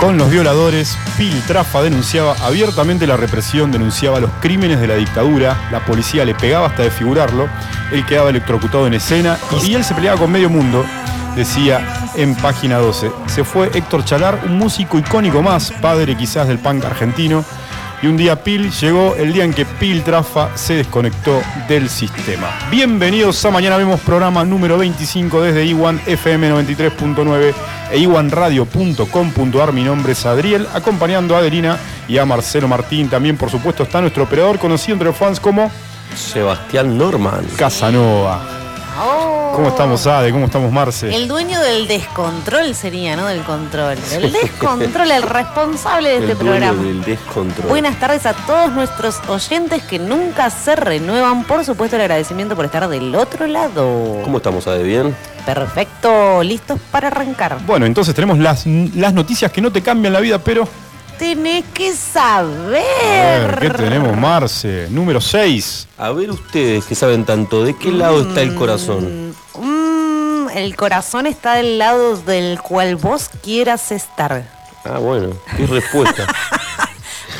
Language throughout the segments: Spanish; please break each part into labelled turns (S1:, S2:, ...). S1: con los violadores, Piltrafa denunciaba abiertamente la represión, denunciaba los crímenes de la dictadura, la policía le pegaba hasta desfigurarlo, él quedaba electrocutado en escena y él se peleaba con medio mundo, decía en página 12. Se fue Héctor Chalar, un músico icónico más, padre quizás del punk argentino, y un día Pil llegó el día en que Pil Trafa se desconectó del sistema. Bienvenidos a Mañana Vemos programa número 25 desde Iwan FM 93.9 e iwanradio.com.ar. Mi nombre es Adriel, acompañando a Adelina y a Marcelo Martín. También, por supuesto, está nuestro operador conocido entre los fans como
S2: Sebastián Norman.
S1: Casanova.
S3: Oh.
S1: ¿Cómo estamos, Ade? ¿Cómo estamos, Marce?
S3: El dueño del descontrol sería, ¿no? Del control. El descontrol, el responsable de este
S2: el dueño
S3: programa.
S2: del descontrol.
S3: Buenas tardes a todos nuestros oyentes que nunca se renuevan. Por supuesto, el agradecimiento por estar del otro lado.
S2: ¿Cómo estamos, Ade? ¿Bien?
S3: Perfecto, listos para arrancar.
S1: Bueno, entonces tenemos las, las noticias que no te cambian la vida, pero...
S3: Tenés que
S1: A ver,
S3: saber.
S1: ¿qué tenemos, Marce? Número 6.
S2: A ver ustedes que saben tanto, ¿de qué lado está el corazón?
S3: Mm, el corazón está del lado del cual vos quieras estar.
S2: Ah, bueno, qué respuesta.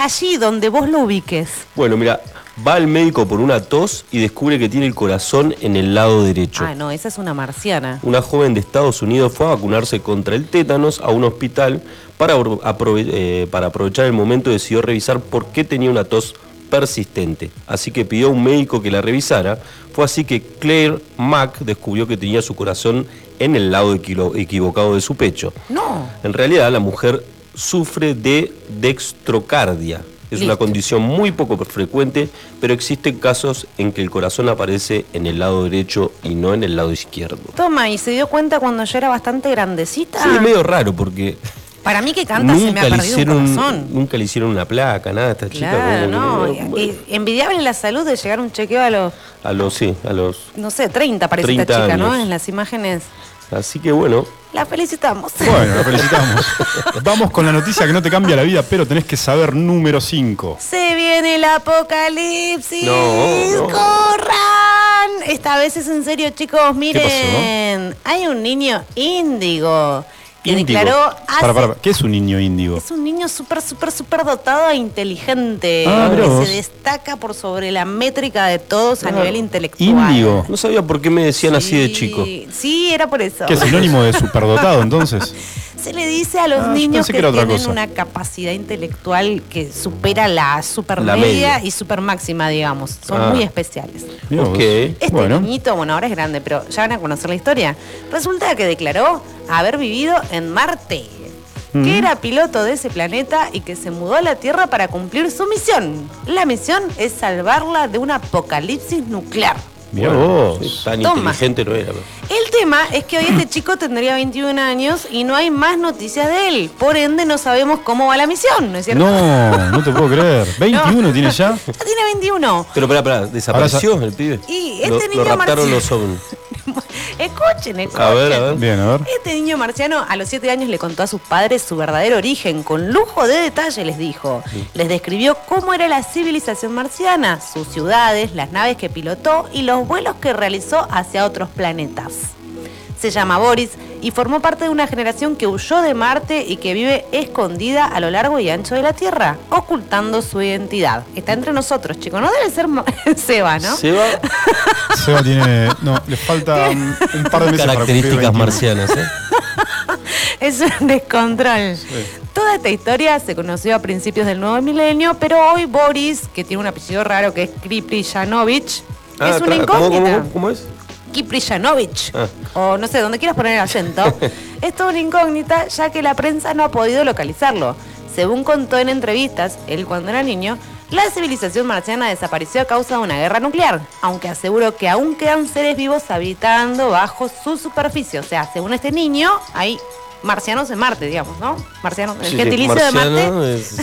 S3: Allí donde vos lo ubiques.
S2: bueno, mira, va al médico por una tos y descubre que tiene el corazón en el lado derecho.
S3: Ah, no, esa es una marciana.
S2: Una joven de Estados Unidos fue a vacunarse contra el tétanos a un hospital para, abro- aprove- eh, para aprovechar el momento decidió revisar por qué tenía una tos persistente. Así que pidió a un médico que la revisara. Fue así que Claire Mack descubrió que tenía su corazón en el lado equilo- equivocado de su pecho.
S3: No.
S2: En realidad, la mujer sufre de dextrocardia. Es una
S3: Listo.
S2: condición muy poco frecuente, pero existen casos en que el corazón aparece en el lado derecho y no en el lado izquierdo.
S3: Toma, y se dio cuenta cuando yo era bastante grandecita.
S2: Sí, es medio raro porque
S3: Para mí que canta Ah. se me ha
S2: nunca le,
S3: perdido
S2: hicieron,
S3: un corazón.
S2: nunca le hicieron una placa, nada, a esta
S3: Claro,
S2: chica.
S3: no.
S2: como que-
S3: y- y envidiable la salud de llegar a un chequeo a los,
S2: A los, sí, a los.
S3: no sé, 30 parece
S2: 30
S3: esta chica, ¿no?
S2: años.
S3: En las imágenes.
S2: Así que bueno,
S3: La felicitamos.
S1: Bueno, lo felicitamos. Vamos con la noticia que no te cambia la vida, pero tenés que saber número 5.
S3: Se viene el apocalipsis.
S2: No, no.
S3: ¡Corran! Esta vez es en serio, chicos. Miren, hay un niño índigo que
S2: Índigo.
S3: declaró hace...
S1: Para, para, ¿Qué es un niño índigo?
S3: Es un niño súper, súper, súper dotado e inteligente.
S1: Ah, mirá
S3: que
S1: vos.
S3: se destaca por sobre la métrica de todos a nivel intelectual.
S1: Índigo.
S2: no sabía por qué me decían así de chico.
S3: Sí, era por eso.
S1: ¿Qué es sinónimo de superdotado entonces?
S3: Se le dice a los
S1: Ah, yo
S3: niños que,
S1: pensé que era otra
S3: tienen
S1: cosa.
S3: una capacidad intelectual que supera la super
S2: La media.
S3: media y super máxima, digamos. Son
S2: Ah.
S3: muy especiales.
S1: Mirá vos.
S2: Ok.
S3: Este
S1: Bueno,
S3: niñito, bueno, ahora es grande, pero ya van a conocer la historia. Resulta que declaró haber vivido en Marte, que era piloto de ese planeta y que se mudó a la Tierra para cumplir su misión. La misión es salvarla de un apocalipsis nuclear.
S1: mirá
S2: Bueno, sí,
S1: vos.
S2: tan
S3: Toma.
S2: inteligente no era.
S3: El tema es que hoy este chico tendría 21 años y no hay más noticias de él. Por ende, no sabemos cómo va la misión, ¿no es cierto?
S1: No, no te puedo creer. 21 tiene ya.
S3: Ya tiene 21.
S2: Pero pará, pará, desapareció el pibe.
S3: Y este
S2: lo,
S3: niño
S2: lo
S3: marciano.
S2: raptaron los ovnis.
S3: Escuchen, escuchen.
S2: A ver, a ver.
S1: Bien, a ver.
S3: Este niño marciano a los 7 años le contó a sus padres su verdadero origen, con lujo de detalle les dijo. Les describió cómo era la civilización marciana, sus ciudades, las naves que pilotó y los vuelos que realizó hacia otros planetas. Se llama Boris y formó parte de una generación que huyó de Marte y que vive escondida a lo largo y ancho de la Tierra, ocultando su identidad. Está entre nosotros, chicos. No debe ser mo- Seba, ¿no?
S2: Seba,
S1: Seba tiene. No, le falta un, un par de meses para cumplir
S2: características
S1: 21.
S2: marcianas, ¿eh?
S3: Es un descontrol. Toda esta historia se conoció a principios del nuevo milenio, pero hoy Boris, que tiene un apellido raro que es Kipriyanovich,
S2: Ah,
S3: es una
S2: tra- ¿cómo, cómo,
S3: incógnita.
S2: cómo, cómo es?
S3: Kipriyanovich,
S2: Ah.
S3: o no sé, donde quieras poner el acento, es toda una incógnita ya que la prensa no ha podido localizarlo. Según contó en entrevistas, él cuando era niño, la civilización marciana desapareció a causa de una guerra nuclear, aunque aseguró que aún quedan seres vivos habitando bajo su superficie. O sea, según este niño, hay marcianos en Marte, digamos, ¿no? Marcianos, el
S2: Sí, sí,
S3: gentilicio de Marte.
S2: marciano es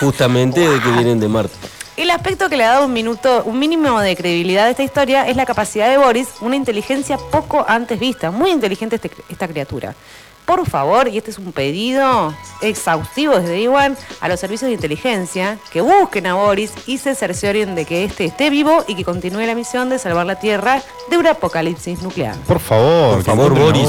S2: justamente de que vienen de Marte.
S3: El aspecto que le ha dado un minuto, un mínimo de credibilidad a esta historia es la capacidad de Boris, una inteligencia poco antes vista, muy inteligente este- esta criatura. Por favor, y este es un pedido exhaustivo desde Iwan a los servicios de inteligencia, que busquen a Boris y se cercioren de que este esté vivo y que continúe la misión de salvar la Tierra de un apocalipsis nuclear.
S1: Por favor,
S2: Por
S1: que
S2: favor,
S1: encuentren a
S2: Boris.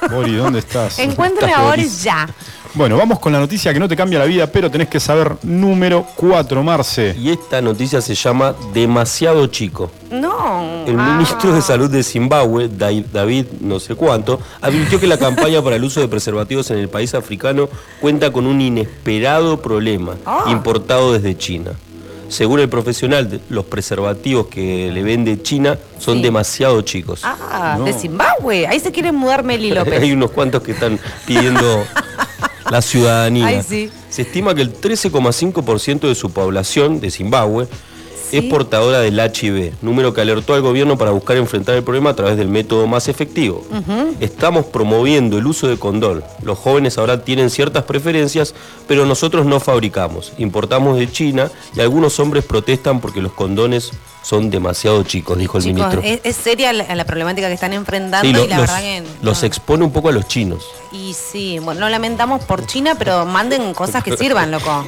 S1: Boris. Boris, ¿dónde estás?
S3: Encuentren a
S2: Boris.
S3: Boris ya.
S1: Bueno, vamos con la noticia que no te cambia la vida, pero tenés que saber número 4, Marce.
S2: Y esta noticia se llama Demasiado Chico.
S3: No.
S2: El
S3: ah.
S2: ministro de Salud de Zimbabue, Dai- David no sé cuánto, advirtió que la campaña para el uso de preservativos en el país africano cuenta con un inesperado problema
S3: Ah.
S2: importado desde China. Según el profesional, de- los preservativos que le vende China son
S3: Sí.
S2: demasiado chicos.
S3: Ah,
S1: No.
S3: de Zimbabue. Ahí se quiere mudar Meli López.
S2: Hay unos cuantos que están pidiendo la ciudadanía.
S3: Ay, sí.
S2: Se estima que el 13,5% de su población de Zimbabue
S3: Sí.
S2: es portadora del HIV, número que alertó al gobierno para buscar enfrentar el problema a través del método más efectivo. Estamos promoviendo el uso de condón. Los jóvenes ahora tienen ciertas preferencias, pero nosotros no fabricamos. Importamos de China y algunos hombres protestan porque los condones son demasiado chicos, dijo el
S3: Chicos,
S2: ministro.
S3: es, es seria la, la problemática que están enfrentando
S2: Sí, lo-
S3: y la
S2: los,
S3: verdad que.
S2: los
S3: no.
S2: expone un poco a los chinos.
S3: Y sí, bueno, no lamentamos por China, pero manden cosas que sirvan, loco.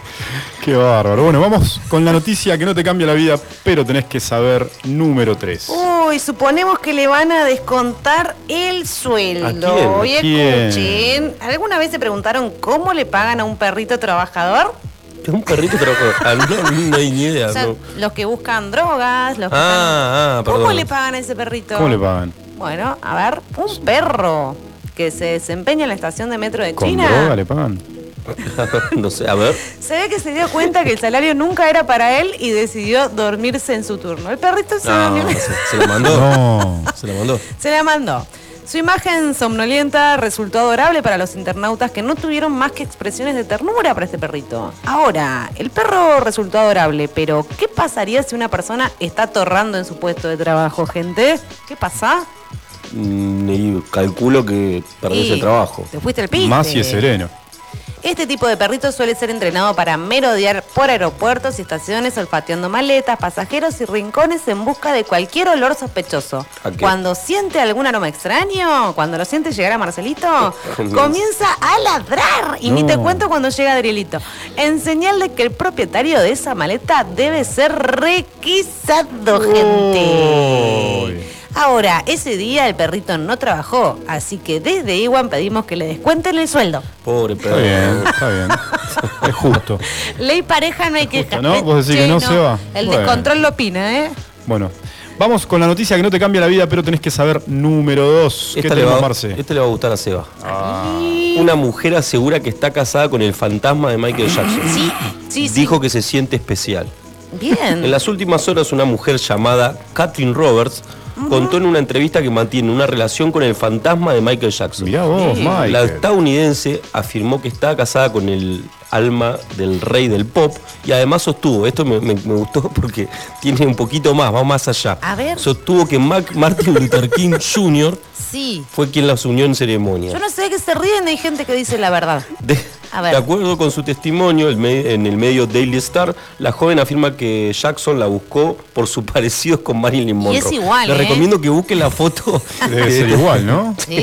S1: Qué bárbaro. Bueno, vamos con la noticia que no te cambia la vida, pero tenés que saber número 3.
S3: Uy, suponemos que le van a descontar el sueldo.
S2: ¿A quién? ¿A
S3: Y
S1: quién?
S3: escuchen, ¿alguna vez se preguntaron cómo le pagan a un perrito trabajador?
S2: Es un perrito trabajo. Ah, no, no hay ni idea.
S3: O sea,
S2: no.
S3: los que buscan drogas, los que
S2: Ah, ah,
S3: están- ¿Cómo
S2: perdón.
S3: le pagan a ese perrito?
S1: ¿Cómo le pagan?
S3: Bueno, a ver, un perro que se desempeña en la estación de metro de
S1: ¿Con
S3: China.
S1: droga le pagan?
S2: No sé, a ver.
S3: Se ve que se dio cuenta que el salario nunca era para él y decidió dormirse en su turno. El perrito se,
S2: No,
S3: durmió-
S2: se, se la mandó.
S1: No.
S2: Se la mandó.
S3: se la mandó. Su imagen somnolienta resultó adorable para los internautas que no tuvieron más que expresiones de ternura para este perrito. Ahora, el perro resultó adorable, pero ¿qué pasaría si una persona está torrando en su puesto de trabajo, gente? ¿Qué pasa?
S2: Mm, Y calculo que perdés
S3: Y
S2: el trabajo.
S3: Te fuiste al piso.
S1: Más si es sereno.
S3: Este tipo de perrito suele ser entrenado para merodear por aeropuertos y estaciones, olfateando maletas, pasajeros y rincones en busca de cualquier olor sospechoso.
S2: ¿A qué?
S3: Cuando siente algún aroma extraño, cuando lo siente llegar a Marcelito,
S2: Comienza.
S3: comienza a ladrar. Y ni
S1: No.
S3: te cuento cuando llega Adrielito. En señal de que el propietario de esa maleta debe ser requisado, gente.
S1: Uy.
S3: Ahora, ese día el perrito no trabajó, así que desde Iwan pedimos que le descuenten el sueldo.
S2: Pobre
S1: Está bien,
S2: perro.
S1: está bien. Es justo.
S3: Ley pareja no hay que...
S1: Justo, ¿no? Vos decís que no se va.
S3: El
S1: Bueno.
S3: descontrol lo opina, ¿eh?
S1: Bueno, vamos con la noticia que no te cambia la vida, pero tenés que saber número 2. ¿Qué
S2: Esta le,
S1: tenemos,
S2: va,
S1: Marce?
S2: esta le va a gustar a Seba.
S3: Y-
S2: Una mujer asegura que está casada con el fantasma de Michael Jackson.
S3: Sí, sí, sí.
S2: Dijo que se siente especial. En
S3: Bien.
S2: las últimas horas, una mujer llamada Katherine Roberts contó en una entrevista que mantiene una relación con el fantasma de Michael Jackson.
S1: Mirá vos,
S3: Sí.
S1: Mike.
S2: La estadounidense afirmó que está casada con el alma del rey del pop y además sostuvo, esto me, me- me gustó porque tiene un poquito más, va más allá.
S3: A ver.
S2: Sostuvo que Mac- Martin Luther King Jr.
S3: Sí.
S2: fue quien las unió en ceremonia.
S3: Yo no sé de qué se ríen, hay gente que dice la verdad.
S2: De,
S3: A ver.
S2: de acuerdo con su testimonio el me- en el medio Daily Star, la joven afirma que Jackson la buscó por su parecido con Marilyn Monroe.
S3: es igual,
S2: Le
S3: ¿eh?
S2: recomiendo que busque la foto.
S1: Debe ser igual, ¿no?
S3: Sí.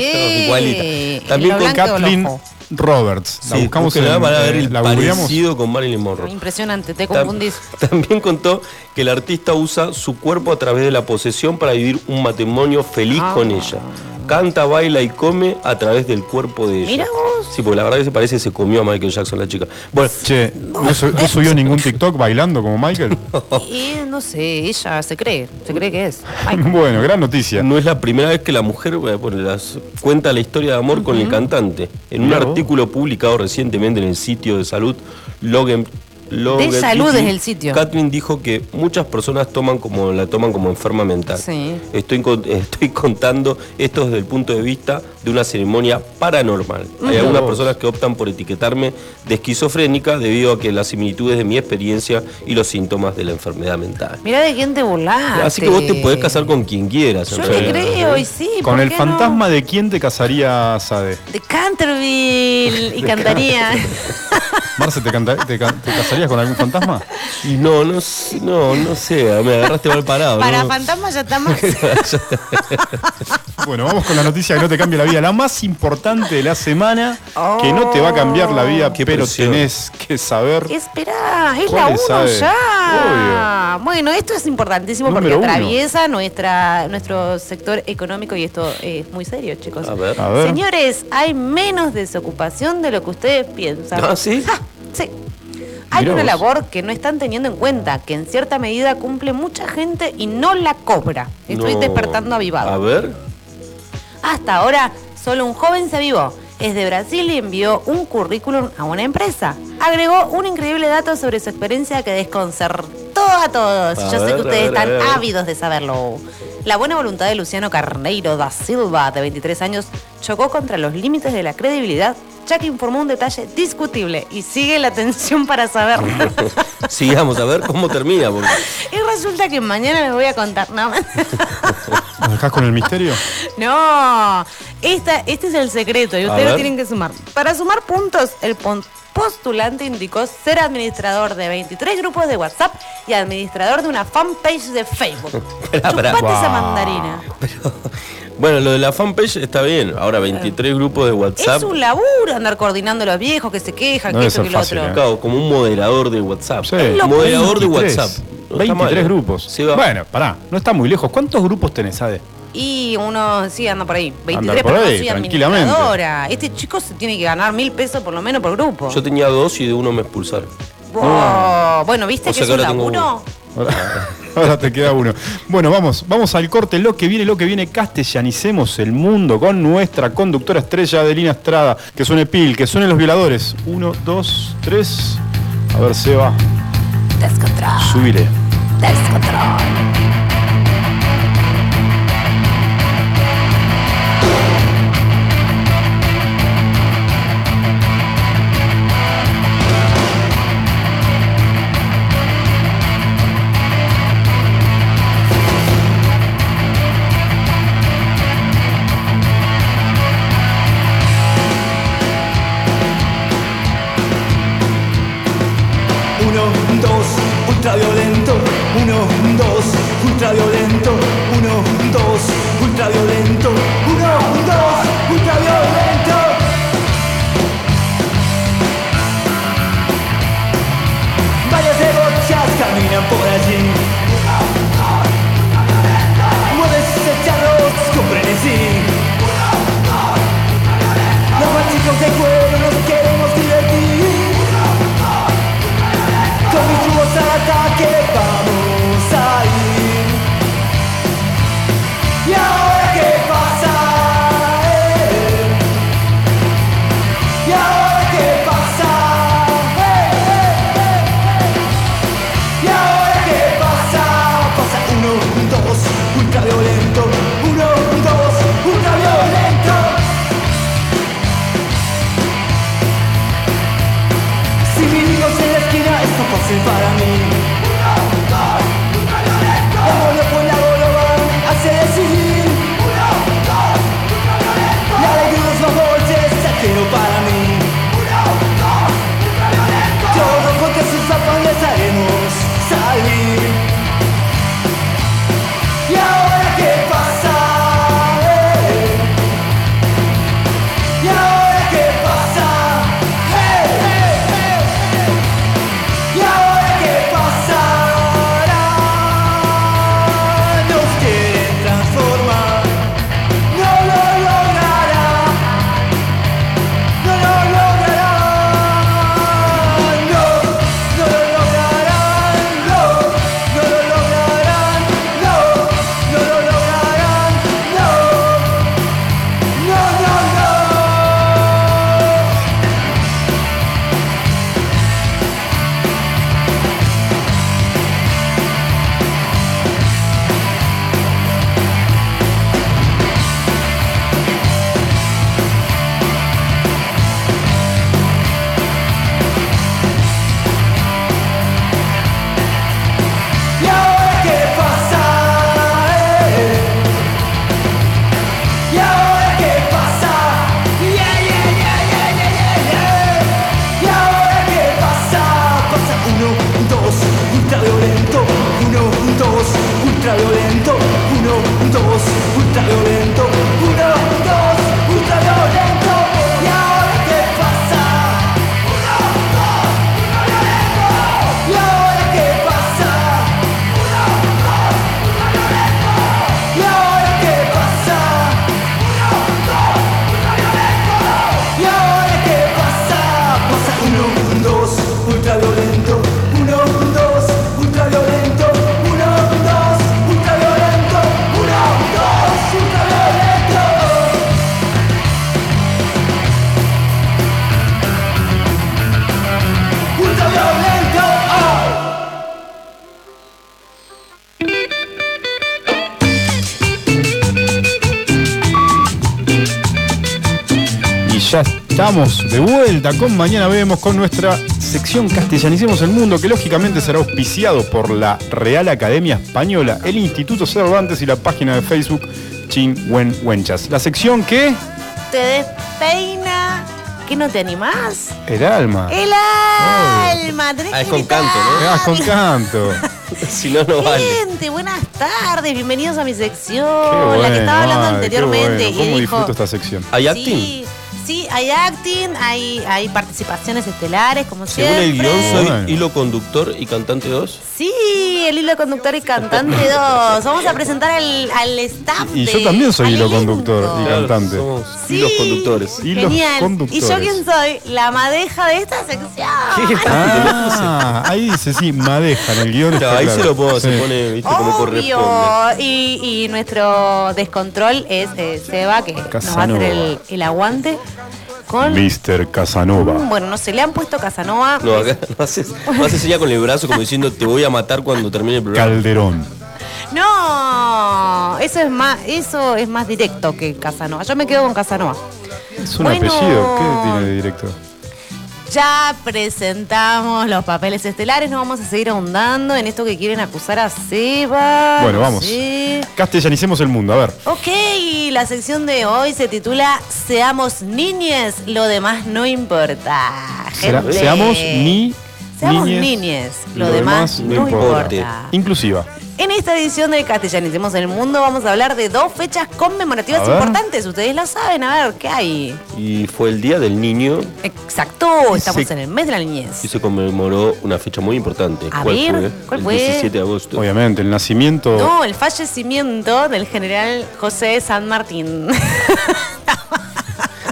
S2: Igualita. También
S3: Lo
S2: con
S3: blanco o lo
S1: Kathleen
S3: rojo.
S1: Roberts. La
S2: Sí,
S1: buscamos
S2: búsquenla
S1: en,
S2: para ver
S1: eh,
S2: el
S1: la googleamos.
S2: parecido con Marilyn Monroe.
S3: Impresionante, te
S2: Tam-
S3: confundís.
S2: También contó que el artista usa su cuerpo a través de la posesión para vivir un matrimonio feliz
S3: Ah.
S2: con ella. Canta, baila y come a través del cuerpo de ella.
S3: Mirá vos.
S2: Sí, porque la verdad que se parece que se comió a Michael Jackson la chica. Bueno,
S1: Che, ¿no, su- no subió ningún TikTok bailando como Michael?
S2: Oh.
S3: Y no sé, ella se cree, se cree que es. Ay,
S1: bueno, gran noticia.
S2: no es la primera vez que la mujer eh, bueno, las- cuenta la historia de amor con el cantante. En un
S1: Mirá vos.
S2: artículo publicado recientemente en el sitio de salud Logan Logan
S3: salud
S2: Disney,
S3: es el sitio.
S2: Kathleen dijo que muchas personas toman como la toman como enferma mental.
S3: Sí.
S2: Estoy, con- estoy contando esto desde el punto de vista de una ceremonia paranormal. Hay algunas personas que optan por etiquetarme de esquizofrénica debido a que las similitudes de mi experiencia y los síntomas de la enfermedad mental.
S3: Mirá de quién te burlaste.
S2: Así que vos te podés casar con quien quieras. en
S3: Ah, Yo
S2: realidad.
S3: te creo, y sí.
S1: Con
S3: ¿por
S1: el
S3: qué no?
S1: fantasma de quién te casaría, Sade.
S3: De Canterville y cantaría.
S1: Marce, ¿te, canta- te ca- te casarías con algún fantasma?
S2: Y No, no, sé- Ah, no, no sé, me agarraste mal parado.
S3: Para
S2: ¿no?
S3: fantasma ya está más.
S1: Bueno, vamos con la noticia que no te cambia la vida. La más importante de la semana, que no te va a cambiar la vida,
S2: Qué
S1: pero
S2: presión.
S1: tenés que saber.
S3: Esperá, es
S1: ¿Cuál
S3: la
S1: es,
S3: 1
S1: sabe?
S3: ya. Bueno, esto es importantísimo porque
S1: Número uno.
S3: atraviesa nuestra, nuestro sector económico y esto es muy serio, chicos.
S2: A ver.
S1: A ver.
S3: Señores, hay menos desocupación de lo que ustedes piensan.
S2: ¿Ah, sí?
S3: Ja, sí. Hay
S1: Mirá
S3: una
S1: vos.
S3: labor que no están teniendo en cuenta, que en cierta medida cumple mucha gente y no la cobra. Estoy
S2: No.
S3: despertando avivado.
S2: A ver.
S3: Hasta ahora, solo un joven se avivó. Es de Brasil y envió un currículum a una empresa. Agregó un increíble dato sobre su experiencia que desconcertó a todos.
S2: A
S3: Yo sé
S2: ver,
S3: que
S2: a
S3: ustedes
S2: ver, a
S3: están
S2: ver.
S3: ávidos de saberlo. La buena voluntad de Luciano Carneiro da Silva, de 23 años, chocó contra los límites de la credibilidad, ya que informó un detalle discutible y sigue la atención para saberlo.
S2: Sigamos, a ver cómo termina. porque-
S3: y resulta que mañana les voy a contar. No,
S1: ¿Nos dejás con el misterio?
S3: No, esta, este es el secreto y
S2: A
S3: ustedes lo
S2: ver.
S3: tienen que sumar. Para sumar puntos, el pon- postulante indicó ser administrador de 23 grupos de WhatsApp y administrador de una fanpage de Facebook.
S2: Pará, pará.
S3: Chupate esa
S1: Wow.
S2: Ah,
S3: mandarina.
S2: Bueno, lo de la fanpage está bien. Ahora 23 grupos de WhatsApp.
S3: Es un laburo andar coordinando a los viejos que se quejan,
S1: No
S3: Ah, que
S1: debe
S3: esto,
S1: ser
S3: que lo
S1: fácil,
S3: otro.
S1: ¿eh?
S2: Claro, como un moderador de WhatsApp.
S1: Sí.
S3: Es loco.
S2: Moderador
S1: 23,
S2: de WhatsApp. No está mal. ¿eh?
S1: 23 grupos.
S2: Se va.
S1: Bueno, pará, no está muy lejos. ¿Cuántos grupos tenés, Ade?
S3: Y uno, sí, anda por ahí. 23
S1: por
S3: pero no
S1: ahí,
S3: soy
S1: tranquilamente.
S3: administradora. Este chico se tiene que ganar mil pesos por lo menos por grupo.
S2: Yo tenía dos y de uno me expulsaron.
S3: Wow. Bueno, ¿viste
S2: O
S3: que
S2: sea
S3: es
S2: que
S3: un
S2: ahora tengo
S3: laburo?
S2: uno.
S1: Ahora, ahora te queda uno. Bueno, vamos, vamos al corte. Lo que viene, lo que viene, castellanicemos el mundo con nuestra conductora estrella Adelina Estrada. Que suene Pil, que suenen los violadores. Uno, dos, tres. A ver, Seba,
S3: Descontrol,
S1: subile.
S3: descontrol.
S4: Uno, dos, ultraviolento. Uno, dos, ultraviolento. Uno, dos, ultraviolento. Uno, dos, ultraviolento. Varias de bochas caminan por allí. Mueves charros con frenesí. Los machicos de cuero nos queremos divertir. Con mis chubos al ataque vamos a ir ¿Y ahora qué pasa? eh? ¿Y ahora qué pasa? Eh, eh, eh, eh. ¿Y ahora qué pasa? Pasa uno, dos, ultraviolento Uno, dos, ultraviolento Si vivimos en la esquina es tan fácil para mí La bola por la bola van a se decidir La alegría de los favores la quiero para mí Yo rojo que sus zapatos haremos salir ¿Y ahora qué pasa? eh? ¿Y ahora qué pasa? ¡Hey, hey, hey! hey! ¿Y ahora qué pasa?
S5: eh?
S1: Ya estamos de vuelta con Mañana Vemos con nuestra sección Castellanicemos el Mundo, que lógicamente será auspiciado por la Real Academia Española, el Instituto Cervantes y la página de Facebook Chingüengüenchas. La sección que
S3: Te despeina. ¿Qué no te animás?
S1: el alma.
S3: El alma. Tenés
S2: Ah, es
S3: que
S2: con
S3: gritar.
S2: canto, ¿no?
S1: Ah, con canto.
S2: si no, no vale.
S3: Gente, buenas tardes, bienvenidos a mi sección,
S1: Qué
S3: la que estaba
S1: bueno,
S3: hablando
S1: madre,
S3: anteriormente.
S1: Qué bueno. ¿Cómo
S3: y dijo,
S1: disfruto esta sección?
S2: ¿Hay
S3: sí,
S2: acting?
S3: Sí, hay acting, hay, hay participaciones estelares, como
S2: Según el
S3: siempre.
S2: guión, soy
S1: Bueno.
S2: hilo conductor y cantante 2.
S3: Sí, el hilo conductor y cantante 2. Vamos a presentar al, al staff.
S1: Y yo
S3: de-
S1: también soy
S3: al
S1: hilo
S3: elenco.
S1: conductor y cantante.
S2: Somos
S3: Sí,
S2: hilos conductores.
S1: Hilos
S3: genial.
S1: conductores.
S3: ¿Y yo quién soy? La madeja de esta sección.
S1: Ah, ahí dice, sí, madeja en el guión.
S2: Claro,
S1: está
S2: ahí
S1: claro.
S2: se lo pongo, se
S1: Sí.
S2: pone, viste, como corresponde.
S3: Obvio. Y, y nuestro descontrol es eh, Seba, que nos va a hacer
S1: Casanova.
S3: el, el aguante con.
S1: Mr. Casanova.
S3: Bueno, no sé, le han puesto Casanova.
S2: No, acá no haces, no haces señal con el brazo como diciendo te voy a matar cuando termine el programa.
S1: Calderón.
S3: No, eso es más, eso es más directo que Casanova. Yo me quedo con Casanova.
S1: Es un
S3: Bueno.
S1: apellido. ¿Qué tiene de directo?
S3: Ya presentamos los papeles estelares, no vamos a seguir ahondando en esto que quieren acusar a Seba.
S1: Bueno,
S3: no
S1: vamos.
S3: sé.
S1: Castellanicemos el mundo, a ver.
S3: Ok, la sección de hoy se titula Seamos niñes, lo demás no importa.
S1: Será-
S3: gente.
S1: seamos ni
S3: Seamos
S1: niñes,
S3: niñes, lo, demás, no importa.
S2: importa.
S1: Inclusiva.
S3: En esta edición de Castellanicemos el Mundo vamos a hablar de dos fechas conmemorativas
S1: A ver.
S3: importantes. Ustedes la saben, a ver, ¿qué hay?
S2: Y fue el día del niño
S3: Exacto, estamos
S2: Sí.
S3: en el mes de la
S2: y
S3: niñez.
S2: se conmemoró una fecha muy importante.
S3: A ver, ¿cuál
S2: el
S3: fue?
S2: 17 de agosto.
S1: Obviamente, el nacimiento.
S3: No, el fallecimiento del general José San Martín.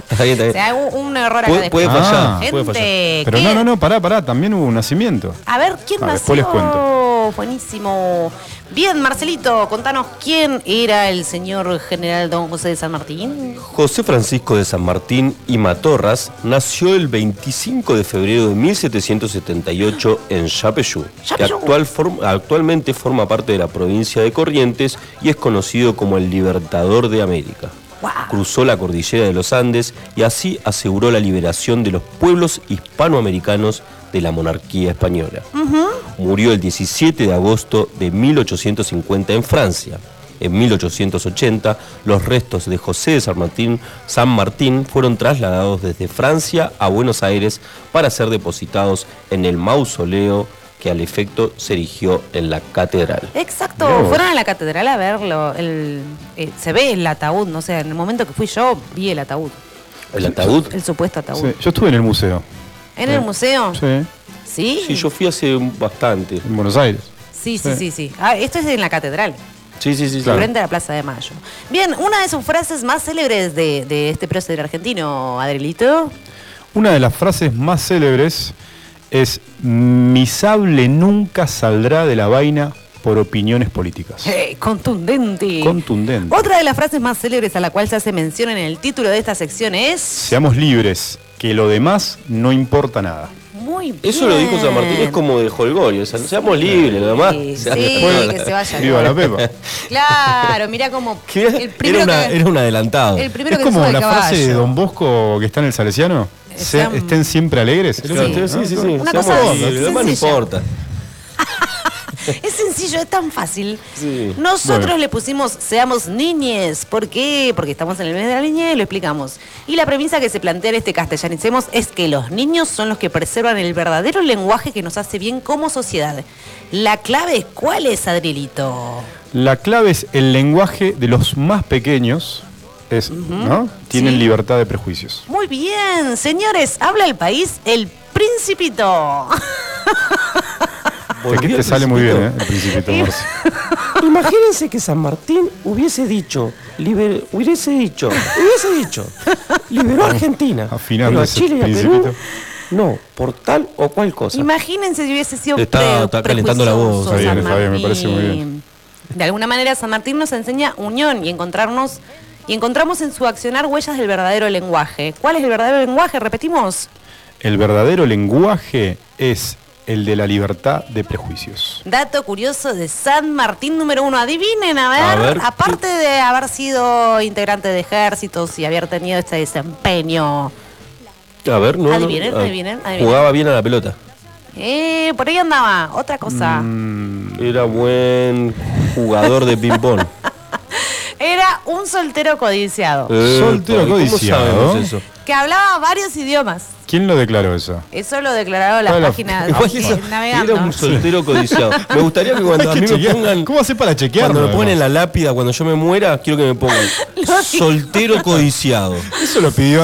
S2: Está bien, está
S3: o
S2: bien.
S3: sea, un, un error acá
S2: Puede,
S3: de-
S2: puede
S1: Ah.
S2: fallar, puede fallar.
S3: Gente,
S1: Pero
S3: ¿qué?
S1: no, no, no, pará, pará. También hubo un nacimiento.
S3: A ver, ¿quién
S1: Ah,
S3: nació?
S1: después les
S3: Buenísimo. Bien, Marcelito, contanos quién era el señor general don José de San Martín.
S2: José Francisco de San Martín y Matorras nació el 25 de febrero de 1778 en Yapeyú, que
S3: Yapeyú.
S2: actual form- actualmente forma parte de la provincia de Corrientes y es conocido como el Libertador de América.
S3: Wow.
S2: Cruzó la cordillera de los Andes y así aseguró la liberación de los pueblos hispanoamericanos de la monarquía española. Murió el 17 de agosto de 1850 en Francia. En 1880, los restos de José de San Martín, San Martín fueron trasladados desde Francia a Buenos Aires para ser depositados en el mausoleo que al efecto se erigió en la catedral.
S3: Exacto,
S1: Mirá vos.
S3: fueron a la catedral a verlo. el- eh, se ve el ataúd, no sé, en el momento que fui yo vi el ataúd,
S2: El ataúd.
S3: el supuesto ataúd.
S1: Sí, yo estuve en el museo.
S3: ¿En el museo?
S1: Sí, en
S3: ¿Sí?
S2: Sí, yo fui hace un- bastante.
S1: Buenos Aires.
S3: Sí, sí, sí, sí. Ah, esto es en la catedral,
S2: Sí, sí, sí, sí.
S3: frente a la Plaza de Mayo. Bien, una de sus frases más célebres de, de este prócer argentino, Adrielito.
S1: Una de las frases más célebres es: Mi sable nunca saldrá de la vaina por opiniones políticas.
S3: Eh, contundente.
S1: Contundente.
S3: Otra de las frases más célebres a la cual se hace mención en el título de esta sección es...
S1: Seamos libres, que lo demás no importa nada.
S3: Muy bien.
S2: Eso lo dijo San Martín, es como de Holgorio, o sea, seamos libres, nada más.
S3: Sí,
S2: O sea,
S3: sí,
S2: no,
S3: que se vaya.
S1: Viva la pepa.
S3: Claro, mira como...
S2: que era-
S3: El primero
S2: era, una-
S3: que...
S2: era un adelantado.
S3: El primero
S1: Es
S3: que
S1: como
S3: sube
S1: la
S3: el
S1: frase de
S3: caballo.
S1: Don Bosco que está en el Salesiano. se-
S3: Sean-
S1: estén siempre alegres.
S2: Claro,
S1: ¿no?
S2: sí, sí, sí,
S3: Una
S2: seamos
S3: cosa
S2: libres,
S3: sencilla.
S2: lo demás no importa.
S3: Es sencillo, es tan fácil.
S2: eh. Sí.
S3: Nosotros
S1: Bueno.
S3: le pusimos seamos niñes. ¿Por qué? Porque estamos en el mes de la niñez y lo explicamos. Y la premisa que se plantea en este castellanicemos es que los niños son los que preservan el verdadero lenguaje que nos hace bien como sociedad. La clave es cuál es, Adrielito.
S1: La clave es el lenguaje de los más pequeños. Es, ¿no? Tienen
S3: Sí.
S1: libertad de prejuicios.
S3: Muy bien, señores, habla el país el principito.
S1: Te, te sale muy bien, ¿eh? El principito. Marce.
S6: Imagínense que San Martín hubiese dicho, liber- hubiese dicho, hubiese dicho, liberó
S2: Ah,
S6: a Argentina,
S1: Afinando
S6: pero a
S1: ese
S6: Chile y a
S1: principito.
S6: Perú, no, por tal o cual cosa.
S3: Imagínense si hubiese sido
S2: Está-
S3: pre-
S2: está calentando la voz,
S3: prejuicioso
S1: está bien,
S3: San
S1: está bien, me parece muy
S3: Martín.
S1: bien.
S3: De alguna manera San Martín nos enseña unión y encontrarnos y encontramos en su accionar huellas del verdadero lenguaje. ¿Cuál es el verdadero lenguaje? Repetimos.
S1: El verdadero lenguaje es el de la libertad de prejuicios.
S3: Dato curioso de San Martín número uno. Adivinen, a ver,
S2: A ver,
S3: aparte de haber sido integrante de ejércitos y haber tenido este desempeño
S2: A ver, no. no,
S3: Adivinen,
S2: ah,
S3: adivinen, adivinen.
S2: Jugaba bien a la pelota.
S3: Eh, por ahí andaba, otra
S1: Mm,
S3: cosa.
S2: Era buen jugador de ping-pong.
S3: Era un soltero codiciado
S2: Eh,
S1: Soltero
S2: ¿cómo
S1: codiciado?
S2: sabemos eso?
S3: que hablaba varios idiomas.
S1: ¿Quién lo declaró eso?
S3: Eso lo declararon las
S1: Ah, la-
S3: páginas
S2: Igual
S3: de-
S2: eso,
S3: navegando.
S2: Era un soltero codiciado. Me gustaría que cuando a
S1: Hay
S2: mí
S1: que
S2: me
S1: chequear.
S2: pongan.
S1: ¿Cómo hace para chequearlo?
S2: Cuando me ponen en
S1: además?
S2: la lápida, cuando yo me muera, quiero que me pongan. soltero codiciado.
S1: Eso lo pidió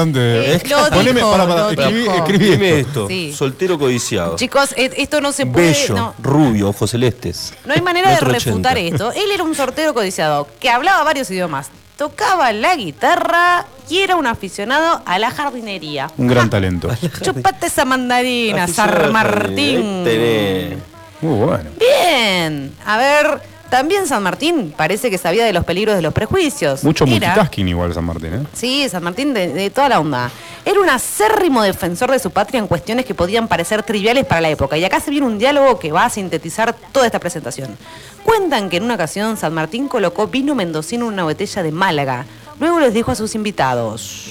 S3: Eh,
S1: antes.
S3: lo
S1: Poneme,
S3: dijo,
S1: para, para,
S3: lo
S1: escribí,
S3: dijo.
S1: escribí
S2: Dime
S1: esto.
S2: esto.
S3: Sí.
S2: Soltero codiciado.
S3: Chicos, e- esto no se puede.
S2: Bello,
S3: No.
S2: rubio, ojos celestes.
S3: No hay manera de
S2: Metro
S3: refutar
S2: 80.
S3: esto. Él era un sortero codiciado que hablaba varios idiomas, tocaba la guitarra y era un aficionado a la jardinería.
S1: Un gran talento.
S3: Chupate esa mandarina,
S2: Aficionado
S3: San
S2: Ahí
S3: Martín.
S2: tenés.
S1: Muy bueno.
S3: Bien. A ver, también San Martín parece que sabía de los peligros de los prejuicios.
S1: Mucho
S3: Era-
S1: multitasking igual San Martín, ¿eh?
S3: Sí, San Martín de, de toda la onda. Era un acérrimo defensor de su patria en cuestiones que podían parecer triviales para la época. Y acá se viene un diálogo que va a sintetizar toda esta presentación. Cuentan que en una ocasión San Martín colocó vino mendocino en una botella de Málaga. Luego les dijo a sus invitados.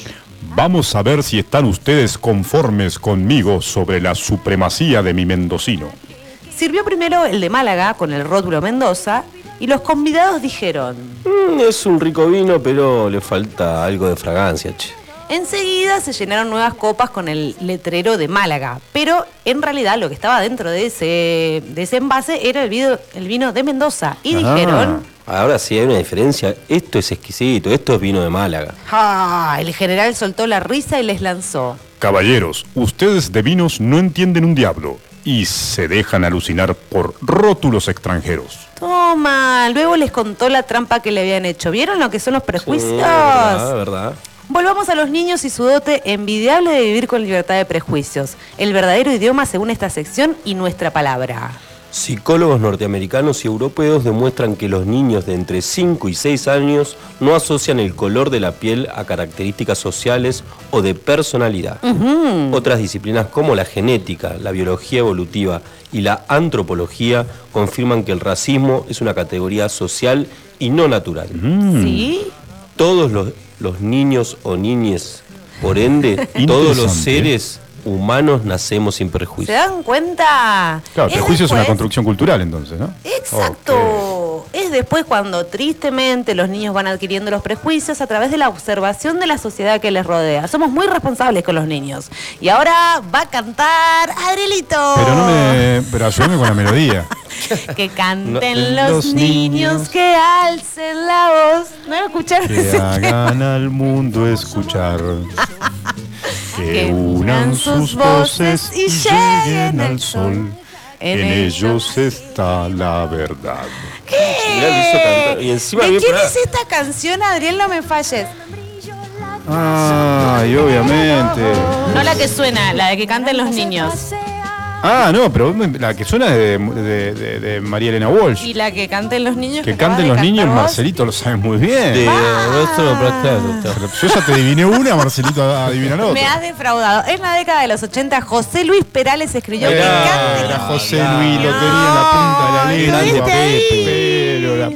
S1: Vamos a ver si están ustedes conformes conmigo sobre la supremacía de mi mendocino.
S3: Sirvió primero el de Málaga con el rótulo Mendoza y los convidados dijeron.
S2: Mm, es un rico vino, pero le falta algo de fragancia, che.
S3: Enseguida se llenaron nuevas copas con el letrero de Málaga, pero en realidad lo que estaba dentro de ese, de ese envase era el, vino- el vino de Mendoza.
S1: Ah.
S3: Y dijeron,
S2: Ahora sí hay una diferencia. Esto es exquisito, esto es vino de Málaga.
S3: "Ah", el general soltó la risa y les lanzó.
S1: Caballeros, ustedes de vinos no entienden un diablo y se dejan alucinar por rótulos extranjeros.
S3: Toma, luego les contó la trampa que le habían hecho. ¿Vieron lo que son los prejuicios?
S2: Mm, verdad, verdad.
S3: Volvamos a los niños y su dote envidiable de vivir con libertad de prejuicios. El verdadero idioma según esta sección y nuestra palabra.
S2: Psicólogos norteamericanos y europeos demuestran que los niños de entre 5 y 6 años no asocian el color de la piel a características sociales o de personalidad. Otras disciplinas como la genética, la biología evolutiva y la antropología confirman que el racismo es una categoría social y no natural.
S5: Mm.
S3: ¿Sí?
S2: Todos los, los niños o niñes, por ende, todos los
S1: Interesante. ¿eh?
S2: seres humanos nacemos sin
S3: ¿Se
S2: prejuicio.
S3: dan cuenta?
S1: Claro,
S3: Es
S1: prejuicio es una
S3: después-
S1: construcción cultural entonces, ¿no? Ok.
S3: Exacto. Es después cuando tristemente los niños van adquiriendo los prejuicios a través de la observación de la sociedad que les rodea. Somos muy responsables con los niños. Y ahora va a cantar Adrielito.
S1: Pero no me...
S3: Oh.
S1: Pero ayúdame con la melodía.
S3: Que canten
S1: No,
S3: los,
S1: los
S3: niños,
S1: niños.
S3: que alcen la voz. No lo escucharon
S1: Que
S3: ese tema?
S1: hagan al mundo escuchar. Que
S3: Que
S1: unan
S3: unan
S1: sus
S3: sus
S1: voces
S3: voces
S1: y
S3: y
S1: lleguen
S3: lleguen
S1: al
S3: al
S1: sol. En ellos está la verdad.
S2: Mirá, lo hizo cantar. Y encima
S3: ¿De
S2: bien
S3: quién
S2: parada.
S3: es esta canción, Adriel? No me falles.
S1: Ay, obviamente.
S3: No la que suena, la de que canten los niños.
S1: Ah, no, pero me- la que suena es de, de- de- de María Elena Walsh.
S3: Y la que canten los niños.
S1: Que
S3: acabas
S1: canten
S3: de
S1: los
S3: cantar
S1: niños,
S3: vos.
S1: Marcelito lo sabe muy bien.
S2: De- nuestro-
S1: Pero Yo ya te adiviné una, Marcelito adivinan otra.
S3: Me has defraudado. En la década de los 80, José Luis Perales escribió que
S1: Era,
S3: canten
S1: era
S3: los
S1: José
S2: Mirá.
S1: Luis, lo tenía en la punta de la
S3: Ay,
S1: lengua.
S3: ¿viste ahí?
S1: Pero la-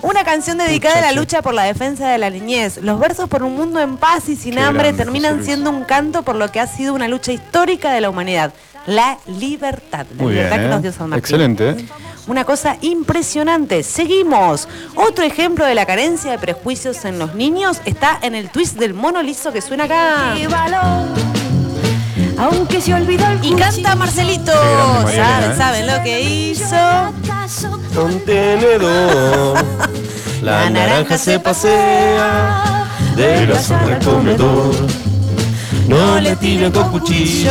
S3: Una canción dedicada a la lucha por la defensa de la niñez. Los versos por un mundo en paz y sin
S1: Qué
S3: hambre
S1: grande, José
S3: terminan
S1: Luis.
S3: siendo un canto por lo que ha sido una lucha histórica de la humanidad. La libertad. La
S1: Muy bien.
S3: libertad que nos
S1: ¿eh?
S3: dio San Martín.
S1: Excelente. ¿eh?
S3: Una cosa impresionante. Seguimos. Otro ejemplo de la carencia de prejuicios en los niños está en el twist del mono liso que suena acá.
S7: Y valor, aunque se olvidó el
S3: Y canta Marcelito.
S1: grande María
S3: ¿Saben,
S1: Elena, ¿eh?
S3: saben lo que hizo?
S7: acaso
S1: Oh.
S2: contenedor. La naranja se pasea de la zona al comedor. No le tiren con cuchillo,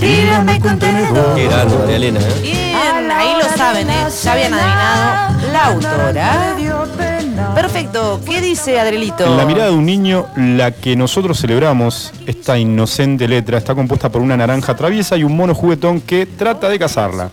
S7: tírame con tenedor.
S2: que era de Elena. ¿eh?
S3: Bien, ahí lo saben, ¿eh? ya habían adivinado la autora. Perfecto, ¿qué dice Adrielito?
S1: En la mirada de un niño, la que nosotros celebramos, esta inocente letra, está compuesta por una naranja traviesa y un mono juguetón que trata de cazarla.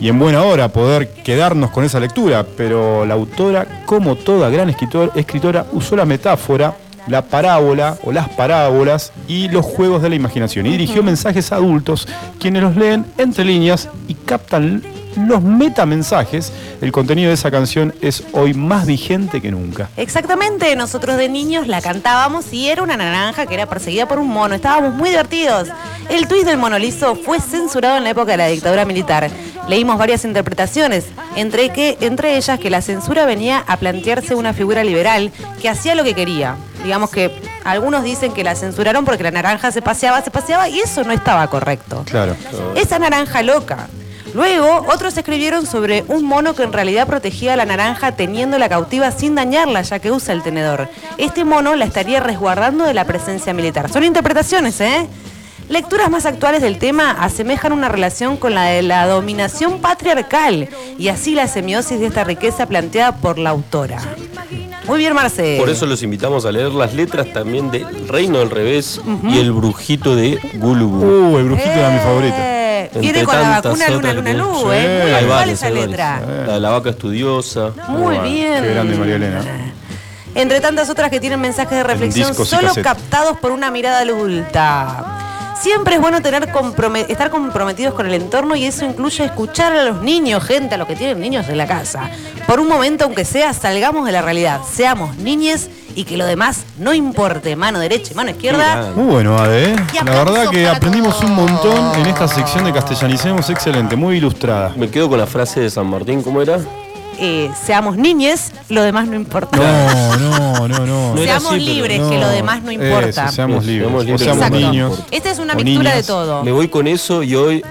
S1: Y en buena hora poder quedarnos con esa lectura, pero la autora, como toda gran escritor- escritora, usó la metáfora, la parábola o las parábolas y los juegos de la imaginación. Y dirigió mensajes a adultos, quienes los leen entre líneas y captan los metamensajes, el contenido de esa canción es hoy más vigente que nunca.
S3: Exactamente, nosotros de niños la cantábamos y era una naranja que era perseguida por un mono. Estábamos muy divertidos. El tuit del mono liso fue censurado en la época de la dictadura militar. Leímos varias interpretaciones, entre, que, entre ellas que la censura venía a plantearse una figura liberal que hacía lo que quería. Digamos que algunos dicen que la censuraron porque la naranja se paseaba, se paseaba y eso no estaba correcto.
S1: Claro.
S3: Esa naranja loca. Luego, otros escribieron sobre un mono que en realidad protegía a la naranja teniéndola cautiva sin dañarla, ya que usa el tenedor. Este mono la estaría resguardando de la presencia militar. Son interpretaciones, ¿eh? Lecturas más actuales del tema asemejan una relación con la de la dominación patriarcal y así la semiosis de esta riqueza planteada por la autora. Muy bien, Marce. Eh,
S2: Por eso los invitamos a leer las letras también de Reino al Revés y El Brujito de Gulubu.
S1: Uh, el brujito era mi favorito.
S3: Eh,
S2: Entre
S3: Viene con la
S2: tantas
S3: vacuna luna,
S2: otras
S3: luna,
S2: que-
S3: luz,
S2: Sí,
S3: ¿eh? Muy
S2: hay
S3: actual
S2: varias,
S3: esa
S2: hay varias. Eh,
S3: letra.
S2: La de la vaca estudiosa.
S3: Muy
S1: Bueno,
S3: bien.
S1: Qué grande María Elena.
S3: Entre tantas otras que tienen mensajes de reflexión
S1: discos y
S3: solo
S1: cassette.
S3: captados por una mirada adulta. Siempre es bueno tener comprome- estar comprometidos con el entorno y eso incluye escuchar a los niños, gente, a los que tienen niños en la casa. Por un momento, aunque sea, salgamos de la realidad, seamos niñes y que lo demás no importe, mano derecha y mano izquierda.
S1: Muy bueno, Ade. ¿eh?
S3: Y
S1: La verdad
S3: aplausos
S1: que
S3: para
S1: aprendimos
S3: todos.
S1: un montón en esta sección de Castellanicemos. Excelente, muy ilustrada.
S2: Me quedo con la frase de San Martín, ¿cómo era?
S3: Eh, seamos niñes, lo demás no importa.
S1: No, no, no, no.
S2: No era
S3: seamos
S2: así, pero
S3: libres, que lo demás no importa.
S1: Eso, seamos
S2: Sí,
S1: libres.
S2: seamos
S1: O
S2: libres.
S1: seamos
S3: Exacto.
S1: niños.
S3: Esta es una
S1: o
S3: mixtura de
S1: niñas.
S3: todo.
S2: Me voy con eso y hoy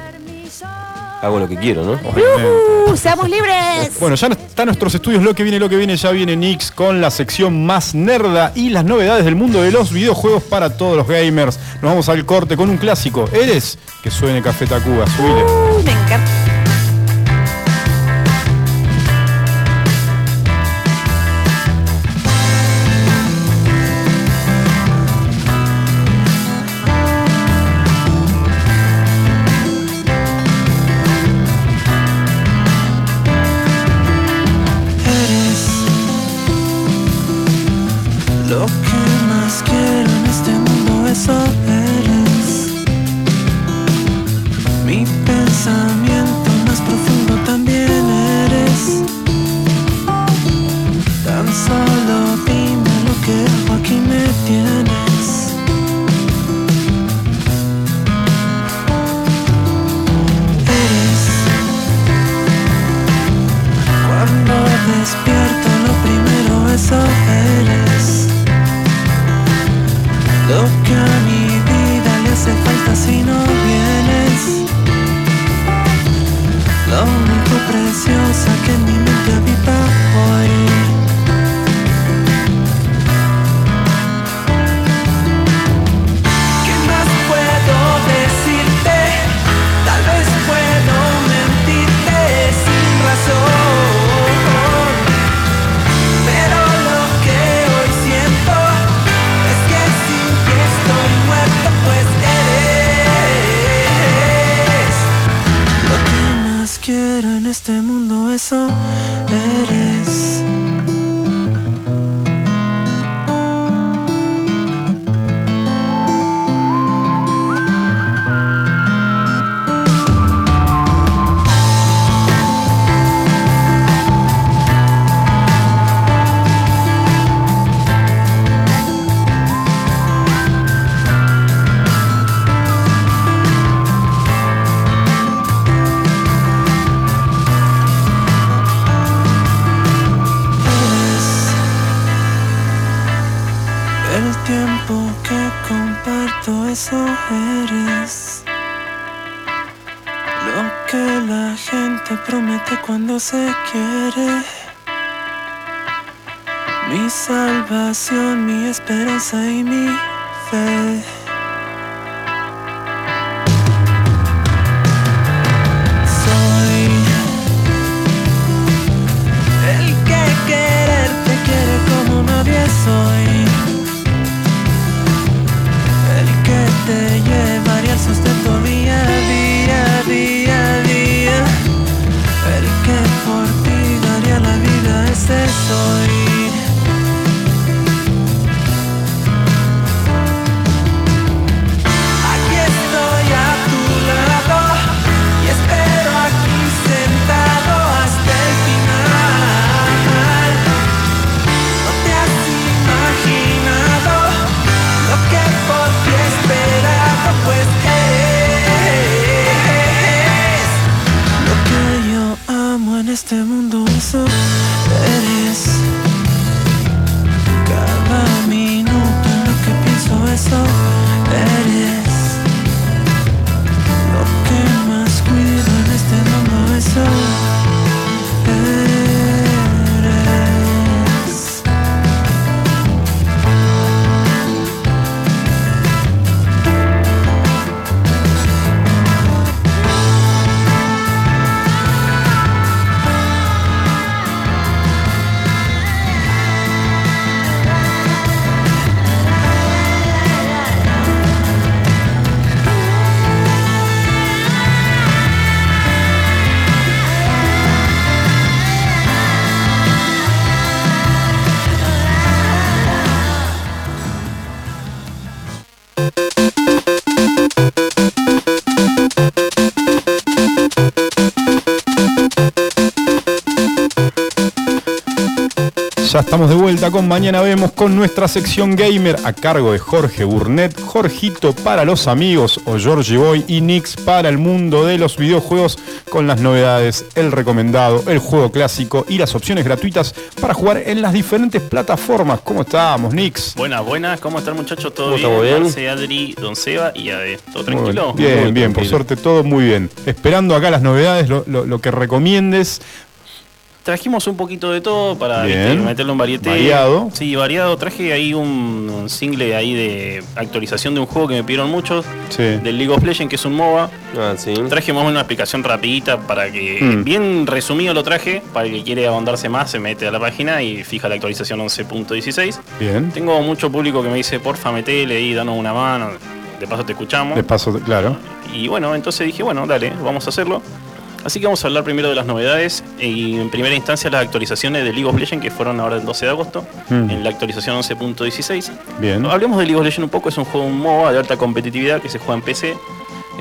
S2: hago lo que quiero, ¿no?
S3: ¡Uh, ¡Seamos libres!
S1: Bueno, ya están nuestros estudios, lo que viene, lo que viene, ya viene Nix con la sección más nerda y las novedades del mundo de los videojuegos para todos los gamers. Nos vamos al corte con un clásico. Eres que suene Café Tacuba, subile.
S3: Uh, me encanta.
S8: Lo que más quiero en este mundo eso eres Mi pensamiento más profundo también eres Tan solo dime lo que hago aquí me tienes Eres cuando despierto lo primero eso eres Lo que a mi vida le hace falta si no vienes Lo único preciosa que en mi mente habita hoy ¿Qué más puedo decirte? Tal vez puedo mentirte sin razón. Pero lo que hoy siento es que sin ti estoy muerto, pues eres. Lo que más quiero en este mundo, eso eres. eres. El tiempo que comparto, eso eres. Lo que la gente promete cuando se quiere. Mi salvación, mi esperanza y mi fe. Soy el que quererte quiere como nadie soy. El que te llevaría el sustento día a día, día a día. El que por ti daría la vida, ese soy. este este
S1: Ya estamos de vuelta con Mañana Vemos con nuestra sección gamer a cargo de Jorge Burnett, Jorgito para los amigos o Georgie Boy y Nix para el mundo de los videojuegos con las novedades, el recomendado, el juego clásico y las opciones gratuitas para jugar en las diferentes plataformas. ¿Cómo estábamos, Nix?
S9: Buenas, buenas, ¿cómo están muchachos? ¿Todo
S2: ¿Cómo
S9: bien?
S2: estamos, bien?
S9: Marce, Adri, Don Seba y Ade. ¿Todo
S1: Muy
S9: tranquilo?
S1: Bien,
S2: Muy
S1: bien, bien, por
S2: tranquilo.
S1: suerte todo muy bien. Esperando acá las novedades, lo, lo- lo que recomiendes.
S9: Trajimos un poquito de todo para este,
S1: Bien.
S9: viste, meterlo en varieté.
S1: Variado.
S9: Sí, variado. Traje ahí un, un single ahí de actualización de un juego que me pidieron muchos,
S1: Sí.
S9: del League of Legends, que es un MOBA.
S2: Ah, sí.
S9: Traje más o menos una explicación rapidita para que,
S1: Mm.
S9: bien resumido lo traje, para el que quiere ahondarse más se mete a la página y fija la actualización 11.16.
S1: Bien.
S9: Tengo mucho público que me dice, porfa, metele y danos una mano, de paso te escuchamos.
S1: De paso, claro.
S9: Y bueno, entonces dije, bueno, dale, vamos a hacerlo. Así que vamos a hablar primero de las novedades eh, y en primera instancia las actualizaciones de League of Legends que fueron ahora el 12 de agosto
S1: Mm.
S9: en la actualización 11.16.
S1: Bien.
S9: Hablemos de League of Legends un poco, es un juego un MOBA de alta competitividad que se juega en PC.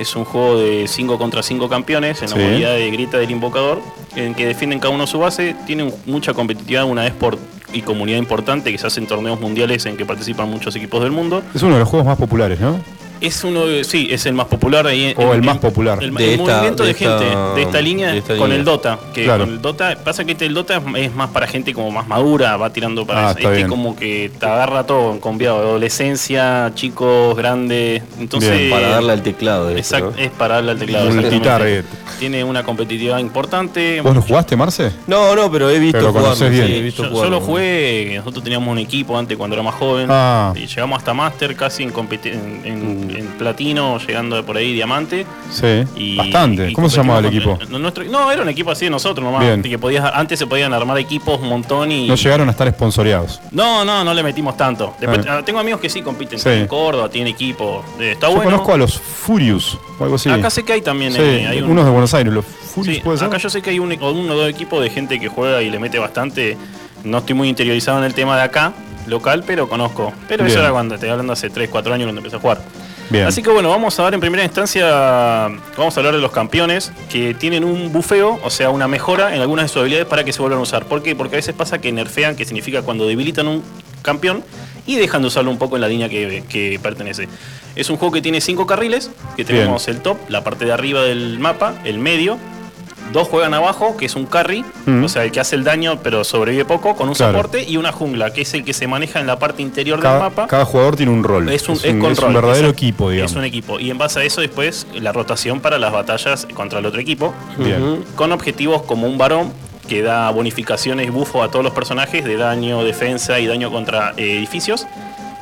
S9: Es un juego de 5 contra 5 campeones en
S1: Sí.
S9: la modalidad de grita del invocador, en que defienden cada uno su base. Tiene un- mucha competitividad una vez por y comunidad importante que se hacen torneos mundiales en que participan muchos equipos del mundo.
S1: Es uno de los juegos más populares, ¿no?
S9: Es uno, de- sí, es el más popular ahí.
S1: O el más popular.
S9: El,
S2: De
S9: el
S2: esta-
S9: movimiento
S2: de
S9: de,
S2: esta- um,
S9: gente de esta línea
S2: de esta
S9: con
S2: línea.
S9: el Dota. Que
S1: Claro.
S9: con el Dota, pasa que este el Dota es más para gente como más madura, va tirando para
S1: Ah,
S9: eso.
S1: está
S9: Este
S1: bien.
S9: como que te agarra todo, conviado, adolescencia, chicos, grandes. Entonces,
S1: Bien,
S2: Para darle al teclado. esto,
S9: exacto,
S2: ¿no?
S9: es para darle al teclado.
S1: Multitarget.
S9: exactamente. Tiene una competitividad importante.
S1: ¿Vos lo jugaste, Marce?
S2: No, no, pero he visto
S1: Pero lo
S2: jugarlo,
S1: conoces
S2: sí,
S1: bien.
S2: he visto
S9: Yo, yo
S2: jugarlo.
S9: lo jugué, nosotros teníamos un equipo antes cuando era más joven.
S1: Ah.
S9: Y llegamos hasta Master, casi en, competi- en- en-
S2: Mm.
S9: en platino, llegando por ahí diamante.
S1: Sí.
S9: Y-
S1: Bastante.
S9: y
S1: ¿Cómo se llamaba el equipo?
S9: competimos con- nuestro- no, era un equipo así de nosotros nomás.
S1: Bien.
S9: Que podías, antes se podían armar equipos un montón y.
S1: No llegaron a estar esponsoreados.
S9: no, no, no le metimos tanto. Después,
S1: Ah.
S9: ah, Tengo amigos que sí compiten.
S1: Sí.
S9: En Córdoba tienen equipo. eh, está
S1: Yo
S9: bueno.
S1: conozco a los Furious o algo así.
S9: Acá sé que hay también.
S1: Sí,
S9: eh, hay un-
S1: unos de Buenos Aires. ¿Los
S9: Sí,
S1: Furious puede ser?
S9: acá yo sé que hay un, o uno o dos equipos de gente que juega y le mete bastante. No estoy muy interiorizado en el tema de acá, local, pero conozco. Pero eso
S1: Bien.
S9: era cuando, estoy hablando hace 3, 4 años cuando empecé a jugar.
S1: Bien.
S9: Así que bueno, vamos a ver en primera instancia, vamos a hablar de los campeones que tienen un bufeo, o sea, una mejora en algunas de sus habilidades para que se vuelvan a usar. ¿Por qué? Porque a veces pasa que nerfean, que significa cuando debilitan un campeón y dejan de usarlo un poco en la línea que, que pertenece. Es un juego que tiene cinco carriles, que
S1: Bien.
S9: tenemos el top, la parte de arriba del mapa, el medio. Dos juegan abajo, que es un carry,
S1: Mm.
S9: o sea, el que hace el daño pero sobrevive poco, con un
S1: Claro.
S9: soporte, y una jungla, que es el que se maneja en la parte interior del
S1: cada,
S9: mapa.
S1: cada jugador tiene un rol.
S9: Es un, es
S1: un,
S9: con
S1: es un
S9: rol,
S1: verdadero
S9: exacto.
S1: equipo, digamos.
S9: Es un equipo. Y en base a eso, después la rotación para las batallas contra el otro equipo.
S1: Bien.
S9: Con objetivos como un varón que da bonificaciones y bufo a todos los personajes de daño, defensa y daño contra eh, edificios.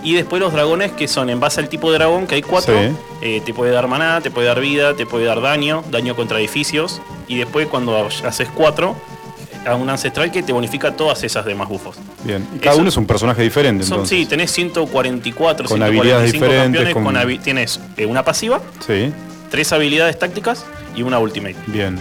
S9: Y después los dragones que son en base al tipo de dragón, que hay cuatro.
S1: Sí.
S9: eh, te puede dar maná, te puede dar vida, te puede dar daño, daño contra edificios. Y después cuando haces cuatro, a un ancestral que te bonifica todas esas demás bufos.
S1: Bien. Y cada
S9: Eso-
S1: uno es un personaje diferente,
S9: Son,
S1: entonces.
S9: sí, tenés 144,
S1: Con
S9: 145
S1: habilidades diferentes,
S9: campeones,
S1: con-
S9: con habi- tienes eh, una pasiva,
S1: Sí.
S9: tres habilidades tácticas y una ultimate.
S1: Bien.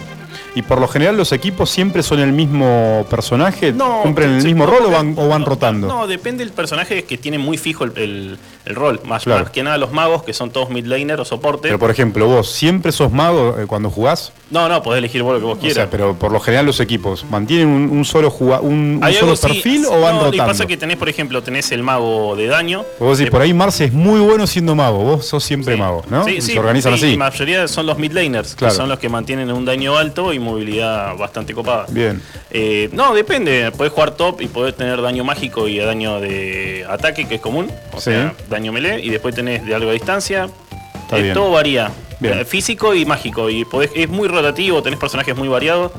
S1: Y por lo general los equipos siempre son el mismo personaje, cumplen el
S9: sí,
S1: mismo
S9: no,
S1: rol o
S9: porque-
S1: van, o van
S9: no,
S1: rotando.
S9: No, depende del personaje que tiene muy fijo el, el- el rol. Más,
S1: Claro.
S9: más que nada los magos, que son todos mid laner o soporte.
S1: Pero por ejemplo, vos siempre sos mago eh, cuando jugás.
S9: no, no, podés elegir vos lo que vos
S1: O
S9: quieras.
S1: sea, pero por lo general los equipos mantienen un, un solo juga- un, un
S9: Hay
S1: solo
S9: algo, sí,
S1: perfil
S9: sí,
S1: o van
S9: no,
S1: rotando.
S9: Y pasa que tenés, por ejemplo, tenés el mago de daño.
S1: Vos decís,
S9: que-
S1: por ahí Marce es muy bueno siendo mago, vos sos siempre
S9: Sí.
S1: mago, ¿no?
S9: Sí,
S1: Y
S9: sí,
S1: se organizan
S9: sí,
S1: así.
S9: La mayoría son los midlaners,
S1: Claro.
S9: que son los que mantienen un daño alto y movilidad bastante copada.
S1: Bien.
S9: Eh, no, depende. Podés jugar top y podés tener daño mágico y daño de ataque, que es común. O
S1: Sí.
S9: sea, daño melee. Y después tenés de algo a distancia. Eh,
S1: Está bien.
S9: Todo varía.
S1: Bien.
S9: Eh, Físico y mágico. Y podés- es muy relativo, tenés personajes muy variados.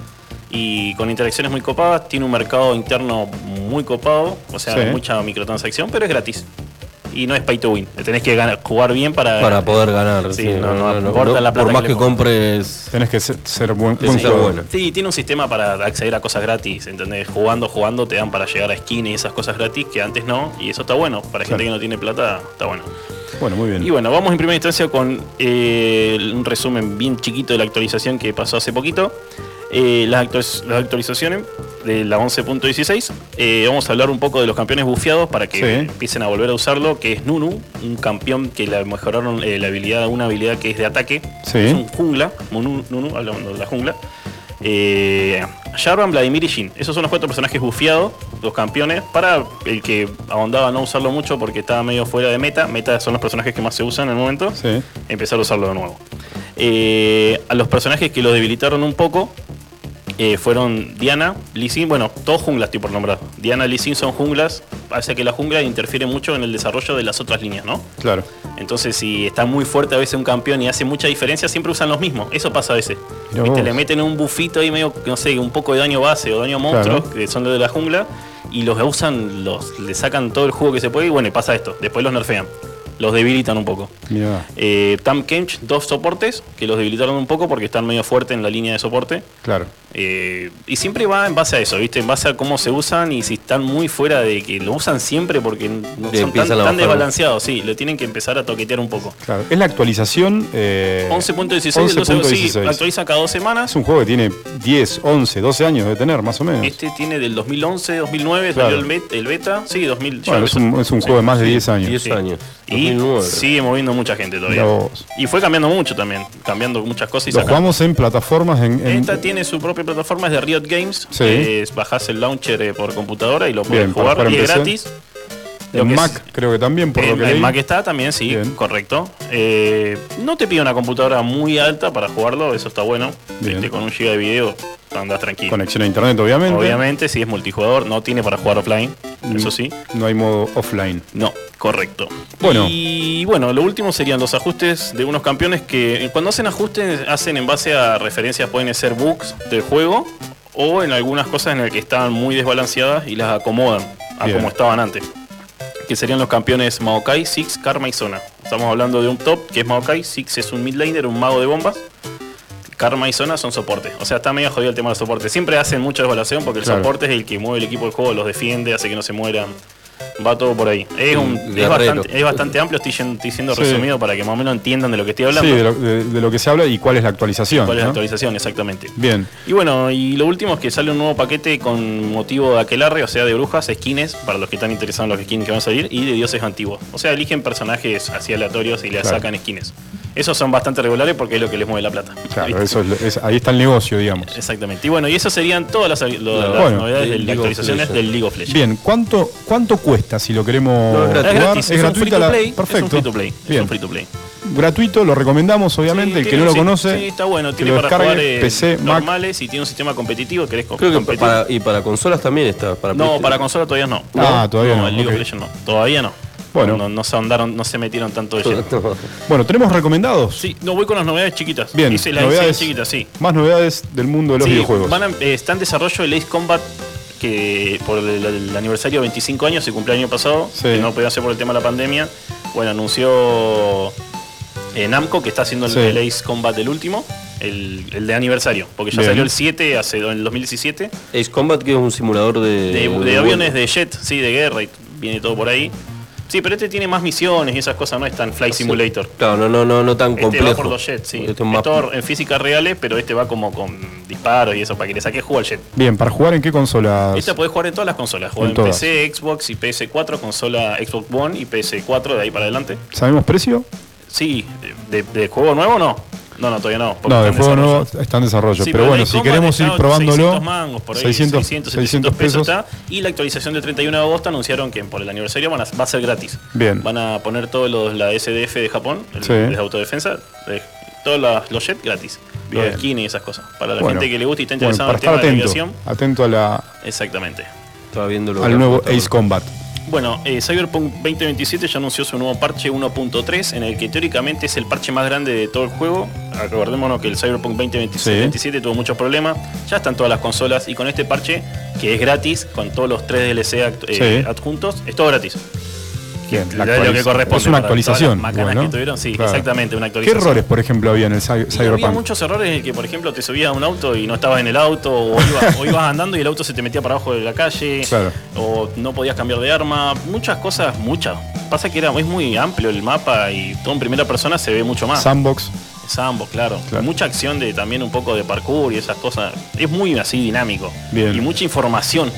S9: Y con interacciones muy copadas, tiene un mercado interno muy copado, o sea,
S1: Sí.
S9: mucha microtransacción, pero es gratis. Y no es pay to win, tenés que ganar- jugar bien para,
S2: Para poder ganar.
S9: Sí, no, no, importa la plata
S2: Por más
S9: que
S2: que,
S9: le pongas.
S2: compres.
S1: Tenés que ser, ser buen,
S2: Sí,
S1: buen
S2: sí.
S1: jugador.
S2: bueno.
S9: Sí, tiene un sistema para acceder a cosas gratis, ¿entendés? Jugando, jugando te dan para llegar a skin y esas cosas gratis que antes no, y eso está bueno. Para gente
S1: Claro.
S9: que no tiene plata, está bueno.
S1: Bueno, muy bien.
S9: Y bueno, vamos en primera instancia con eh, un resumen bien chiquito de la actualización que pasó hace poquito. Eh, las, actu- las actualizaciones de la 11.16. Eh, vamos a hablar un poco de los campeones bufeados para que
S1: Sí.
S9: empiecen a volver a usarlo, que es Nunu, un campeón que le mejoraron eh, la habilidad, una habilidad que es de ataque.
S1: Sí.
S9: Es un jungla, Nunu, Nunu, hablando de la jungla. Eh, Jarvan, Vladimir y Jin. Esos son los cuatro personajes bufeados. los campeones. Para el que ahondaba a no usarlo mucho porque estaba medio fuera de meta, meta son los personajes que más se usan en el momento,
S1: Sí.
S9: empezar a usarlo de nuevo. Eh, a los personajes que lo debilitaron un poco eh, fueron Diana, Lee Sin, bueno, todos junglas estoy por nombrar. Diana, Lee Sin son junglas, hace que la jungla interfiere mucho en el desarrollo de las otras líneas, ¿no?
S1: Claro.
S9: Entonces, si está muy fuerte a veces un campeón y hace mucha diferencia, siempre usan los mismos. Eso pasa a veces.
S1: Mirá
S9: Viste,
S1: vos.
S9: Le meten un bufito ahí medio, no sé, un poco de daño base o daño monstruo,
S1: Claro.
S9: que son los de la jungla, y los usan, los, le sacan todo el jugo que se puede y bueno, y pasa esto. Después los nerfean, los debilitan un poco.
S1: Mirá.
S9: Eh, Tam Kench, dos soportes, que los debilitaron un poco porque están medio fuertes en la línea de soporte.
S1: Claro.
S9: Eh, y siempre va en base a eso, ¿viste? En base a cómo se usan y si están muy fuera de que lo usan siempre porque no
S2: Le
S9: son tan,
S2: empiezan a
S9: tan
S2: bajar.
S9: desbalanceados, sí, lo tienen que empezar a toquetear un poco.
S1: Claro. Es la actualización. eh,
S9: 11.16,
S1: 11.16.
S9: entonces sí, actualiza cada dos
S1: Es
S9: semanas.
S1: un juego que tiene 10, 11, 12 años de tener, más o menos.
S9: Este tiene del 2011, 2009,
S1: Claro.
S9: salió el bet- el beta, sí, 2000. ya
S1: Bueno, es un,
S9: empezó.
S1: es un
S9: Sí.
S1: juego de más de 10 años.
S2: 10 años.
S9: Y
S2: 2009.
S9: sigue moviendo mucha gente todavía.
S1: Mirá vos.
S9: Y fue cambiando mucho también, cambiando muchas cosas y
S1: Lo
S9: sacando.
S1: jugamos en plataformas en. en-
S9: Esta tiene su propia plataforma, es de Riot Games.
S1: Sí.
S9: Eh, bajás el launcher eh, por computadora y lo puedes
S1: Bien, para
S9: jugar.
S1: jugar en
S9: y es
S1: PC.
S9: gratis.
S1: en
S9: Lo que es-
S1: Mac, creo que también, por lo
S9: En,
S1: que
S9: en
S1: leí.
S9: Mac está también, sí,
S1: Bien.
S9: correcto. Eh, no te pide una computadora muy alta para jugarlo, eso está bueno.
S1: Bien.
S9: Viste, con un giga de video andás tranquilo.
S1: Conexión a internet, obviamente.
S9: Obviamente, si es multijugador, no tiene para jugar offline,
S1: Mm,
S9: eso sí.
S1: No hay modo offline.
S9: No, correcto.
S1: Bueno.
S9: Y bueno, lo último serían los ajustes de unos campeones que eh, cuando hacen ajustes hacen en base a referencias, pueden ser bugs del juego o en algunas cosas en las que estaban muy desbalanceadas y las acomodan a
S1: Bien.
S9: como estaban antes. Que serían los campeones Maokai, Six, Karma y Zona. Estamos hablando de un top que es Maokai, Six es un mid laner, un mago de bombas. Karma y Zona son soporte. O sea, está medio jodido el tema del soporte. Siempre hacen mucha desvalación porque el
S1: Claro.
S9: soporte es el que mueve el equipo del juego, los defiende, hace que no se mueran. Va todo por ahí. Es, un- es
S2: guerrero.
S9: bastante, es bastante amplio, estoy, yendo- estoy siendo
S1: Sí.
S9: resumido para que más o menos entiendan de lo que estoy hablando.
S1: Sí, de lo, de- de lo que se habla y cuál es la actualización.
S9: ¿Cuál es la
S1: ¿no?
S9: actualización? Exactamente.
S1: Bien.
S9: Y bueno, y lo último es que sale un nuevo paquete con motivo de aquelarre, o sea, de brujas, skins, para los que están interesados en los skins que van a salir, y de dioses antiguos. O sea, eligen personajes así aleatorios y le
S1: Claro.
S9: sacan skins. Esos son bastante regulares porque es lo que les mueve la plata.
S1: Claro,
S9: ¿Viste?
S1: eso es lo- es- ahí está el negocio, digamos.
S9: Exactamente. Y bueno, y eso serían todas las, lo- las
S1: Bueno,
S9: novedades de las
S2: del League of
S9: actualizaciones
S2: Legends.
S9: del League of Legends.
S1: Bien, ¿cuánto, cuánto cuesta si lo queremos
S2: No, es gratis.
S1: jugar?
S9: Es gratis, es, un free
S1: gratuita
S9: to
S1: la-
S9: play.
S1: Perfecto.
S9: Es un free to play. Es
S1: Bien.
S9: un free to play.
S1: Gratuito, lo recomendamos, obviamente.
S9: Sí,
S1: el que
S9: tiene-
S1: no lo
S9: sí,
S1: conoce,
S9: Sí, está bueno.
S1: que
S9: Tiene
S1: lo
S9: para jugar
S1: descargue,
S9: eh,
S1: PC, Mac.
S9: normales y tiene un sistema competitivo. ¿Querés co-
S2: Creo que
S9: competir?
S2: para, y para consolas también está. Para
S9: No,
S2: PlayStation.
S9: para consola todavía no.
S1: Ah, todavía no,
S9: el League
S1: ok.
S9: of Legends no. Todavía no.
S1: Bueno.
S9: No, no se ahondaron, no se metieron tanto de lleno.
S1: Bueno, ¿tenemos recomendados?
S9: Sí, no voy con las novedades chiquitas.
S1: Bien,
S9: Hice las
S1: novedades,
S9: hice chiquitas, sí.
S1: más novedades del mundo de los
S9: Sí,
S1: videojuegos.
S9: van a- eh, está en desarrollo el Ace Combat que por el, el aniversario 25 años, se cumplió el año pasado,
S1: Sí.
S9: que no podía hacer por el tema de la pandemia. Bueno, anunció eh, Namco que está haciendo el,
S1: Sí.
S9: el Ace Combat del último, el, el de aniversario, porque ya
S1: Bien.
S9: salió el 7 hace en el 2017
S2: Ace Combat, que es un simulador de.
S9: de, de
S2: vuelo.
S9: aviones de jet, sí, de guerra y viene todo por ahí. Sí, pero este tiene más misiones y esas cosas, no es tan Flight Simulator.
S2: Claro, no, no, no, no tan
S9: Este
S2: complejo.
S9: va por los jets, sí.
S2: Esto es más-
S9: Esto en físicas reales, pero este va como con disparos y eso, para que le saque juego al jet.
S1: Bien, ¿para jugar en qué
S2: Ah,
S1: consolas?
S9: Esta podés jugar en todas las consolas. Juega
S1: En
S9: en,
S1: todas.
S9: PC, Xbox y PS4, consola Xbox One y PS4 de ahí para adelante.
S1: ¿Sabemos precio?
S9: Sí, de, de juego nuevo no. No, no, todavía no. porque
S1: No,
S9: está
S1: de
S9: en
S1: juego
S9: desarrollo.
S1: nuevo está en desarrollo.
S9: Sí,
S1: pero
S9: el
S1: bueno,
S9: Ace
S1: si
S9: Combat
S1: queremos
S9: está
S1: ir probándolo,
S9: 600 mangos por ahí,
S1: 600,
S9: 600,
S1: 600
S9: pesos.
S1: pesos.
S9: está. Y la actualización del 31 de agosto anunciaron que por el aniversario van a, va a ser gratis.
S1: Bien.
S9: Van a poner todos los la SDF de Japón, el,
S1: Sí.
S9: de autodefensa, eh, todos los, los jets gratis.
S1: Bien.
S9: Los skins y esas cosas. Para la
S1: Bueno.
S9: gente que le gusta y está
S1: Bueno,
S9: interesada
S1: para
S9: en
S1: estar
S9: el tema
S1: atento,
S9: de aviación.
S1: atento a la,
S9: Exactamente.
S2: Estaba viendo lo
S1: al
S2: que-
S1: nuevo Ace Combat.
S9: Bueno, eh, Cyberpunk 2027 ya anunció su nuevo parche 1.3, en el que teóricamente es el parche más grande de todo el juego. Acordémonos que el Cyberpunk 2027 tuvo muchos problemas, ya están todas las consolas y con este parche, que es gratis, con todos los 3 DLC act- eh,
S1: Sí.
S9: adjuntos, es todo gratis.
S1: Bien,
S9: Le da
S1: la
S9: lo
S1: actualiz-
S9: que corresponde.
S1: Es
S9: para todas
S1: una
S9: las
S1: actualización.
S9: macanas
S1: bueno.
S9: que tuvieron, sí,
S1: Claro.
S9: exactamente, una
S1: ¿Qué
S9: actualización.
S1: errores, por ejemplo, había en el cy-
S9: Y había
S1: Cyberpunk?
S9: muchos errores en el que, por ejemplo, te subías a un auto y no estabas en el auto, o ibas, o ibas andando y el auto se te metía para abajo de la calle,
S1: Claro.
S9: o no podías cambiar de arma, muchas cosas, muchas. Pasa que era, es muy amplio el mapa y todo en primera persona se ve mucho más.
S1: Sandbox.
S9: Sambo, claro.
S1: Claro.
S9: Mucha acción de también un poco de parkour y esas cosas. Es muy así dinámico.
S1: Bien.
S9: Y mucha información.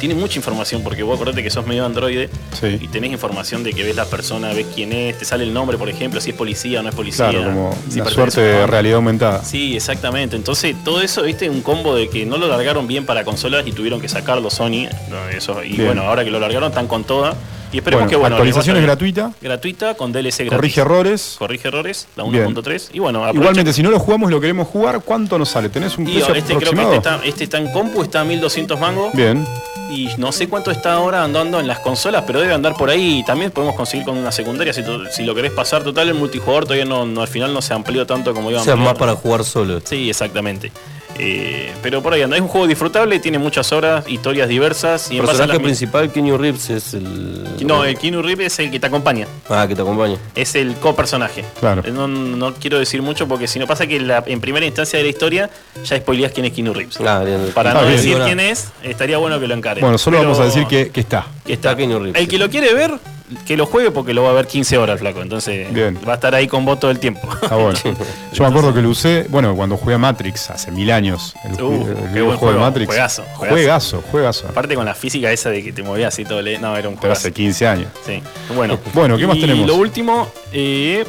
S9: tiene mucha información, porque vos acordate que sos medio androide
S1: Sí.
S9: y tenés información de que ves la persona, ves quién es, te sale el nombre, por ejemplo, si es policía o no es policía.
S1: Claro, como
S9: si
S1: una
S9: pertenece a
S1: suerte
S9: una
S1: de
S9: banda.
S1: realidad aumentada.
S9: Sí, exactamente. Entonces, todo eso, viste, un combo de que no lo largaron bien para consolas y tuvieron que sacarlo Sony. no, Eso, y
S1: Bien.
S9: bueno, ahora que lo largaron, están con toda. Y esperemos
S1: Bueno,
S9: que bueno.
S1: actualización
S9: les
S1: es
S9: va a estar bien.
S1: gratuita,
S9: Gratuita con DLC gratis.
S1: corrige errores.
S9: Corrige errores, la
S1: Bien.
S9: 1.3. Y bueno, aprovecha-
S1: Igualmente, si no lo jugamos y lo queremos jugar, ¿cuánto nos sale? ¿Tenés un
S9: Y
S1: precio
S9: este creo que
S1: aproximado?
S9: este está, este está en compu, está a 1200 mangos.
S1: Bien,
S9: Y no sé cuánto está ahora andando en las consolas, pero debe andar por ahí. Y también podemos conseguir con una secundaria si, tú- si lo querés pasar. Total, el multijugador todavía no, no- al final no se amplió tanto como iba a
S2: O sea,
S9: ampliar.
S2: más para jugar solo.
S9: Sí, exactamente. Eh, pero por ahí anda. Es un juego disfrutable, tiene muchas horas, historias diversas. Y en base a
S2: personaje
S9: las mi-
S2: principal, Kenny Reeves, es el.
S9: No, el Keanu Reeves es el que te acompaña.
S2: Ah, que te acompaña.
S9: Es el copersonaje.
S1: Claro.
S9: No, no quiero decir mucho porque si no pasa que la- en primera instancia de la historia ya spoileás quién es Keanu Reeves.
S2: Ah, bien, bien.
S9: Para
S1: Ah,
S9: no
S1: bien.
S9: decir
S2: Ahora,
S9: quién es, estaría bueno que lo encare.
S1: bueno, solo
S9: Pero
S1: vamos a decir que, que está.
S9: que está
S2: Está Keanu Reeves,
S9: El que
S2: sí.
S9: lo quiere ver, que lo juegue porque lo va a ver 15 horas, flaco. Entonces
S1: Bien.
S9: va a estar ahí con vos todo el tiempo.
S1: Está bueno. Yo me acuerdo que lo usé, bueno, cuando jugué a Matrix hace mil años. El,
S9: Uh,
S1: ju- el
S9: qué buen
S1: videojuego
S9: juego,
S1: de Matrix.
S9: juegazo,
S1: juegazo. juegazo.
S9: Aparte con la física esa de que te movías así todo le... No, era un
S1: Pero
S9: juego.
S1: hace 15 años.
S9: Sí. Bueno.
S1: Bueno, ¿qué más
S9: Y
S1: tenemos?
S9: Lo último, eh,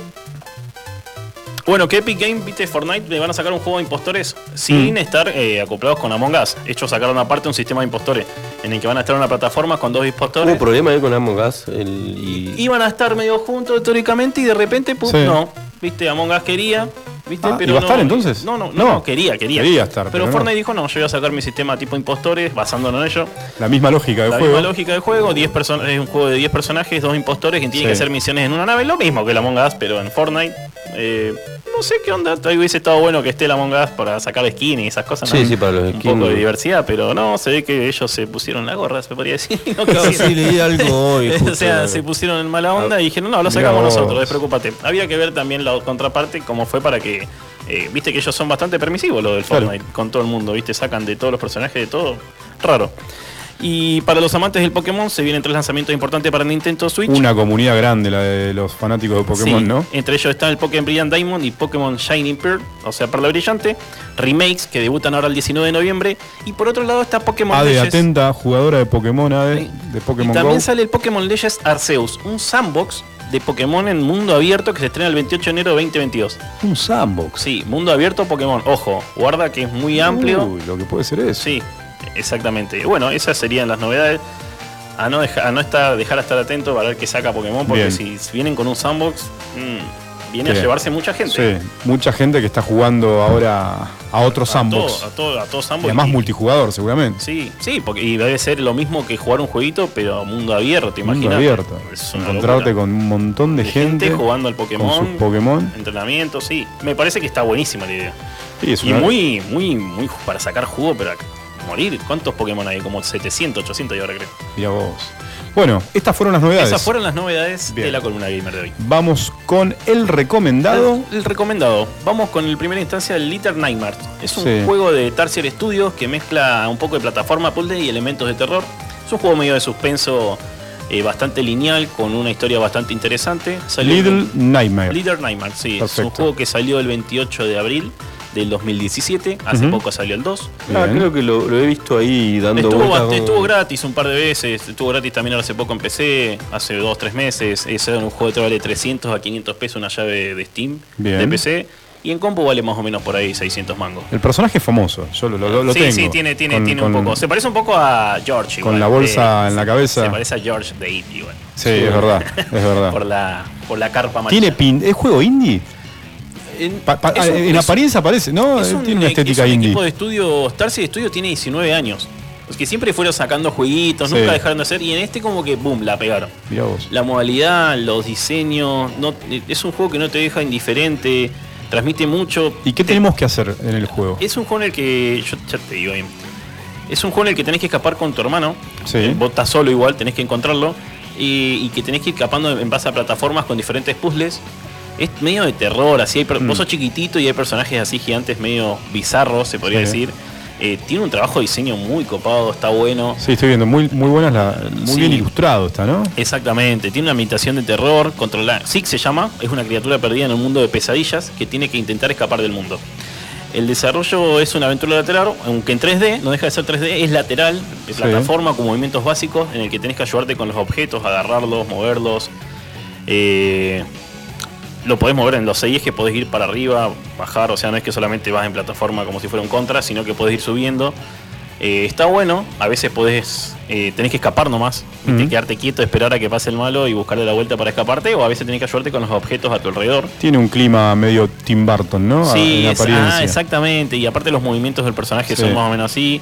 S9: bueno, que Epic Games, viste, Fortnite le van a sacar un juego de impostores
S1: Mm.
S9: sin estar eh, acoplados con Among Us. Ellos sacaron aparte un sistema de impostores en el que van a estar en una plataforma con dos impostores.
S2: Hubo problema ahí con Among Us. el- y...
S9: Iban a estar medio juntos teóricamente y de repente, pum,
S1: Sí.
S9: no. Viste, Among Us quería. ¿Viste?
S1: Ah,
S9: pero
S1: ¿iba a
S9: no-
S1: estar entonces?
S9: No, no, no,
S1: No.
S9: no, quería, quería.
S1: Quería estar,
S9: Pero,
S1: pero
S9: Fortnite
S1: no.
S9: dijo, no, yo voy a sacar mi sistema tipo impostores basándonos en ello.
S1: La misma lógica de
S9: La
S1: juego.
S9: misma lógica del juego, 10 person- es un juego de 10 personajes, dos impostores que tienen
S1: Sí.
S9: que hacer misiones en una nave, lo mismo que el Among Us, pero en Fortnite. Eh, no sé qué onda, ahí hubiese estado bueno que esté el Among Us para sacar skin y esas cosas. ¿no?
S2: Sí, sí, para los
S9: Un
S2: skins.
S9: poco de diversidad, pero no, se ve que ellos se pusieron la gorra, se podría decir. No,
S2: Sí, leí algo hoy,
S9: o
S2: justo.
S9: sea, se pusieron en mala onda y dijeron, no, lo
S1: Mirá
S9: sacamos
S1: vos.
S9: nosotros, despreocúpate. Había que ver también la contraparte, cómo fue para que. eh, viste que ellos son bastante permisivos lo del
S1: Claro.
S9: Fortnite con todo el mundo, viste, sacan de todos los personajes, de todo. Raro. Y para los amantes del Pokémon se vienen tres lanzamientos importantes para Nintendo Switch.
S1: Una comunidad grande, la de los fanáticos de Pokémon,
S9: Sí,
S1: ¿no?
S9: Entre ellos están el Pokémon Brilliant Diamond y Pokémon Shining Pearl, o sea, Perla Brillante, remakes que debutan ahora el 19 de noviembre. Y por otro lado está Pokémon
S1: Ade
S9: Legends.
S1: Atenta, jugadora de Pokémon, Ade,
S9: Sí.
S1: de
S9: Y
S1: Pokémon
S9: también
S1: Go.
S9: sale el Pokémon Legends Arceus, un sandbox de Pokémon en mundo abierto que se estrena el 28 de enero de 2022.
S1: Un sandbox.
S9: Sí, mundo abierto Pokémon. Ojo, guarda que es muy amplio.
S1: Uy, lo que puede ser eso.
S9: Sí, exactamente. Y Bueno, esas serían las novedades. A no, deja- a no estar, dejar a estar atento para ver qué saca Pokémon, porque
S1: Bien.
S9: si vienen con un sandbox, mm, viene
S1: Sí.
S9: a llevarse mucha gente.
S1: Sí, mucha gente que está jugando ahora a otro
S9: a todo,
S1: sandbox.
S9: a todo, a todo
S1: Y
S9: sandbox.
S1: además
S9: Y-
S1: multijugador, seguramente.
S9: Sí, sí, porque y debe ser lo mismo que jugar un jueguito, pero mundo abierto,
S1: Mundo
S9: imagínate.
S1: abierto.
S9: Es una
S1: Encontrarte
S9: locura.
S1: con un montón de,
S9: de gente, jugando al
S1: con
S9: Pokémon,
S1: sus Pokémon.
S9: entrenamiento, sí. Me parece que está buenísima la idea.
S1: Sí, es
S9: Y
S1: una-
S9: muy, muy, muy para sacar jugo, pero a morir. ¿Cuántos Pokémon hay? Como 700, 800 y ahora creo.
S1: Mirá vos. Bueno, estas fueron las novedades.
S9: Esas fueron las novedades
S1: Bien.
S9: de la columna gamer de hoy.
S1: Vamos con el recomendado.
S9: El, el recomendado. Vamos con el primera instancia del Little Nightmare. Es un
S1: Sí.
S9: juego de Tarsier Studios que mezcla un poco de plataforma puzzle y elementos de terror. Es un juego medio de suspenso eh, bastante lineal con una historia bastante interesante. Salió en-
S1: Little Nightmare.
S9: Leader Nightmare, sí. Es un
S1: Perfecto.
S9: juego que salió el 28 de abril del 2017. Hace
S1: Ujú.
S9: poco salió el 2.
S2: Ah,
S1: Bien.
S2: creo que lo, lo he visto ahí dando
S9: Estuvo,
S2: vueltas.
S9: bast-
S2: con-
S9: estuvo gratis un par de veces. Estuvo gratis también hace poco empecé. Hace 2 3 meses. eh, Ese era un juego que te vale 300 a 500 pesos una llave de Steam
S1: Bien.
S9: de PC. Y en combo vale más o menos por ahí 600 mangos.
S1: El personaje es famoso. Yo lo, lo- lo
S9: sí,
S1: tengo.
S9: sí, tiene, tiene,
S1: Con-
S9: tiene
S1: con-
S9: un poco. Se parece un poco a George.
S1: con
S9: igual,
S1: la
S9: de-
S1: bolsa en la cabeza.
S9: Se parece a George de It, igual.
S1: Sí, es verdad. Es
S9: Por
S1: verdad.
S9: la, por la carpa
S1: ¿Tiene
S9: amarilla.
S1: pin... ¿Es juego indie?
S9: En-
S1: Pa- pa-
S9: es un-
S1: en
S9: es un-
S1: apariencia parece, ¿no?
S9: Es
S1: tiene una
S9: e-
S1: estética
S9: es un
S1: indie.
S9: equipo de estudio, Starseed Studio tiene 19 años. Los que siempre fueron sacando jueguitos,
S1: Sí.
S9: nunca dejaron de hacer. Y en este como que, boom, la pegaron.
S1: Mirá vos.
S9: La modalidad, los diseños, no, es un juego que no te deja indiferente, transmite mucho.
S1: ¿Y qué tenemos que hacer en el juego?
S9: Es un juego en el que, yo ya te digo bien, es un juego en el que tenés que escapar con tu hermano.
S1: Sí.
S9: Eh, Vos estás solo igual, tenés que encontrarlo. Y, y que tenés que ir escapando en base a plataformas con diferentes puzzles. Es medio de terror, así hay per-
S1: Mm.
S9: vos sos chiquitito y hay personajes así gigantes medio bizarros, se podría
S1: Sí.
S9: decir. Eh, tiene un trabajo de diseño muy copado, está bueno.
S1: Sí, estoy viendo. Muy, muy buenas la- Muy
S9: Sí.
S1: bien ilustrado está, ¿no?
S9: Exactamente, tiene una ambientación de terror, controlar. Zig se llama, es una criatura perdida en el mundo de pesadillas que tiene que intentar escapar del mundo. El desarrollo es una aventura lateral, aunque en 3D, no deja de ser 3D, es lateral, es plataforma con movimientos básicos en el que tenés que ayudarte con los objetos, agarrarlos, moverlos. Eh, lo podés mover en los seis ejes, podés ir para arriba, bajar, o sea, no es que solamente vas en plataforma como si fuera un contra, sino que podés ir subiendo. Eh, está bueno, a veces podés, eh, tenés que escapar nomás, ¿viste?
S1: Ujú.
S9: quedarte quieto, esperar a que pase el malo y buscarle la vuelta para escaparte, o a veces tenés que ayudarte con los objetos a tu alrededor.
S1: Tiene un clima medio Tim Burton, ¿no?
S9: Sí,
S1: Ah, en
S9: es-
S1: apariencia.
S9: ah, exactamente. Y aparte los movimientos del personaje
S1: Sí.
S9: son más o menos así.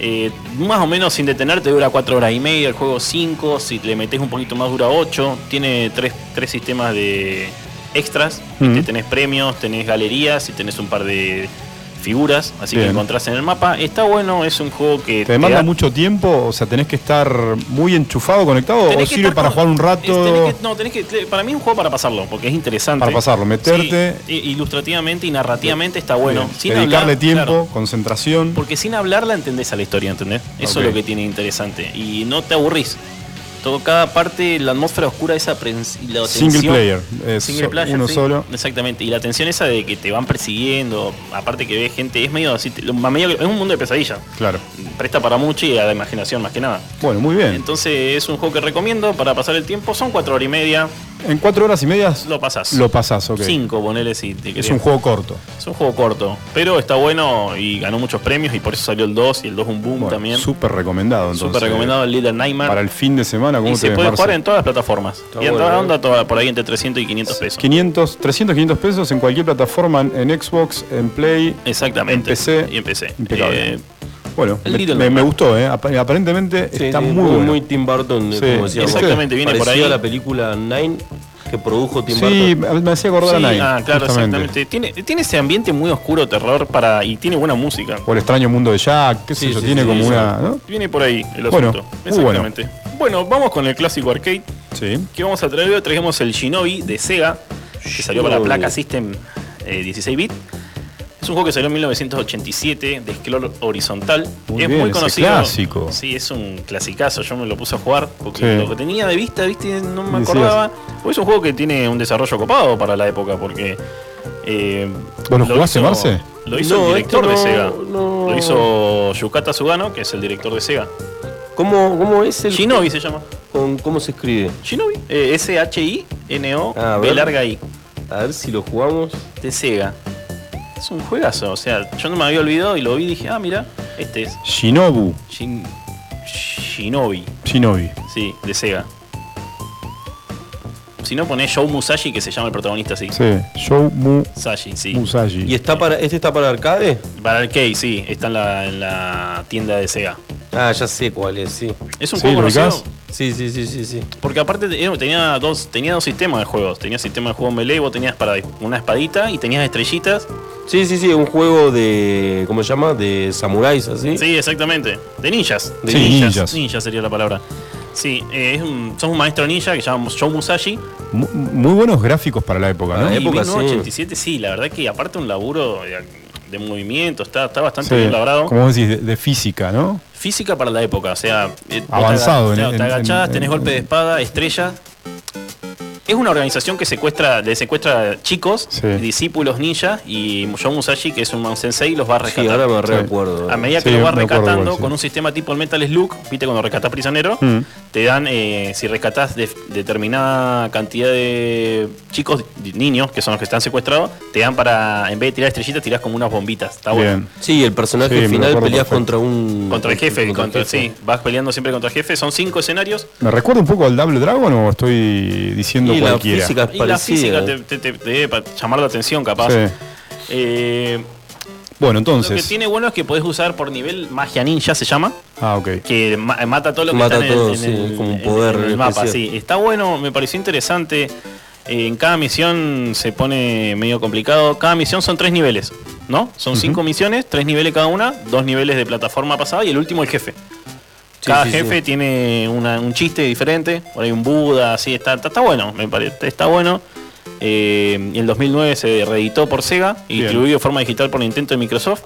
S9: Eh, más o menos sin detenerte dura 4 horas y media, el juego 5, si le metes un poquito más dura 8, tiene 3 tres, tres sistemas de extras,
S1: Ujú.
S9: Este, tenés premios, tenés galerías y tenés un par de figuras, así
S1: Bien.
S9: que encontrás en el mapa. Está bueno, es un juego que...
S1: ¿Te demanda
S9: da-
S1: mucho tiempo? O sea, ¿tenés que estar muy enchufado, conectado?
S9: tenés
S1: ¿O
S9: que
S1: sirve
S9: estar
S1: para
S9: con-
S1: jugar un
S9: es-
S1: rato?
S9: tenés que- no, tenés que, para mí es un juego para pasarlo, porque es interesante.
S1: Para pasarlo, meterte.
S9: Sí, i- ilustrativamente y narrativamente está bueno.
S1: Bien.
S9: Sin
S1: Dedicarle
S9: hablar,
S1: tiempo,
S9: claro.
S1: concentración.
S9: Porque sin hablarla entendés a la historia, ¿entendés? Eso
S1: Ok.
S9: es lo que tiene interesante. Y no te aburrís. Todo, cada parte, la atmósfera oscura, esa prens- y la
S1: Single
S9: tensión-
S1: player, eh,
S9: Single
S1: so-
S9: player,
S1: uno
S9: sí,
S1: solo.
S9: Exactamente. Y la tensión esa de que te van persiguiendo, aparte que ves gente, es medio así, te- lo- medio- es un mundo de pesadilla.
S1: Claro.
S9: Presta para mucho y a la imaginación más que nada.
S1: Bueno, muy bien.
S9: Entonces es un juego que recomiendo para pasar el tiempo. Son cuatro horas y media,
S1: En cuatro horas y media
S9: lo pasás.
S1: lo pasás, ok.
S9: Cinco, ponele si te
S1: Es
S9: querés.
S1: un juego corto.
S9: Es un juego corto, pero está bueno y ganó muchos premios y por eso salió el 2 y el 2 un boom
S1: Bueno,
S9: también.
S1: Súper recomendado, entonces. eh,
S9: Súper recomendado el Little Nightmare.
S1: Para el fin de semana, ¿cómo
S9: y se
S1: te ves,
S9: puede
S1: Marce?
S9: jugar en todas las plataformas. y en
S2: bueno,
S9: toda
S2: ¿eh?
S9: onda toda- por ahí entre 300 y 500 pesos.
S1: 500, 300, 500 pesos en cualquier plataforma, en en Xbox, en Play.
S9: Exactamente.
S1: En PC.
S9: Y empecé. Eh,
S1: Impecable. bueno,
S9: el
S1: me,
S9: Little
S1: me- me
S9: Nightmare.
S1: gustó, ¿eh? Ap- Aparentemente
S2: Sí,
S1: está
S2: sí,
S1: muy bueno.
S2: muy Tim Burton, eh,
S1: Sí.
S2: como decía.
S9: Exactamente, viene por
S2: Parecía
S9: ahí.
S2: la película Nine que produjo Tim
S1: sí,
S2: Burton.
S1: me me hacía acordar a Nine.
S9: ah, claro,
S1: justamente.
S9: exactamente. Tiene, tiene ese ambiente muy oscuro, terror, para y tiene buena música.
S1: O el extraño mundo de Jack, qué sé
S2: Sí,
S1: yo,
S2: sí,
S1: tiene
S2: sí,
S1: como
S2: sí.
S1: una. ¿no?
S9: Viene por ahí el
S1: Bueno,
S9: asunto.
S1: muy bueno.
S9: Exactamente. Bueno, vamos con el clásico arcade.
S1: Sí.
S9: que vamos a traer hoy traemos el Shinobi de Sega, que salió para la placa System eh, 16-bit. Es un juego que salió en 1987 de scroll horizontal.
S1: Muy
S9: es
S1: bien,
S9: muy
S1: ese
S9: conocido.
S1: clásico.
S9: Sí, es un clasicazo. Yo me lo puse a jugar porque
S1: Sí.
S9: lo que tenía de vista, viste, no me
S1: Decías.
S9: acordaba. Pues es un juego que tiene un desarrollo copado para la época porque. eh,
S1: ¿Vos lo jugaste,
S9: hizo-
S1: Marce?
S9: Lo hizo
S2: No,
S9: el director de
S2: este no,
S9: Sega.
S2: no.
S9: Lo hizo Yukata Sugano, que es el director de Sega.
S2: ¿Cómo, ¿Cómo es el
S9: Shinobi se llama.
S2: con- ¿Cómo se escribe? Ah,
S9: Shinobi. eh, S-H-I-N-O,
S2: A
S9: B
S2: ver.
S9: larga I.
S2: A ver si lo jugamos.
S9: de Sega. Es un juegazo, o sea, yo no me había olvidado y lo vi y dije, ah, mira, este es
S1: Shinobu.
S9: Shin- Shinobi,
S1: Shinobi.
S9: sí, de Sega. Si no ponés Show Musashi, que se llama el protagonista, sí.
S1: Sí. Show Mu
S9: Musashi, sí.
S1: Musashi.
S2: ¿Y está para este está para arcade?
S9: Para arcade, sí, está en la, en la tienda de Sega.
S2: Ah, ya sé cuál es, sí.
S9: Es un
S1: Sí,
S9: juego
S1: ¿lo ubicás?
S9: conocido
S2: Sí, sí, sí, sí, sí.
S9: porque aparte te- tenía dos, tenía dos sistemas de juegos. Tenía sistema de juego melee, vos tenías para una espadita y tenías estrellitas.
S2: Sí, sí, sí, un juego de ¿cómo se llama? De samuráis así.
S9: Sí, exactamente. De ninjas. De
S1: Sí,
S9: ninjas.
S1: ninjas.
S9: Ninja sería la palabra. Sí, eh, es un, sos un maestro ninja que se llama Shou Musashi.
S1: Mu- Muy buenos gráficos para la época, ¿no?
S2: Ah,
S9: y
S2: época,
S9: 1987, sí. la verdad que aparte un laburo de, de movimiento, está, está bastante
S1: Sí.
S9: bien labrado.
S1: Como vos decís, de, de física, ¿no?
S9: Física para la época, o sea, eh, vos te aga-
S1: Avanzado en-
S9: claro,
S1: en-
S9: te agachás,
S1: en-
S9: tenés
S1: en-
S9: golpe de espada, estrella. Es una organización que secuestra, le secuestra chicos,
S1: Sí.
S9: discípulos ninja, y Shou Musashi, que es un man sensei, los va a
S2: Sí,
S9: rescatar.
S2: ahora me
S1: Sí.
S2: recuerdo.
S9: A medida que
S1: Sí,
S9: lo vas
S1: me acuerdo
S9: rescatando
S1: igual, sí.
S9: con un sistema tipo el Metal Slug, viste cuando rescatás prisionero,
S1: Mm.
S9: te dan, eh, si rescatás de- determinada cantidad de chicos, de niños, que son los que están secuestrados, te dan para, en vez de tirar estrellitas, tirás como unas bombitas. Está bueno.
S1: Bien.
S2: Sí, el personaje
S1: Sí, me
S2: final
S1: acuerdo
S2: peleas
S1: perfecto.
S2: contra un
S9: Contra el jefe, contra,
S2: el jefe.
S9: sí, vas peleando siempre contra el jefe, son cinco escenarios.
S1: ¿Me recuerda un poco al Double Dragon o estoy diciendo
S2: Y la
S1: cualquiera?
S2: física es
S9: Y la
S2: parecida.
S9: física te, te- te- te debe pa- llamar la atención, capaz.
S1: Sí.
S9: Eh,
S1: Bueno,
S9: lo que
S1: entonces.
S9: tiene bueno es que podés usar por nivel magia ninja, se llama.
S1: Ah, ok.
S9: que ma- mata todo lo que
S2: Mata
S9: está en el-
S2: todo,
S9: en
S2: sí,
S9: el,
S2: es como un
S9: en-
S2: poder
S9: en el mapa.
S2: especial.
S9: Sí, está bueno, me pareció interesante. Eh, En cada misión se pone medio complicado. Cada misión son tres niveles, ¿no? Son cinco misiones, tres niveles cada una, dos niveles de plataforma pasada y el último el jefe.
S2: Sí,
S9: Cada
S2: sí, sí.
S9: jefe tiene una- un chiste diferente. Por ahí un Buda, así está, está, está bueno, me parece, está bueno. Eh, en 2009 se reeditó por Sega y
S1: Bien.
S9: distribuido de forma digital por Nintendo y Microsoft.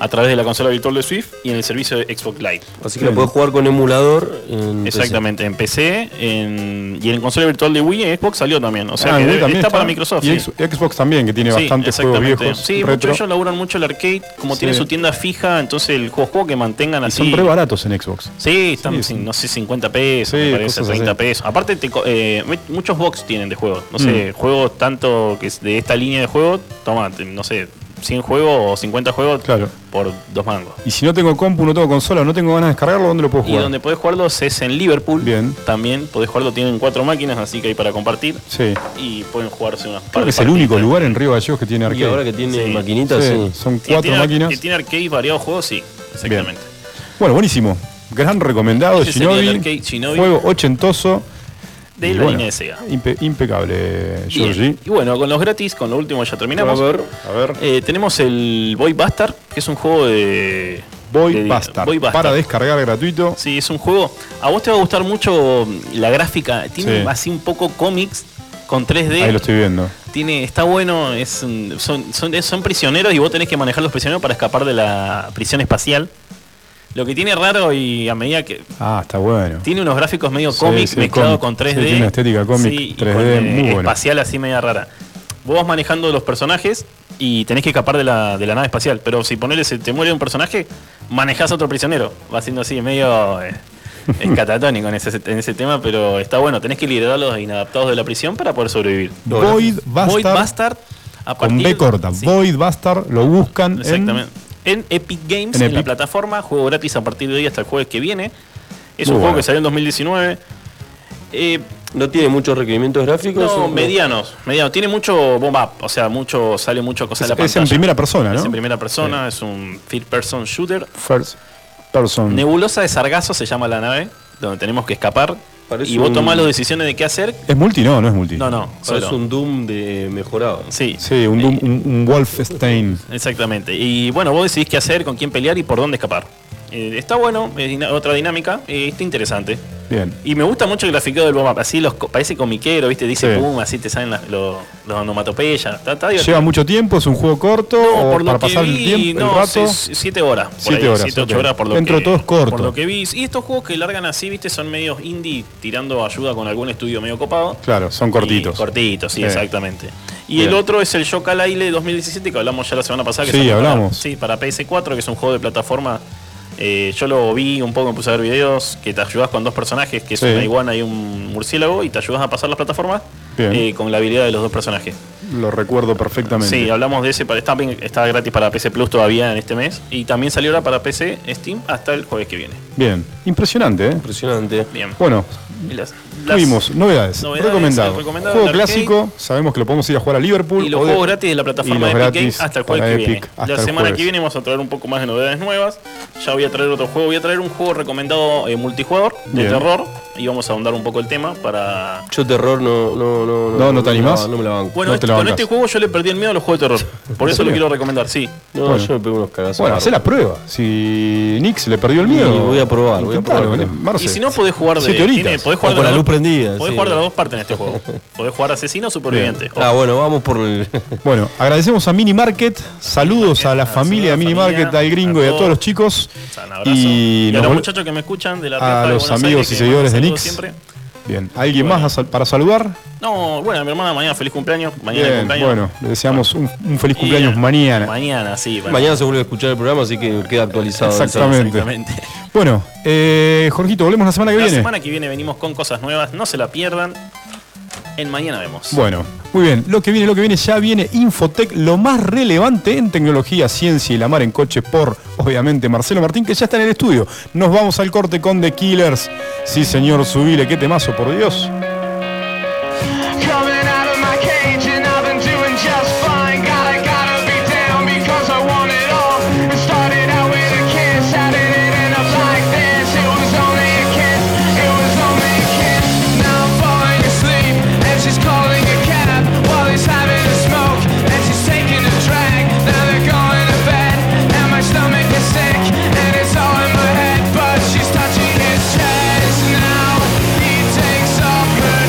S9: a través de la consola virtual de Swift y en el servicio de Xbox Live.
S2: Así que lo podés jugar con emulador. en PC.
S9: Exactamente, en PC en- y en consola virtual de Wii en Xbox salió también. O sea
S1: Ah,
S9: que
S1: Wii
S9: debe-
S1: también
S9: está, para Microsoft.
S1: Y
S9: sí.
S1: ex- Xbox también, que tiene
S9: Sí,
S1: bastantes juegos
S9: exactamente.
S1: viejos.
S9: Sí,
S1: retro,
S9: muchos ellos laburan mucho el arcade, como
S1: Sí.
S9: tienen su tienda fija, entonces el juego, juego que mantengan
S1: y
S9: así.
S1: son re baratos en Xbox.
S9: Sí, están,
S1: Sí,
S9: sí,
S1: sí.
S9: no sé, 50 pesos,
S1: Sí,
S9: me parece,
S1: cosas así.
S9: 30 pesos. Aparte, te co- eh, me- muchos box tienen de juegos. No sé,
S1: Mm.
S9: juegos tanto que es de esta línea de juego, toma, te- no sé, 100 juegos o 50 juegos
S1: Claro.
S9: por dos mangos.
S1: Y si no tengo compu, no tengo consola, no tengo ganas de descargarlo, ¿dónde lo puedo
S9: Y
S1: jugar?
S9: donde podés jugarlo es en Liverpool.
S1: Bien.
S9: También podés jugarlo, tienen cuatro máquinas, así que hay para compartir.
S1: Sí.
S9: Y pueden jugarse unas
S1: Creo
S9: par
S1: que
S9: de
S1: es el
S9: partidas.
S1: único lugar en Río Gallegos que tiene
S2: Y
S1: arcade.
S2: ahora que tiene
S9: Sí.
S2: maquinitas,
S1: Sí,
S2: sí.
S1: Son
S9: Que
S1: cuatro
S9: tiene-
S1: máquinas.
S9: Que tiene arcade y variados juegos, sí, exactamente.
S1: Bueno, buenísimo. Gran recomendado de
S9: Ese sería el
S1: Shinobi,
S9: arcade Shinobi.
S1: Juego ochentoso.
S9: De
S1: Y
S9: la
S1: bueno,
S9: línea de Sega.
S1: impe- impecable,
S9: Bien.
S1: Georgie.
S9: Y bueno, con los gratis, con lo último ya terminamos.
S1: A ver, a ver.
S9: Eh, tenemos el Boy Bastard, que es un juego de.
S1: Boy,
S9: de-
S1: Bastard,
S9: Boy Bastard.
S1: Para descargar gratuito.
S9: Sí, es un juego. A vos te va a gustar mucho la gráfica. Tiene
S1: Sí.
S9: así un poco cómics con 3D.
S1: Ahí lo estoy viendo.
S9: Tiene, está bueno, es un- son, son, son prisioneros y vos tenés que manejar los prisioneros para escapar de la prisión espacial. Lo que tiene raro y a medida que.
S1: Ah, está bueno.
S9: Tiene unos gráficos medio
S1: Sí,
S9: cómic
S1: sí,
S9: mezclado
S1: cómic.
S9: con 3D.
S1: Sí, tiene una estética cómic
S9: Sí, y
S1: 3D
S9: con, eh,
S1: muy buena.
S9: espacial así media rara. Vos vas manejando los personajes y tenés que escapar de la, de la nave espacial. Pero si ponele, se te muere un personaje, manejás a otro prisionero. Va siendo así medio eh, es catatónico en ese, en ese tema, pero está bueno. Tenés que liberar a los inadaptados de la prisión para poder sobrevivir.
S1: Void Bastard.
S9: Void Bastard, a
S1: Con
S9: partir-
S1: B corta.
S9: sí,
S1: Void Bastard. Lo buscan. en-
S9: Exactamente. En, Epic Games,
S1: en
S9: en, la
S1: Epic.
S9: plataforma, juego gratis a partir de hoy hasta el jueves que viene. Es
S1: Muy
S9: un
S1: bueno.
S9: juego que salió en 2019. Eh,
S2: No tiene muchos requerimientos gráficos.
S9: no,
S2: ¿o?
S9: medianos, medianos. Tiene mucho bomb up, o sea, mucho sale mucho cosa
S1: Es,
S9: de la
S1: es
S9: pantalla.
S1: en primera persona, ¿no?
S9: Es en primera persona, es un third person shooter.
S1: First person.
S9: Nebulosa de Sargazo se llama la nave, donde tenemos que escapar.
S2: Parece
S9: y vos
S2: un-
S9: tomás las decisiones de qué hacer.
S1: ¿Es multi? No, no es multi.
S9: No, no,
S2: Parece
S9: solo.
S2: Ah, un Doom de mejorado.
S9: Sí,
S1: Sí, un, un, un Wolfenstein.
S9: Exactamente. Y bueno, vos decidís qué hacer, con quién pelear y por dónde escapar. Eh, está bueno, es dina- otra dinámica, eh, está interesante.
S1: Bien.
S9: Y me gusta mucho el graficado del bomba, así los co- parece comiquero, ¿viste? Dice
S1: Sí.
S9: pum, así te salen las los los onomatopeyas. Está, está divertido.
S1: ¿Lleva mucho tiempo? ¿Es un juego corto?
S9: No,
S1: o
S9: por lo
S1: para
S9: que
S1: pasar
S9: vi,
S1: el tiempo?
S9: no,
S1: el rato?
S9: seis- siete horas. por
S1: Siete
S9: ahí,
S1: horas,
S9: siete, ocho
S1: ok.
S9: horas por lo
S1: Dentro
S9: que,
S1: todo es corto.
S9: Por lo que vi. Y estos juegos que largan así, viste, son medios indie tirando ayuda con algún estudio medio copado.
S1: Claro, son cortitos.
S9: Y cortitos, sí,
S1: Sí.
S9: exactamente. Y
S1: Bien.
S9: el otro es el Yokai Isle 2017 que hablamos ya la semana pasada. Que
S1: Sí,
S9: salió para-
S1: hablamos.
S9: sí, para PS4, que es un juego de plataforma. Eh, yo lo vi un poco, me puse a ver videos, que te ayudas con dos personajes, que es
S1: Sí.
S9: una iguana y un murciélago, y te ayudas a pasar las plataformas
S1: Bien.
S9: eh, con la habilidad de los dos personajes.
S1: Lo recuerdo perfectamente.
S9: Sí, hablamos de ese, para- está, bien- está gratis para PC Plus todavía en este mes, y también salió ahora para PC Steam hasta el jueves que viene.
S1: Bien. Impresionante, ¿eh?
S2: Impresionante.
S9: Bien.
S1: Bueno,
S9: Y las- las-
S1: tuvimos novedades.
S9: novedades,
S1: recomendado.
S9: el recomendado
S1: Juego
S9: del arcade.
S1: clásico. Sabemos que lo podemos ir a jugar a Liverpool.
S9: Y los
S1: o de-
S9: juegos gratis de la
S1: y
S9: plataforma
S1: los
S9: de Epic
S1: gratis
S9: Games hasta el
S1: para
S9: jueves que
S1: Epic
S9: viene.
S1: hasta
S9: La
S1: el
S9: semana
S1: jueves.
S9: que viene vamos a traer un poco más de novedades nuevas. Ya voy a traer otro juego. Voy a traer un juego recomendado eh, multijugador de
S1: Bien.
S9: terror. Y vamos a ahondar un poco el tema para.
S2: Yo terror no, no, no,
S1: No, no te
S2: me
S1: animás.
S2: la- No me la banco.
S9: Bueno,
S1: No te
S9: este-
S1: la
S9: con
S1: bancas.
S9: este juego yo le perdí el miedo a los juegos de terror. Por eso lo quiero recomendar, sí.
S2: No,
S1: Bueno.
S2: yo me pego unos cagazos.
S1: Bueno, hacé
S2: la
S1: la prueba. Si Nix le perdió el miedo.
S2: Y voy a probar, voy a
S1: intentalo,
S2: probar.
S1: ¿eh? Marce.
S9: Y si no podés jugar de.
S1: Siete horitas.
S9: tiene- podés
S2: O
S9: jugar
S2: con
S9: de
S2: la
S9: las
S2: luz
S9: dos-
S2: prendida,
S9: Podés
S2: sí.
S9: jugar de las dos partes en este juego. Podés jugar asesino o superviviente.
S2: Ah, bueno, vamos por el.
S1: Bueno, agradecemos a Mini Market, saludos a la familia de Mini
S9: Ah, saludos a la
S1: Market,
S9: familia,
S1: al gringo
S9: a
S1: y a todos
S9: todos.
S1: los chicos.
S9: O sea, un abrazo.
S1: Y,
S9: Y, a
S1: nos
S9: los
S1: vol-
S9: muchachos que me escuchan de la
S1: a
S9: Plaza de
S1: los
S9: Buenos
S1: amigos
S9: Aires,
S1: y
S9: que
S1: seguidores de
S9: mandan
S1: Nix.
S9: saludos siempre.
S1: Bien, ¿alguien
S9: Bueno.
S1: más a sal- para saludar?
S9: No, bueno, mi hermana mañana feliz cumpleaños. Mañana
S1: Bien,
S9: cumpleaños.
S1: bueno, le deseamos un, un feliz
S9: Y-
S1: cumpleaños mañana.
S9: Mañana, sí. para-
S2: Mañana se vuelve a escuchar el programa, así que queda actualizado.
S1: Exactamente. Bueno, eh, Jorgito, volvemos la semana que
S9: La
S1: viene.
S9: semana que viene venimos con cosas nuevas, no se la pierdan. En mañana vemos.
S1: Bueno, muy bien, lo que viene, lo que viene, ya viene Infotec, lo más relevante en tecnología, ciencia y la mar en coche por, obviamente, Marcelo Martín, que ya está en el estudio. Nos vamos al corte con The Killers. Sí, señor, subile, qué temazo, por Dios.
S4: Coming out of my cage and I've been doing just fine. Gotta, gotta be down because I want it all. It started out with a kiss, how did it end up like this? It was only a kiss, it was only a kiss. Now I'm falling asleep and she's calling a cab while he's having a smoke and she's taking a drag. Now they're going to bed and my stomach is sick and it's all in my head, but she's touching his chest now. He takes off her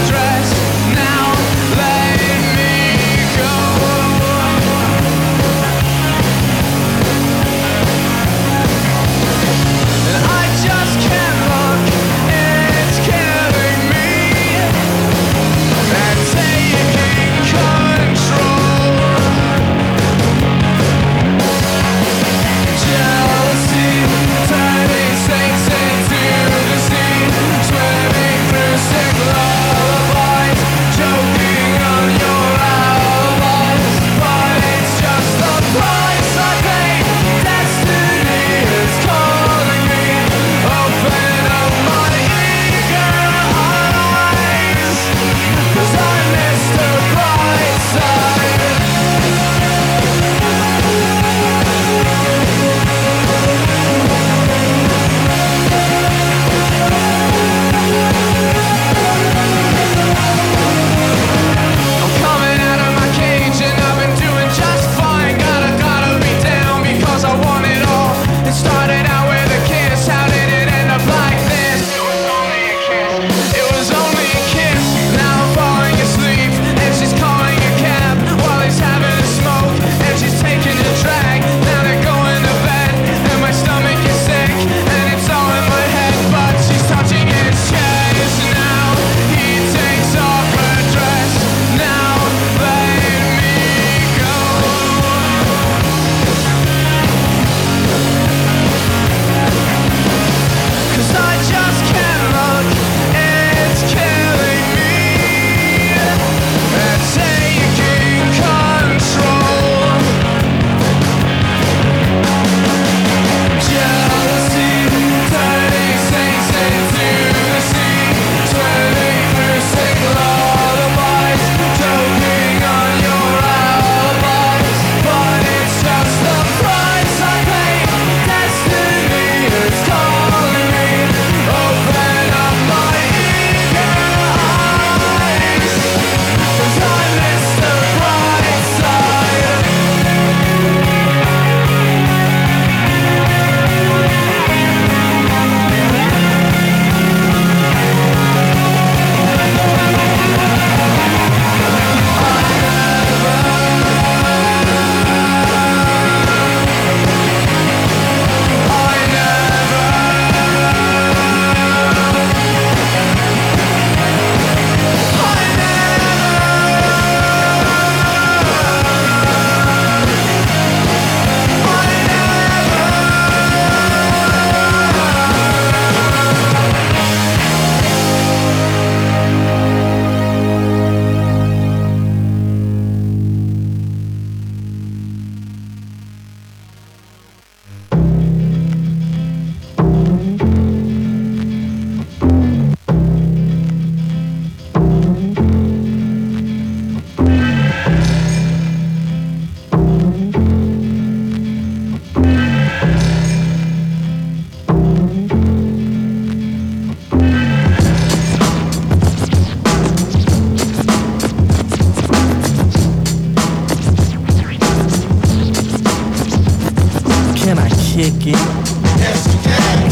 S10: kick it? Can I kick it?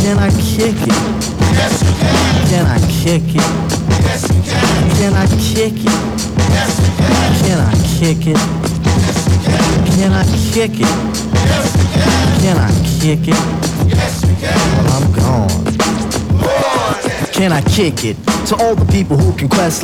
S10: Can I kick it? Can I kick it? Can I kick it? Can I kick it? Can I kick it? Well, I'm gone. Can I kick it? To all the people who can quest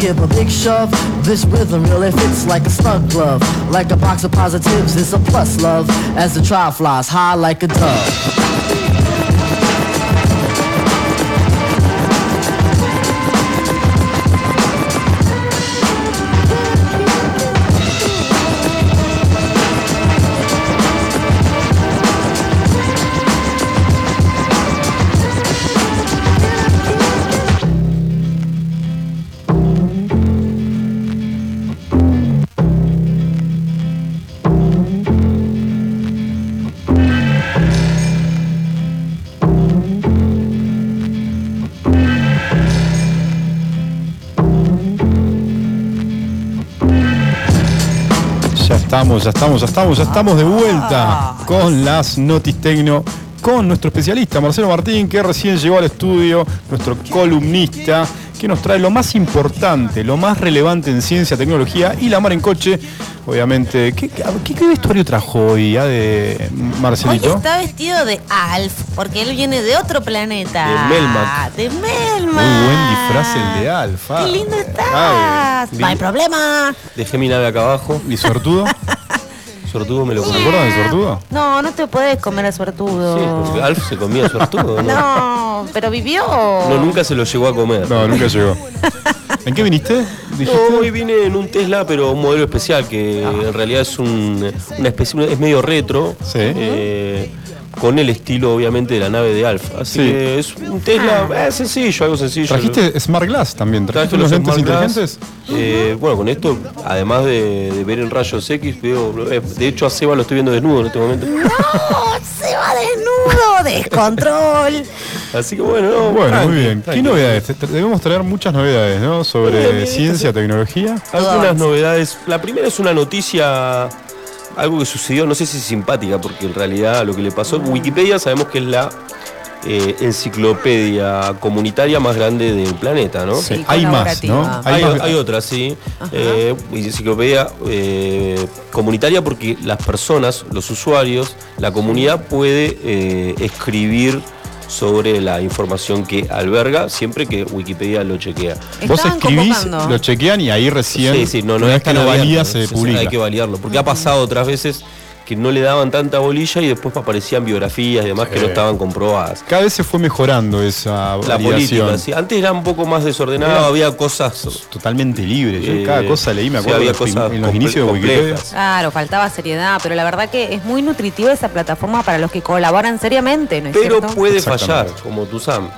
S10: give a big shove. This rhythm really fits like a snug glove. Like a box of positives, it's a plus love. As the trial flies high like a dove.
S1: Ya estamos, ya estamos, ya estamos, ya estamos de
S3: Ah.
S1: vuelta con las Notis Tecno, con nuestro especialista Marcelo Martín, que recién llegó al estudio, nuestro columnista, que nos trae lo más importante, lo más relevante en ciencia, tecnología y la mar en coche. Obviamente, ¿qué, qué- qué- qué vestuario trajo hoy ah, de
S3: Hoy
S1: Marcelito?
S3: está vestido de Alf, porque él viene de otro planeta.
S2: De Melmac.
S3: De Melmac.
S1: Muy buen disfraz
S9: este
S1: el de Alf, ah.
S3: Qué lindo
S1: Ay,
S3: estás.
S1: li-
S3: no hay problema.
S2: Dejé mi nave acá abajo.
S1: ¿Y sortudo?
S2: Sortudo me lo
S1: ¿Se
S2: comió.
S1: acuerdan de sortudo?
S3: No, no te puedes comer a suertudo.
S2: Sí, porque Alf se comía sortudo, ¿no?
S3: No, pero vivió.
S2: No, nunca se lo llegó a comer.
S1: No, nunca llegó. ¿En qué viniste?
S2: No, hoy
S1: ¿Dijiste? Ah.
S2: vine en un Tesla, pero un modelo especial, que en realidad es un, una especie, es medio retro,
S1: Sí.
S2: eh, con el estilo obviamente de la nave de Alf. Así
S1: Sí.
S2: que es un Tesla eh, sencillo, algo sencillo.
S1: ¿Trajiste Smart Glass también?
S2: Traje
S1: ¿Trajiste los lentes
S2: Smart Glass.
S1: inteligentes?
S2: Eh, bueno, con esto, además de, de ver en rayos X, veo, eh, de hecho a Seba lo estoy viendo desnudo en este momento.
S3: No, se va desnudo, descontrol.
S2: Así que bueno, no,
S1: Bueno,
S2: tranqui,
S1: muy bien.
S2: tranqui.
S1: ¿Qué novedades? Te- te- Debemos traer muchas novedades, ¿no? Sobre ciencia, tecnología.
S2: Algunas novedades. La primera es una noticia, algo que sucedió, no sé si simpática, porque en realidad lo que le pasó, Wikipedia sabemos que es la eh, enciclopedia comunitaria más grande del planeta, ¿no?
S3: Sí,
S1: hay más,
S3: colaborativa.
S1: ¿no?
S2: Hay,
S1: más-
S2: hay otra, sí. Eh, enciclopedia eh, comunitaria porque las personas, los usuarios, la comunidad puede eh, escribir sobre la información que alberga siempre que Wikipedia lo chequea.
S1: Vos
S3: Estaban
S1: escribís,
S3: convocando.
S1: lo chequean y ahí recién,
S2: Sí, sí, no,
S1: una
S2: no es
S1: vez que
S2: tan
S1: lo
S2: abierto,
S1: valida,
S2: sí,
S1: se
S2: sí,
S1: publica.
S2: Hay que validarlo, porque ha pasado otras veces que no le daban tanta bolilla y después aparecían biografías y demás que no estaban comprobadas.
S1: Cada vez se fue mejorando esa
S2: La
S1: validación.
S2: política, sí. antes era un poco más desordenado,
S1: Era-
S2: había cosas.
S1: Totalmente libre. Yo
S2: eh,
S1: cada cosa leí, me
S2: sí,
S1: acuerdo,
S2: había
S1: en los prim-
S2: cosas
S1: en los
S2: comple-
S1: inicios de Wikipedia.
S2: complejas.
S3: Claro, faltaba seriedad, pero la verdad que es muy nutritiva esa plataforma para los que colaboran seriamente, ¿no es
S2: Pero
S3: cierto? Mm.
S2: puede fallar,
S1: Exactamente.
S2: como tu Sam.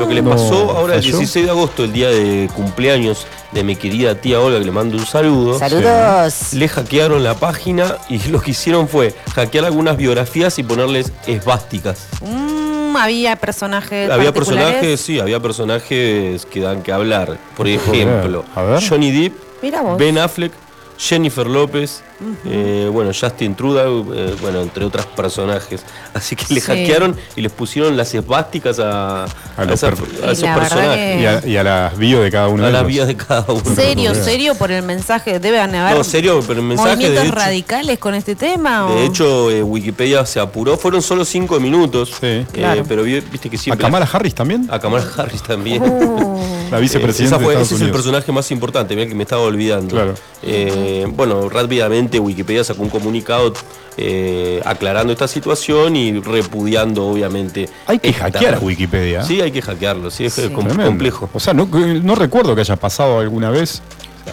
S2: Lo que le
S1: No,
S2: pasó ahora el
S1: ¿falló?
S2: 16 de agosto, el día de cumpleaños de mi querida tía Olga, que le mando un saludo.
S3: Saludos.
S2: Le hackearon la página y lo que hicieron fue hackear algunas biografías y ponerles esvásticas.
S3: Mm, había personajes.
S2: Había
S3: particulares.
S2: personajes, sí, había personajes que dan que hablar. Por ejemplo,
S1: A ver.
S2: Johnny Depp,
S3: Mira vos.
S2: Ben Affleck, Jennifer López, eh, bueno, Justin Trudeau, eh, bueno, entre otros personajes. Así que le
S3: Sí.
S2: hackearon y les pusieron las esvásticas a, a
S1: los
S2: esas-
S1: perf-
S2: a
S3: Y
S2: esos
S3: la verdad
S2: personajes.
S3: que-
S1: Y a, y a las bio de cada uno
S2: A
S1: de
S2: las
S1: ellos.
S2: vías de cada uno.
S3: Serio, serio por el mensaje. Deben haber.
S2: No, serio, pero el mensaje,
S3: Movimientos
S2: de hecho-
S3: radicales con este tema. ¿o?
S2: De hecho, eh, Wikipedia se apuró, fueron solo cinco minutos,
S1: Sí.
S2: eh,
S3: Claro.
S2: pero vi- viste que
S1: ¿A
S2: siempre...
S1: Kamala Harris también?
S2: a Kamala Harris también.
S3: Uh,
S1: La
S2: Eh,
S1: vicepresidenta
S2: esa fue-
S1: de Estados
S2: ese es el
S1: Unidos.
S2: personaje más importante, mira que me estaba olvidando.
S1: Claro.
S2: Eh, bueno, rápidamente Wikipedia sacó un comunicado eh, aclarando esta situación y repudiando, obviamente.
S1: Hay que
S2: esta-
S1: hackear a Wikipedia.
S2: Sí, hay que hackearlo, sí, es
S3: Sí.
S2: com-
S1: Tremendo.
S2: complejo.
S1: O sea, no, no recuerdo que haya pasado alguna vez.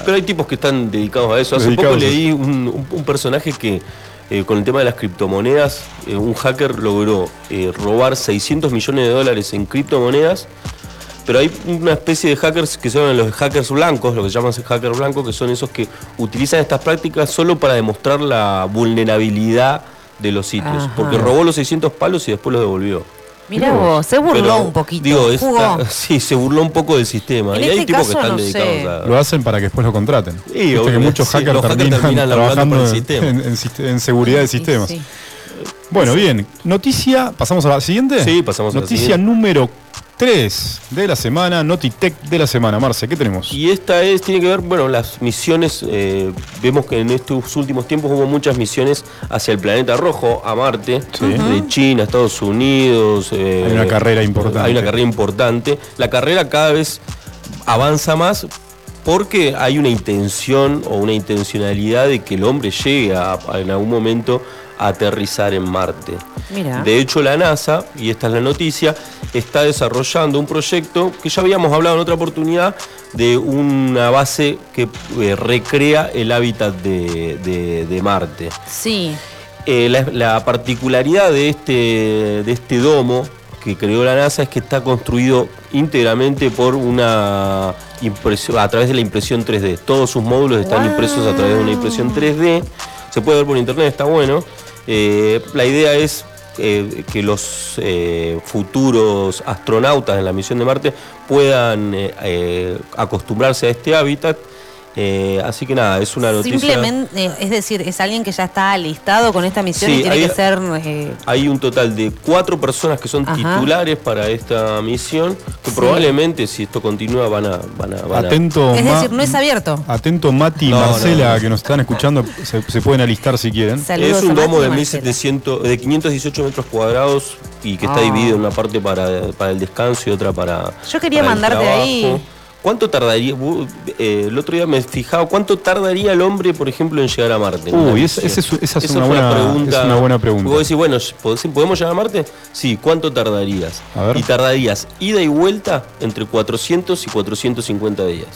S2: Pero hay tipos que están dedicados a eso. Hace
S1: Dedicados
S2: poco
S1: a eso.
S2: leí un, un- un personaje que eh, con el tema de las criptomonedas, eh, un hacker logró eh, robar 600 millones de dólares en criptomonedas, pero hay una especie de hackers que son los hackers blancos, lo que llaman hackers blancos, que son esos que utilizan estas prácticas solo para demostrar la vulnerabilidad de los sitios,
S3: Ajá.
S2: porque robó los 600 palos y después los devolvió.
S3: Mira vos, se burló
S2: Pero,
S3: un poquito.
S2: digo,
S3: jugó.
S2: está- sí, se burló un poco del sistema.
S3: En
S2: y hay
S3: este
S2: tipos que
S3: caso, no
S2: están
S3: sé.
S2: dedicados a.
S1: Lo hacen para que después lo contraten.
S2: Sí,
S1: Viste
S2: obvio,
S1: que muchos
S2: sí,
S1: hackers
S2: los hackers
S1: terminan,
S2: terminan laburando
S1: trabajando
S2: por el
S1: en-
S2: sistema.
S1: en, en sist- en seguridad de
S3: Sí,
S1: sistemas.
S3: sí.
S1: Bueno, bien. Noticia, ¿pasamos a la siguiente?
S2: Sí, pasamos a la
S1: Noticia
S2: siguiente.
S1: número 3 de la semana, Notitech de la semana. Marce, ¿qué tenemos?
S2: Y esta es, tiene que ver, bueno, las misiones, eh, vemos que en estos últimos tiempos hubo muchas misiones hacia el planeta rojo, a Marte, de China, Estados Unidos. eh,
S1: Hay una carrera importante.
S2: Hay una carrera importante. La carrera cada vez avanza más porque hay una intención o una intencionalidad de que el hombre llegue a- a- en algún momento a aterrizar en Marte.
S3: Mirá.
S2: De hecho, la NASA, y esta es la noticia, está desarrollando un proyecto que ya habíamos hablado en otra oportunidad de una base que eh, recrea el hábitat de, de- de Marte.
S3: Sí.
S2: Eh, la, la particularidad de este, de este domo que creó la NASA es que está construido íntegramente por una impresión, a través de la impresión 3D. Todos sus módulos están
S3: Guau.
S2: impresos a través de una impresión 3D. Se puede ver por internet, está bueno. Eh, la idea es eh, que los eh, futuros astronautas en la misión de Marte puedan eh, eh, acostumbrarse a este hábitat. Eh, así que nada, es una noticia.
S3: Simplemente, eh, es decir, es alguien que ya está alistado con esta misión
S2: Sí,
S3: y tiene
S2: hay-
S3: que ser. eh,
S2: Hay un total de cuatro personas que son
S3: Ajá.
S2: titulares para esta misión, que
S3: Sí.
S2: probablemente si esto continúa van a... Van a, van a-
S1: Atento,
S3: es
S1: Ma-
S3: decir, no es abierto.
S1: Atento Mati y
S2: No, no,
S1: Marcela,
S2: no.
S1: que nos están escuchando, se, se pueden alistar si quieren.
S3: Saludos
S2: Es un
S3: a
S2: domo
S3: Mati
S2: de,
S3: y Marcela.
S2: 1700, de 518 metros cuadrados y que está
S3: Ah.
S2: dividido en una parte para, para el descanso y otra para...
S3: Yo quería
S2: para el
S3: mandarte
S2: trabajo.
S3: ahí.
S2: ¿Cuánto tardaría? Vos, eh, el otro día me fijaba, ¿cuánto tardaría el hombre, por ejemplo, en llegar a Marte? en
S1: Uy,
S2: una
S1: esa-
S2: misión?
S1: esa es- esa es
S2: Esa
S1: una
S2: fue
S1: buena- es una buena pregunta.
S2: Vos decís, bueno, ¿pod- ¿podemos llegar a Marte? Sí, ¿cuánto tardarías?
S1: A ver.
S2: Y tardarías ida y vuelta entre 400 y 450 días.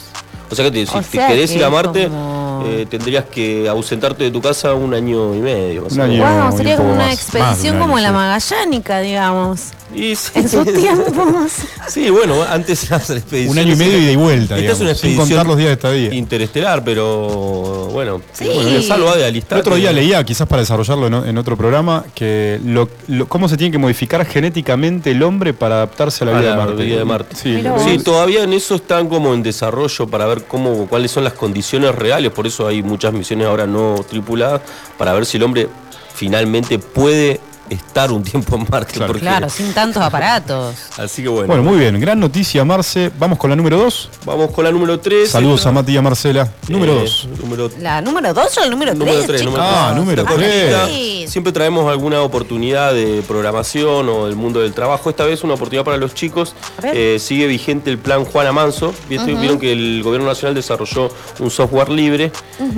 S2: O sea que te- si
S3: O
S2: te
S3: sea
S2: querés
S3: que
S2: ir a
S3: es
S2: Marte,
S3: como-
S2: eh, tendrías que ausentarte de tu casa un año y medio. más o
S1: Un año.
S2: menos.
S1: Yo,
S3: Wow,
S1: y
S3: sería
S1: un
S3: como
S1: poco
S3: una
S1: más. Más de
S3: expedición
S1: un
S3: como
S1: año,
S3: la
S1: sí.
S3: Magallánica, digamos.
S2: Y sí.
S3: En sus tiempos.
S2: Sí, bueno, antes las expediciones.
S1: Un año y medio ida y vuelta,
S2: Esta es una
S1: digamos, sin
S2: expedición
S1: contar los días de estadía.
S2: Interestelar, pero bueno,
S3: Sí.
S2: bueno, Gonzalo va de alistar.
S1: El otro día leía, quizás para desarrollarlo en, o- en otro programa, que lo, lo- cómo se tiene que modificar genéticamente el hombre para adaptarse a la
S2: A
S1: vida
S2: Ah, la
S1: de Marte.
S2: vida de Marte.
S1: Sí,
S3: Mirá
S1: lo-
S3: vos.
S2: Sí, todavía en eso están como en desarrollo para ver cómo, cuáles son las condiciones reales. Por eso hay muchas misiones ahora no tripuladas para ver si el hombre finalmente puede estar un tiempo en Marte.
S1: Claro.
S2: porque-
S3: Claro, sin tantos aparatos.
S2: Así que bueno,
S1: Bueno, muy bien. Gran noticia, Marce. Vamos con la número 2.
S2: vamos con la número Eh, 3.
S1: Saludos a Mati y a Marcela. Número 2.
S2: Número
S3: ¿La número 2 o el número 3?
S2: Número 3, número
S1: Ah,
S2: tres.
S1: número
S2: Esta
S1: tres.
S2: columnita, Siempre traemos alguna oportunidad de programación o del mundo del trabajo. Esta vez una oportunidad para los chicos.
S3: A ver.
S2: Eh, sigue vigente el plan Juana Manso. ¿Viste? Vieron que el gobierno nacional desarrolló un software libre.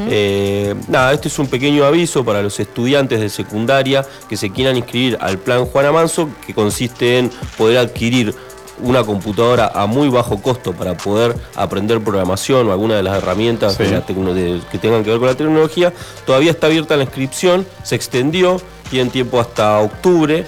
S2: Eh, nada, este es un pequeño aviso para los estudiantes de secundaria que se quieran inscribir al plan Juana Manso, que consiste en poder adquirir una computadora a muy bajo costo para poder aprender programación o alguna de las herramientas
S1: Sí.
S2: de la tecno- de- que tengan que ver con la tecnología. Todavía está abierta la inscripción, se extendió, tienen tiempo hasta octubre.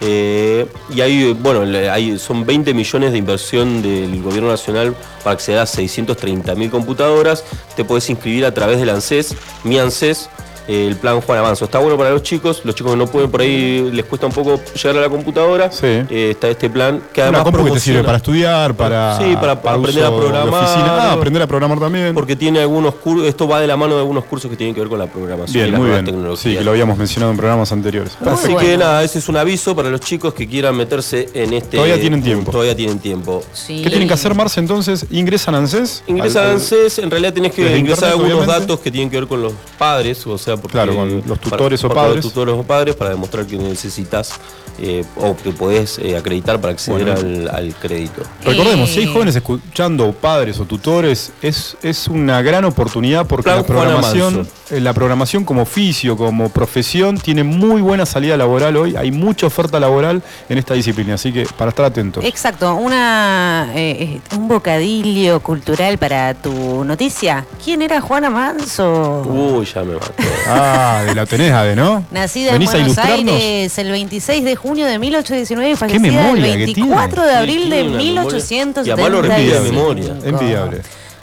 S2: eh, y hay, bueno, le- hay, son 20 millones de inversión del gobierno nacional para acceder a 630 mil computadoras. Te puedes inscribir a través del ANSES, mi ANSES, eh, el plan Juan Avanzo. Está bueno para los chicos, los chicos que no pueden por ahí, les cuesta un poco llegar a la computadora.
S1: Sí.
S2: eh, está este plan que además
S1: Una compu que te sirve
S2: promociona-
S1: para estudiar, para,
S2: Sí, para aprender
S1: uso
S2: a programar. eh,
S1: de oficina. Ah, aprender a programar también.
S2: Porque tiene algunos cursos, esto va de la mano de algunos cursos que tienen que ver con la programación y
S1: bien,
S2: las
S1: muy
S2: nuevas
S1: bien.
S2: tecnologías.
S1: Sí, que lo habíamos mencionado en programas anteriores.
S2: Así
S3: Muy
S2: que
S3: bueno.
S2: nada, ese es un aviso para los chicos que quieran meterse en este.
S1: Todavía tienen tiempo.
S2: Todavía tienen tiempo.
S1: ¿Qué tienen que hacer, Marce, entonces? ¿Ingresan a ANSES?
S2: Ingresar
S1: Al-
S2: a
S1: al-
S2: ANSES, en realidad tenés que
S1: Desde
S2: ingresar
S1: internet,
S2: algunos
S1: obviamente.
S2: datos que tienen que ver con los padres, o sea, porque,
S1: Claro, con los
S2: para-
S1: tutores o
S2: porque los
S1: padres.
S2: tutores o padres para demostrar que necesitas eh, o que podés eh, acreditar para acceder al, al crédito.
S1: Recordemos,
S3: Eh.
S1: si hay jóvenes escuchando, o padres o tutores, es, es una gran oportunidad porque
S2: Plan
S1: la
S2: Juana
S1: programación,
S2: Manso.
S1: eh, la programación como oficio, como profesión, tiene muy buena salida laboral hoy. Hay mucha oferta laboral en esta disciplina, así que para estar atentos.
S3: Exacto, una, eh, eh, un bocadillo cultural para tu noticia. ¿Quién era Juana Manso?
S2: Uy, ya me mató.
S1: Ah, de la Tenésade, ¿no?
S3: Nacida en
S1: ¿Venís a
S3: Buenos
S1: ilustrarnos?
S3: Aires el 26 de junio de 1819 y fallecida el
S1: memoria que tiene?
S3: 24 de abril de
S2: Tiene una memoria. Y
S3: 1875.
S2: además lo repite de memoria.
S1: Envidiable.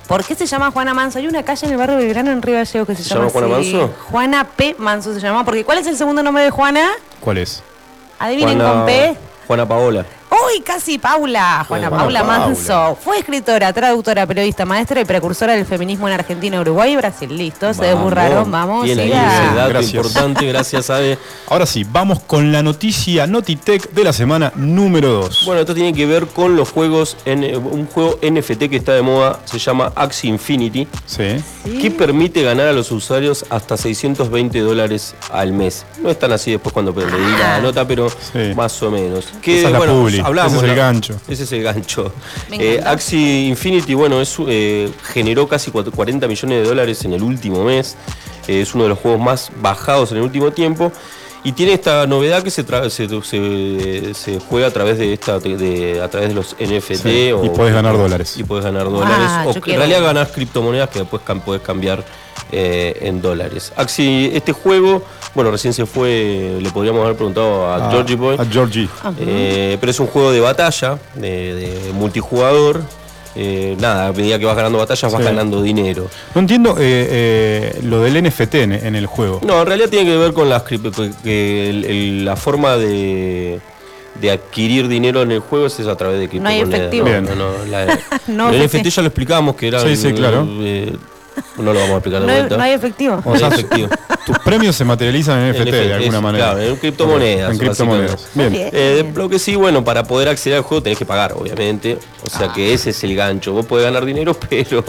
S3: ¿Por qué se llama Juana Manso? Hay una calle en el barrio Belgrano en Río Gallegos que se,
S2: ¿Se llama Juana
S3: así.
S2: Manso?
S3: Juana P. Manso se llama. Porque ¿cuál es el segundo nombre de Juana?
S1: ¿Cuál es?
S3: Adivinen con P.
S2: Juana Paola.
S3: ¡Uy, casi Paula! Juana Paula Manso. Fue escritora, traductora, periodista, maestra y precursora del feminismo en Argentina, Uruguay y Brasil. Listo, se
S2: Vamos.
S3: burraron, vamos.
S2: Bien ahí,
S3: siga.
S2: ese dato
S1: Gracias.
S2: importante, gracias Ade.
S1: Ahora sí, vamos con la noticia Notitech de la semana número 2.
S2: Bueno, esto tiene que ver con los juegos, en, eh, un juego NFT que está de moda, se llama Axie Infinity,
S1: Sí.
S2: que permite ganar a los usuarios hasta 620 dólares al mes. No es tan así después cuando leí
S3: Ah.
S2: la nota, pero
S1: Sí.
S2: más o menos. Que,
S1: Esa es la
S2: bueno,
S1: publi,
S2: hablamos,
S1: ese es el
S2: ¿no?
S1: gancho.
S2: Ese es el gancho.
S3: Me
S2: Eh,
S3: encanta.
S2: Axie Infinity, bueno, es, eh, generó casi cuatro- 40 millones de dólares en el último mes. Eh, es uno de los juegos más bajados en el último tiempo. Y tiene esta novedad que se, tra- se, se- se juega a través de esta de- a través de los NFT
S1: Sí,
S2: o-
S1: y podés ganar dólares.
S2: Y podés ganar dólares.
S3: Ah,
S2: o
S3: yo
S2: en
S3: quiero.
S2: realidad ganás criptomonedas que después cam- podés cambiar eh, en dólares. Axi, este juego, bueno, recién se fue, le podríamos haber preguntado a
S1: A-
S2: Georgie Boy.
S1: Ah, A Georgie.
S2: Eh, pero es un juego de batalla, de, de multijugador. Eh, nada, a medida que vas ganando batallas vas
S1: Sí.
S2: ganando dinero.
S1: No entiendo eh, eh, lo del NFT en, en el juego.
S2: No, en realidad tiene que ver con las cripto- que- que el- el- la forma de, de adquirir dinero en el juego es esa a través de
S3: No hay
S2: criptomonedas.
S3: efectivo.
S1: Bien.
S2: No, no, la-
S3: No,
S2: el
S3: sí,
S2: NFT
S3: sí.
S2: ya lo explicamos que era.
S1: Sí, sí, claro.
S2: eh, no lo vamos a explicar de
S3: No hay,
S2: vuelta.
S3: no hay efectivo.
S1: O
S2: No
S1: sea,
S2: hay efectivo.
S1: Tus premios se materializan en NFT, de
S2: NFT,
S1: alguna
S2: es-
S1: manera.
S2: claro, en criptomonedas,
S1: En criptomonedas.
S2: básicamente.
S1: Bien.
S3: Bien.
S2: Eh, lo que sí, bueno, para poder acceder al juego tenés que pagar, obviamente. O sea que ese es el gancho. Vos podés ganar dinero, pero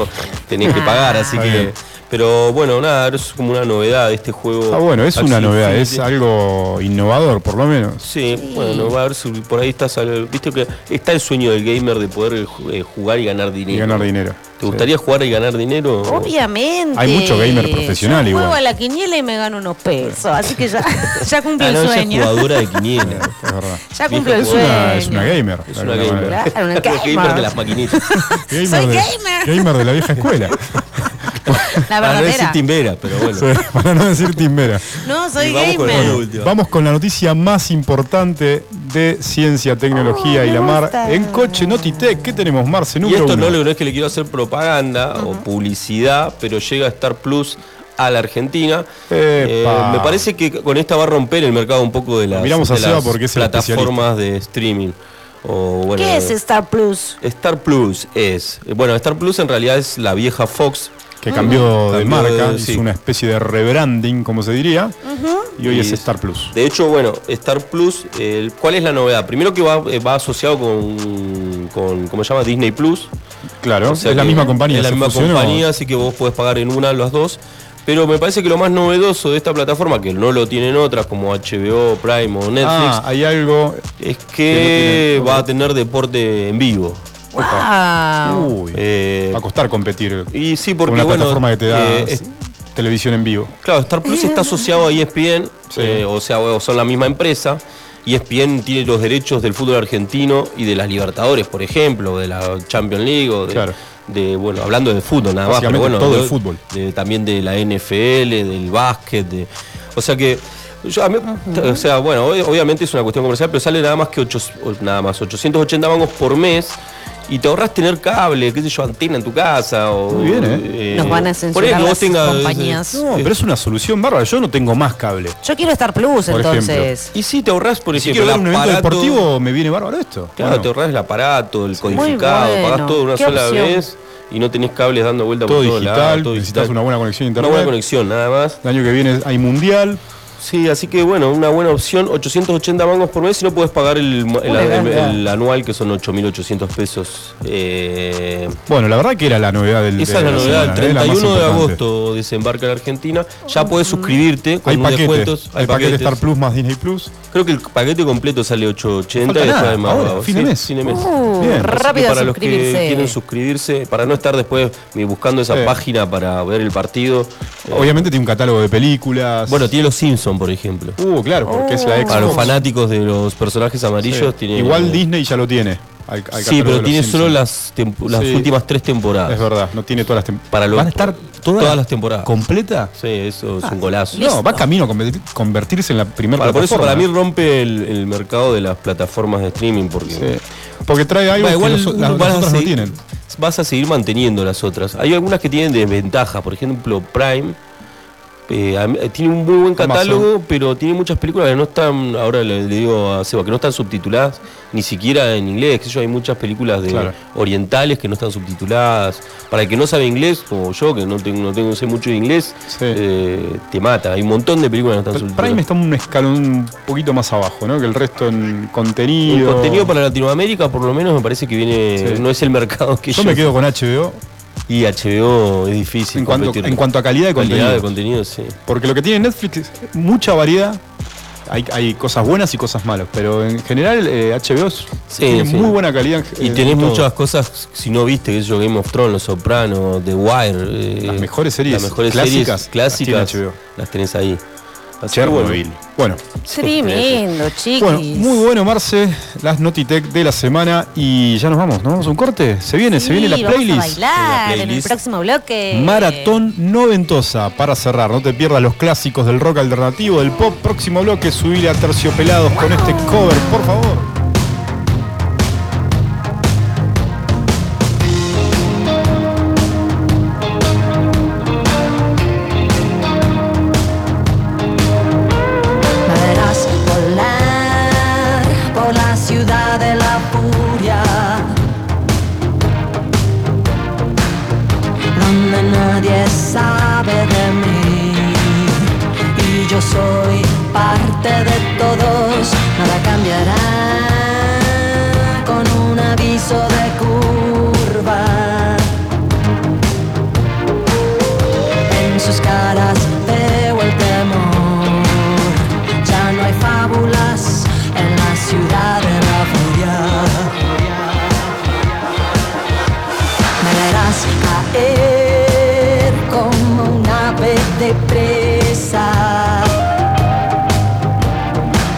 S2: tenés que pagar, así
S1: Está
S2: que.
S1: Ah, bien.
S2: Pero bueno, nada, es como una novedad de este juego.
S1: Ah, bueno, es una
S2: Axie
S1: novedad,
S2: Infinity.
S1: es algo innovador, por lo menos.
S2: Sí, bueno, va a ver si por ahí estás. al- Viste que está el sueño del gamer de poder eh, jugar y ganar dinero.
S1: Y ganar dinero.
S2: ¿Te gustaría jugar y ganar dinero?
S3: Obviamente.
S1: Hay mucho gamer profesional
S3: Yo Juego
S1: igual.
S3: a la quiniela y me gano unos pesos, así que ya, ya cumplí
S2: Ah, no,
S3: el
S2: ella es
S3: sueño.
S2: jugadora de quiniela.
S1: Sí, es verdad.
S3: Ya cumplí el
S1: Es
S3: sueño.
S1: una, es una gamer.
S2: Es
S1: de
S2: una
S1: alguna
S2: gamer.
S1: manera.
S3: Claro, una
S2: Los gamer de
S3: gamer.
S2: las maquinitas.
S3: Soy
S1: de-
S3: gamer.
S1: gamer de la vieja escuela.
S3: La
S2: Para no decir
S3: verdadera.
S2: timbera, pero bueno.
S1: Para no decir timbera.
S3: No,
S2: Y
S3: soy
S2: vamos con la
S3: gamer.
S2: última.
S1: Vamos con la noticia más importante de ciencia, tecnología
S3: Oh,
S1: y
S3: me
S1: la mar
S3: gusta.
S1: en coche Notitec. ¿Qué tenemos, Marce?
S2: Y
S1: Número
S2: esto
S1: uno.
S2: no, lo- no es que le quiero hacer propaganda o publicidad, pero llega Star Plus a la Argentina. Eh,
S1: Epa.
S2: me parece que con esta va a romper el mercado un poco de las,
S1: Miramos a
S2: de
S1: Seba
S2: las
S1: porque es el
S2: plataformas de streaming. O, bueno,
S3: ¿Qué es Star Plus?
S2: Star Plus es. eh, Bueno, Star Plus en realidad es la vieja Fox. Ah,
S1: Que cambió de
S2: Cambió
S1: marca,
S2: de-
S1: hizo
S2: sí.
S1: una especie de rebranding, como se diría. Y hoy
S2: Y
S1: es
S2: es-
S1: Star Plus.
S2: De hecho, bueno, Star Plus, eh, ¿cuál es la novedad? Primero que va, eh, va asociado con, con, ¿cómo se llama? Disney Plus.
S1: Claro,
S2: O sea
S1: es la
S2: que
S1: misma compañía.
S2: Es la
S1: se
S2: misma
S1: fusionó.
S2: compañía, así que vos podés pagar en una las dos. Pero me parece que lo más novedoso de esta plataforma, que no lo tienen otras como HBO, Prime o Netflix,
S1: Ah, hay algo.
S2: es que,
S1: Que no tienen-
S2: va a tener deporte en vivo.
S3: ¡Wow!
S1: Uy,
S2: Eh,
S1: va a costar competir.
S2: y sí,
S1: con
S2: porque
S1: una
S2: bueno,
S1: plataforma que te da
S2: eh, es-
S1: televisión en vivo.
S2: Claro, Star Plus está asociado a E ESPN, eh, o sea, o son la misma empresa. E ESPN tiene los derechos del fútbol argentino y de las Libertadores, por ejemplo, de la Champions League, o de,
S1: Claro.
S2: de, bueno, hablando de fútbol nada más, pero
S1: Básicamente
S2: bueno,
S1: todo
S2: de-
S1: el fútbol.
S2: de- también de la NFL, del básquet, de- o sea que, yo- a mí- o sea, bueno, ob- obviamente es una cuestión comercial, pero sale nada más que ocho- o- nada más 880 mangos por mes. Y te ahorras tener cable, qué sé yo, antena en tu casa. O,
S1: Muy bien, ¿eh?
S3: Nos van a
S2: ponele que
S3: censurar
S2: vos
S3: las
S2: tengas- eh,
S3: compañías.
S1: No, pero es una solución bárbara. Yo no tengo más cable.
S3: Yo quiero Star Plus
S1: Por
S3: entonces.
S2: Y si te ahorras, por
S1: Si
S2: ejemplo,
S1: quiero ver un
S2: el
S1: evento
S2: aparato.
S1: deportivo, me viene bárbaro esto.
S2: Claro,
S1: Bueno,
S2: te ahorras el aparato, el
S3: Muy
S2: codificado,
S3: bueno.
S2: pagás todo de una
S3: Qué
S2: sola
S3: opción.
S2: vez y no tenés cables dando vuelta
S1: todo
S2: por todos
S1: digital,
S2: lados, todo
S1: necesitas
S2: digital.
S1: una buena conexión a
S2: Una
S1: internet.
S2: buena conexión, nada más.
S1: El año que viene hay mundial.
S2: Sí, así que bueno, una buena opción, 880 mangos por mes si no puedes pagar el, el- el- el anual que son 8.800 pesos. Eh,
S1: Bueno, la verdad que era la novedad del
S2: esa es
S1: de
S2: la novedad, el
S1: semana, ¿eh? La más
S2: 31 de
S1: importante.
S2: agosto desembarca en Argentina. Ya puedes suscribirte con
S1: Hay
S2: un
S1: paquetes.
S2: descuentos.
S1: Hay paquete Star Plus más Disney Plus.
S2: Creo que el paquete completo sale 880
S1: Falta
S2: y después
S1: nada,
S2: más
S1: ahora,
S2: abajo.
S1: fin de
S2: Sí,
S1: mes.
S2: fin de mes.
S3: Uh,
S1: Bien.
S2: Así que
S3: rápido a
S2: para los que
S3: suscribirse.
S2: quieren suscribirse, para no estar después ni buscando esa
S1: Sí.
S2: página para ver el partido. eh,
S1: Obviamente tiene un catálogo de películas.
S2: bueno, tiene los Simpsons, por ejemplo.
S1: Uh, claro, porque es la Xbox.
S2: Para los fanáticos de los personajes amarillos tiene.
S1: Igual Disney ya lo tiene. al, al
S2: Sí,
S1: catálogo de
S2: pero
S1: los
S2: tiene
S1: Simpsons.
S2: solo las, tempo- las
S1: Sí.
S2: últimas tres temporadas.
S1: Es verdad, no tiene todas las temporadas.
S2: Para los-
S1: ¿Van a estar todas,
S2: todas las temporadas.
S1: ¿Completa? Ah,
S2: Sí, eso es un golazo.
S1: No, va camino a convertir- convertirse en la primera
S2: Para- por eso para mí
S1: plataforma.
S2: rompe el, el mercado de las plataformas de streaming porque
S1: Sí. Porque trae algo
S2: Va,
S1: que los-
S2: uno
S1: las, las
S2: vas a
S1: otras no
S2: seguir-
S1: tienen.
S2: Vas a seguir manteniendo las otras. Hay algunas que tienen desventaja, por ejemplo, Prime. eh, a mí- eh, tiene un muy buen catálogo, pero tiene muchas películas que no están, ahora le, le digo a Seba, que no están subtituladas ni siquiera en inglés. qué sé yo, hay muchas películas de
S1: Claro.
S2: orientales que no están subtituladas. Para el que no sabe inglés, como yo, que no tengo, no tengo sé mucho de inglés,
S1: Sí.
S2: eh, te mata. Hay un montón de películas que no están
S1: Pero
S2: subtituladas.
S1: Prime está un escalón un poquito más abajo, ¿no? Que el resto en
S2: El
S1: contenido.
S2: contenido para Latinoamérica, por lo menos, me parece que viene.
S1: Sí.
S2: No es el mercado que yo.
S1: Yo me quedo con HBO
S2: Y HBO es difícil.
S1: en cuanto,
S2: competir.
S1: en cuanto a calidad de contenido.
S2: Calidad de contenido, sí.
S1: Porque lo que tiene Netflix es mucha variedad. Hay, hay cosas buenas y cosas malas, pero en general eh, HBO es-
S2: Sí,
S1: tiene
S2: sí.
S1: muy buena calidad.
S2: Y
S1: eh,
S2: tenés
S1: en todo.
S2: muchas cosas, si no viste, que yo Game of Thrones, Los Sopranos, The Wire. eh,
S1: Las mejores series
S2: Las mejores
S1: clásicas
S2: series clásicas.
S1: las tiene HBO.
S2: Las tenés ahí. Así que
S1: Chernobyl. Bueno,
S3: Tremendo, chiquis.
S1: bueno, muy bueno, Marce, las Notitech de la semana. Y ya nos vamos, ¿nos vamos a un corte? Se viene, se viene la
S3: Sí, vamos a
S1: playlist.
S3: bailar
S2: La
S3: en el
S2: playlist.
S3: próximo bloque.
S1: Maratón noventosa para cerrar. No te pierdas los clásicos del rock alternativo, del pop. Próximo bloque, subile a terciopelados con este cover, por favor.
S7: Me verás volar por la ciudad de la furia, donde nadie sabe de mí y yo soy parte de todos. Nada cambiará con un aviso de curva. En sus caras veo el temor. Ya no hay fábulas en la ciudad de la furia. Me verás caer como un ave de presa.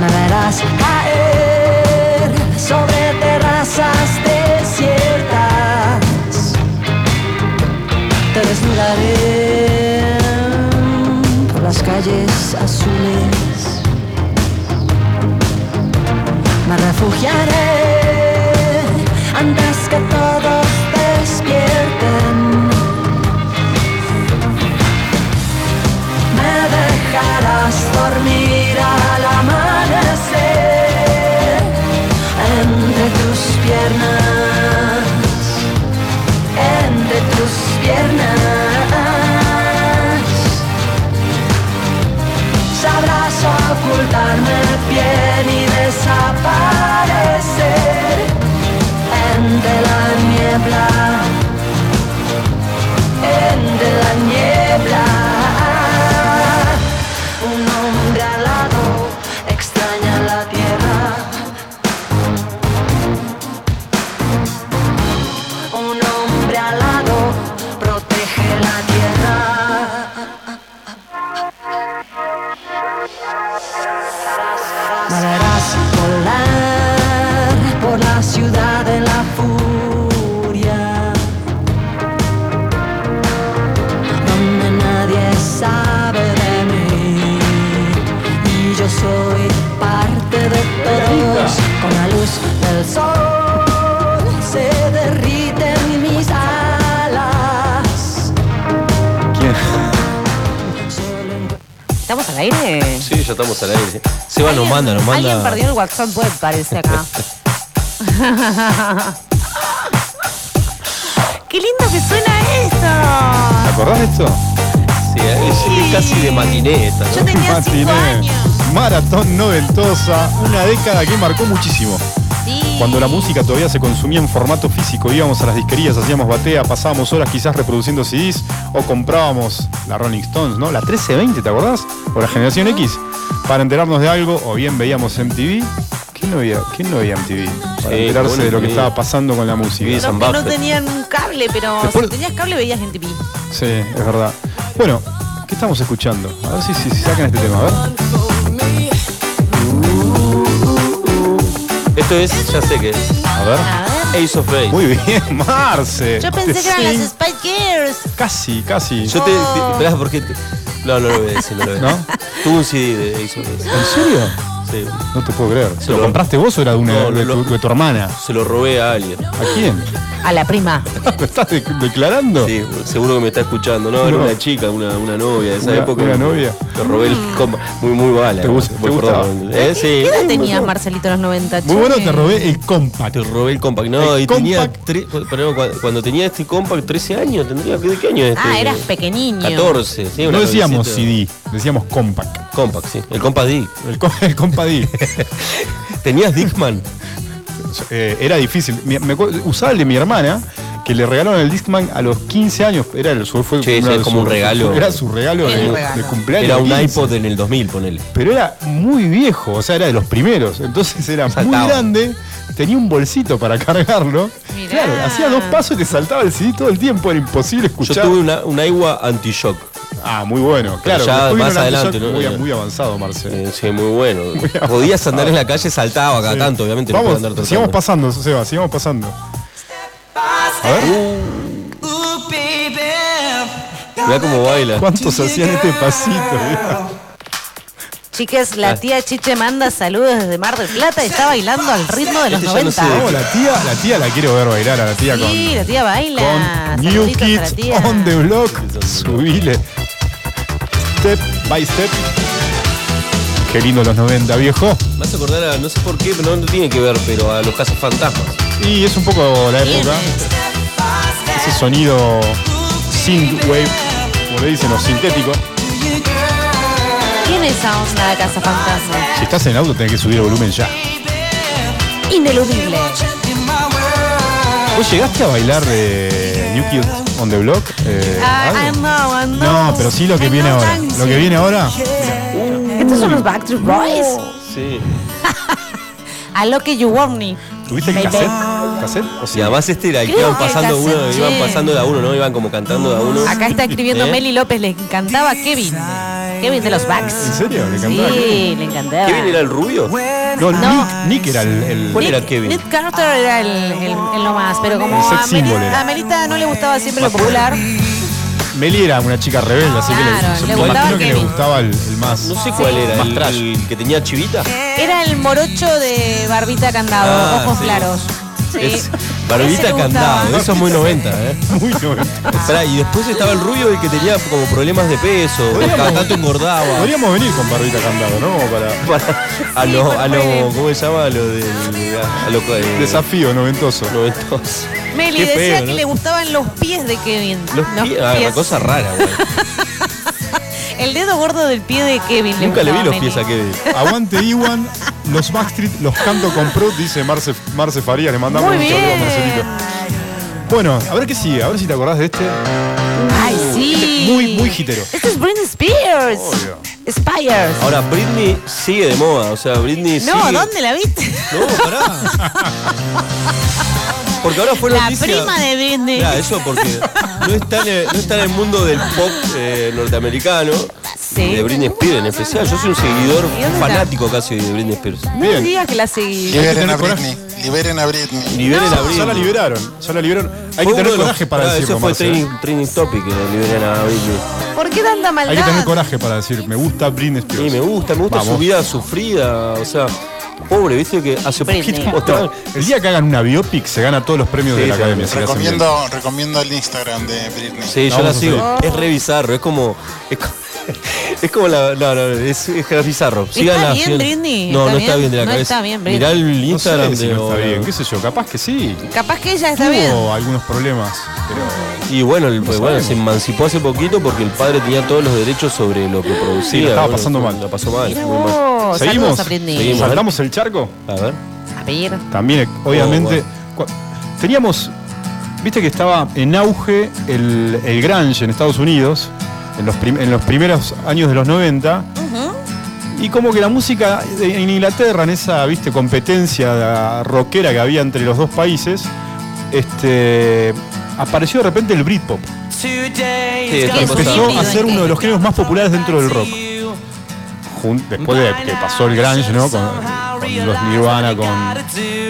S7: Me verás caer sobre terrazas desiertas te desnudaré por las calles azules. Me refugiaré antes que todos despierten. Me dejarás dormir al amanecer entre tus piernas entre tus piernas. Sabrás ocultarme bien y desaparecer entre la niebla, entre la niebla. Un hombre alado extraña la tierra. un hombre alado protege la tierra. Me verás volar por la ciudad de la furia, donde nadie sabe de mí y yo soy parte de todos. Con la luz del sol se derriten mis alas.
S3: ¿Estamos al aire?
S2: Sí, ya estamos al aire. Seba nos
S3: ¿Alguien-
S2: manda, nos
S3: Alguien perdió
S2: manda.
S3: el WhatsApp web, parece acá. ¡Qué lindo que suena
S1: ¿Te acordás de esto?
S2: Sí, eh, es- es casi de matiné esta.
S3: eso! Yo
S2: ¿no?
S3: tenía cinco años.
S1: Maratón noventosa, una década que marcó muchísimo.
S3: Sí.
S1: Cuando la música todavía se consumía en formato físico, íbamos a las disquerías, hacíamos batea, pasábamos horas quizás reproduciendo CDs o comprábamos la Rolling Stones, ¿no? La 1320, ¿te acordás? O la Generación X, para enterarnos de algo, o bien veíamos MTV. ¿Quién no veía, quién no veía MTV? Para
S2: Sí,
S1: enterarse
S2: bueno,
S1: de lo que
S2: sí.
S1: estaba pasando con la música.
S2: Los- San
S3: Los que no
S2: Buffett.
S3: tenían un cable, pero
S1: Después-
S3: si tenías cable veías en TV.
S1: Sí, es verdad. Bueno, ¿qué estamos escuchando? A ver si, si- si sacan este tema, a ver.
S2: Esto es, ya sé que es.
S1: A
S3: A
S1: ver.
S3: ver.
S2: Ace of Base.
S1: Muy bien, Marce.
S3: Yo pensé que eran
S1: Eh, Sí.
S3: las Spike Girls.
S1: Casi, casi.
S2: Yo te. te- esperá, porque. te- no, no lo voy a decir, no lo voy a decir.
S1: ¿No?
S2: Tuve un CD de Ace of Base.
S1: ¿En serio?
S2: Sí.
S1: No te puedo creer. ¿Se lo
S2: No.
S1: compraste vos o era de, una,
S2: No,
S1: de,
S2: lo-
S1: tu, de tu hermana?
S2: Se lo robé a alguien.
S1: ¿A quién?
S3: A la prima.
S1: ¿Lo estás de- declarando?
S2: Sí, seguro que me está escuchando. No, era
S1: No.
S2: una chica, una, una novia de esa
S1: Una-
S2: época.
S1: una novia.
S2: Te robé el compa. Muy, muy bala.
S1: ¿Te gusta-
S2: Muy
S1: te gustaba?
S2: perdón. Eh, sí.
S3: Mm. ¿Qué edad tenías,
S2: Me-
S3: Marcelito, en los 90?
S1: Muy bueno,
S3: robé.
S1: te robé el compact.
S2: Te robé el compact. No,
S1: El
S2: y tenía.
S1: compact.
S2: tre- pero cuando, cuando tenía este compact, 13 años, tendría. ¿De qué año es este?
S3: Ah, eras pequeñiño.
S2: 14. sí, una
S1: No decíamos
S2: cosita.
S1: CD, decíamos compact.
S2: Compact, sí. El compact D.
S1: El, co- el compact D.
S2: Tenías Dickman.
S1: Eh, era difícil. Mi- me acuerdo- usaba el de mi hermana, que le regalaron el Discman a los 15 años. Era el su, fue
S2: Che, ese
S1: una
S2: es
S1: de
S2: como
S1: su-
S2: un regalo.
S1: Era su regalo
S3: Era
S1: de,
S3: un
S1: de
S3: regalo.
S1: cumpleaños.
S2: Era un
S1: 15.
S2: iPod en el 2000, ponele.
S1: Pero era muy viejo, o sea, era de los primeros. Entonces era
S2: Saltaba.
S1: muy grande, tenía un bolsito para cargarlo.
S3: Mirá.
S1: Claro, hacía dos pasos y te saltaba el CD todo el tiempo, era imposible
S2: Yo
S1: escuchar.
S2: tuve una, un agua anti-shock.
S1: Ah, muy bueno, claro.
S2: ya
S1: después vino
S2: más
S1: el anti-shock
S2: adelante, ¿no?
S1: Muy,
S2: Eh,
S1: muy avanzado, Marcelo.
S2: Eh, sí, muy bueno. Podías andar en la calle, saltaba cada tanto, obviamente.
S1: Vamos,
S2: no podía andar
S1: sigamos
S2: trotando.
S1: pasando, Seba, sigamos pasando. A ver,
S2: Uh, Mirá cómo baila. Este
S1: ¿cuántos hacían este pasito?
S3: Chiques, la tía Chiche manda saludos desde Mar del Plata y está bailando al ritmo de los
S2: Este ya no sé
S3: 90.
S2: de
S1: No, la tía, la tía la quiero ver bailar a la tía con,
S3: Sí, la tía baila.
S1: con New
S3: Saluditos a la
S1: Kids
S3: tía.
S1: on the Block. Subile. Step by step. Qué lindo los 90, viejo.
S2: Me hace acordar a, no sé por qué, pero no tiene que ver, pero a los cazafantasmas.
S1: Y es un poco la
S3: Bien,
S1: época,
S3: eh.
S1: ese sonido synthwave, como le dicen los sintéticos. Oh.
S3: ¿Quién es esa onda de Casa Fantasma?
S1: Si estás en auto tenés que subir el volumen ya.
S3: Ineludible.
S1: ¿Vos llegaste a bailar de New Kids on the Block? Eh,
S3: Ah, I
S1: algo?
S3: know, I know.
S1: no, pero sí lo que
S3: I
S1: viene
S3: know
S1: ahora. Lo que viene ahora.
S3: Estos son los Backstreet Boys.
S2: Sí.
S3: A lo que you want me.
S1: ¿Tuviste
S3: Baby.
S1: cassette? ¿Cassette? O
S2: Y
S1: sea,
S2: además este era el que
S3: Creo
S2: iban
S3: que
S2: pasando
S3: cassette,
S2: uno, iban
S3: sí.
S2: pasando de a uno, ¿no? Iban como cantando de a uno.
S3: Acá está escribiendo
S2: ¿Eh?
S3: Meli López, le encantaba Kevin. Kevin de los Backs.
S1: ¿En serio? ¿Le encantaba
S3: Sí,
S1: Kevin?
S3: le encantaba.
S2: ¿Kevin era el rubio?
S1: no, Nick, Nick era el, el-
S2: ¿Cuál
S3: Nick-
S2: era Kevin?
S3: Nick Carter era el, el- el lo más, pero como
S1: El sex
S3: a
S1: symbol
S3: Melita,
S1: era.
S3: a Melita no le gustaba siempre lo popular,
S1: Meli era una chica rebelde, así
S3: Claro,
S1: que
S3: le
S1: le, me
S3: gustaba
S1: imagino que le
S3: Kevin.
S1: gustaba el, el más.
S2: No sé cuál era,
S1: Más
S2: el,
S1: trash.
S2: el que tenía chivita.
S3: era el morocho de barbita candado,
S2: Ah,
S3: ojos
S2: sí.
S3: claros. Sí.
S2: Es
S3: Ese le
S2: Barbita
S3: gustaba.
S2: Candado, eso es muy 90, ¿eh?
S1: Muy noventa.
S2: Esperá, y después estaba el rubio, el que tenía como problemas de peso, cada tanto engordaba.
S1: Podríamos venir con barbita candado, ¿no? Como para
S2: Para-
S1: Ah,
S2: a lo, a lo, ¿cómo se llama? A lo de, a lo eh,
S1: desafío noventoso.
S2: noventosos.
S3: Meli
S2: Qué
S3: decía
S2: feo,
S3: que
S2: ¿no?
S3: le gustaban los pies de Kevin.
S2: Los pies, ah, una
S3: pies.
S2: cosa rara, güey.
S3: El dedo gordo del pie de Kevin.
S2: Nunca le vi
S3: gustaba
S2: los pies
S3: Meli.
S2: a Kevin.
S1: Aguante Iwan, los Backstreet, los canto con Prut, dice Marce, Marce Faría, le mandamos
S3: Muy
S1: un saludo a
S3: bien.
S1: Marcelito. Bueno, a ver qué sigue, a ver si te acordás de este.
S3: Ay, sí.
S1: Muy, muy jitero.
S3: Este es Britney Spears.
S1: Obvio.
S3: Spears.
S2: Ahora, Britney sigue de moda, o sea, Britney sigue...
S3: No, ¿dónde la viste?
S2: No, pará. Porque ahora fue
S3: La
S2: noticia-
S3: prima de Britney.
S2: Mirá, eso porque no está, en el, no está en el mundo del pop eh, norteamericano.
S3: Sí.
S2: De Britney Spears en especial. Yo soy un seguidor
S3: ¿Y dónde
S2: fanático casi de Britney Spears.
S3: No
S1: Bien.
S3: digas que la seguí.
S1: Liberen a
S11: Liberen a Britney.
S2: Liberen a Britney.
S1: Ya la liberaron, ya la liberaron. Hay
S2: Fue
S1: que tener
S2: uno de los-
S1: coraje para
S2: pará,
S1: decirlo,
S2: Eso fue
S1: Marce.
S2: training, training topic, que liberen a Britney.
S3: ¿Por qué tanta maldad?
S1: Hay que tener coraje para decir, me gusta Britney Spears.
S2: Sí, me gusta, me gusta
S1: Vamos.
S2: su vida sufrida, o sea... Pobre, viste que hace
S3: Britney.
S2: poquito mostraban-
S1: El día que hagan una biopic se gana todos los premios
S2: Sí,
S1: de la
S2: sí,
S1: academia. si la hacen bien.
S11: Recomiendo, recomiendo el Instagram de Britney.
S2: Sí, yo
S1: Vamos
S2: la
S1: a
S2: sigo. Es re bizarro, es como. Es co- es como, la. No, no, es, es re bizarro. Síganla,
S3: bien,
S2: síganla.
S3: Britney?
S2: No,
S3: ¿Está
S2: no está
S3: bien?
S2: bien de la
S3: No
S2: cabeza.
S3: está bien, Britney.
S2: Mirá el
S1: No sé
S2: Instagram
S1: si
S2: de.
S1: no está
S2: o-
S1: bien, qué sé yo, capaz que sí.
S3: Capaz que ella está bien.
S1: Tuvo Oh, algunos problemas, pero
S2: Y bueno, el- pues, bueno,
S1: sabemos.
S2: se emancipó hace poquito porque el padre tenía todos los derechos sobre lo que producía.
S1: Sí, la estaba
S2: Bueno,
S1: pasando mal.
S2: La pasó mal.
S3: Mira
S2: muy mal.
S3: vos.
S1: ¿Seguimos?
S3: Saludos a Britney.
S2: Seguimos.
S1: ¿Saltamos el charco?
S2: A ver.
S3: A ver.
S1: También, obviamente. cua- Teníamos. Viste que estaba en auge el, el Grange en Estados Unidos, en los, prim- en los primeros años de los 90. Y como que la música de- en Inglaterra, en esa viste competencia da- rockera que había entre los dos países, este, apareció de repente el Britpop.
S2: Sí, está
S3: es
S2: pasando.
S1: Empezó
S3: híbrido,
S1: a ser
S3: ¿en qué?
S1: uno de los géneros más populares dentro del rock. jun- después de que pasó el grunge, ¿no? Con, con los Nirvana, con,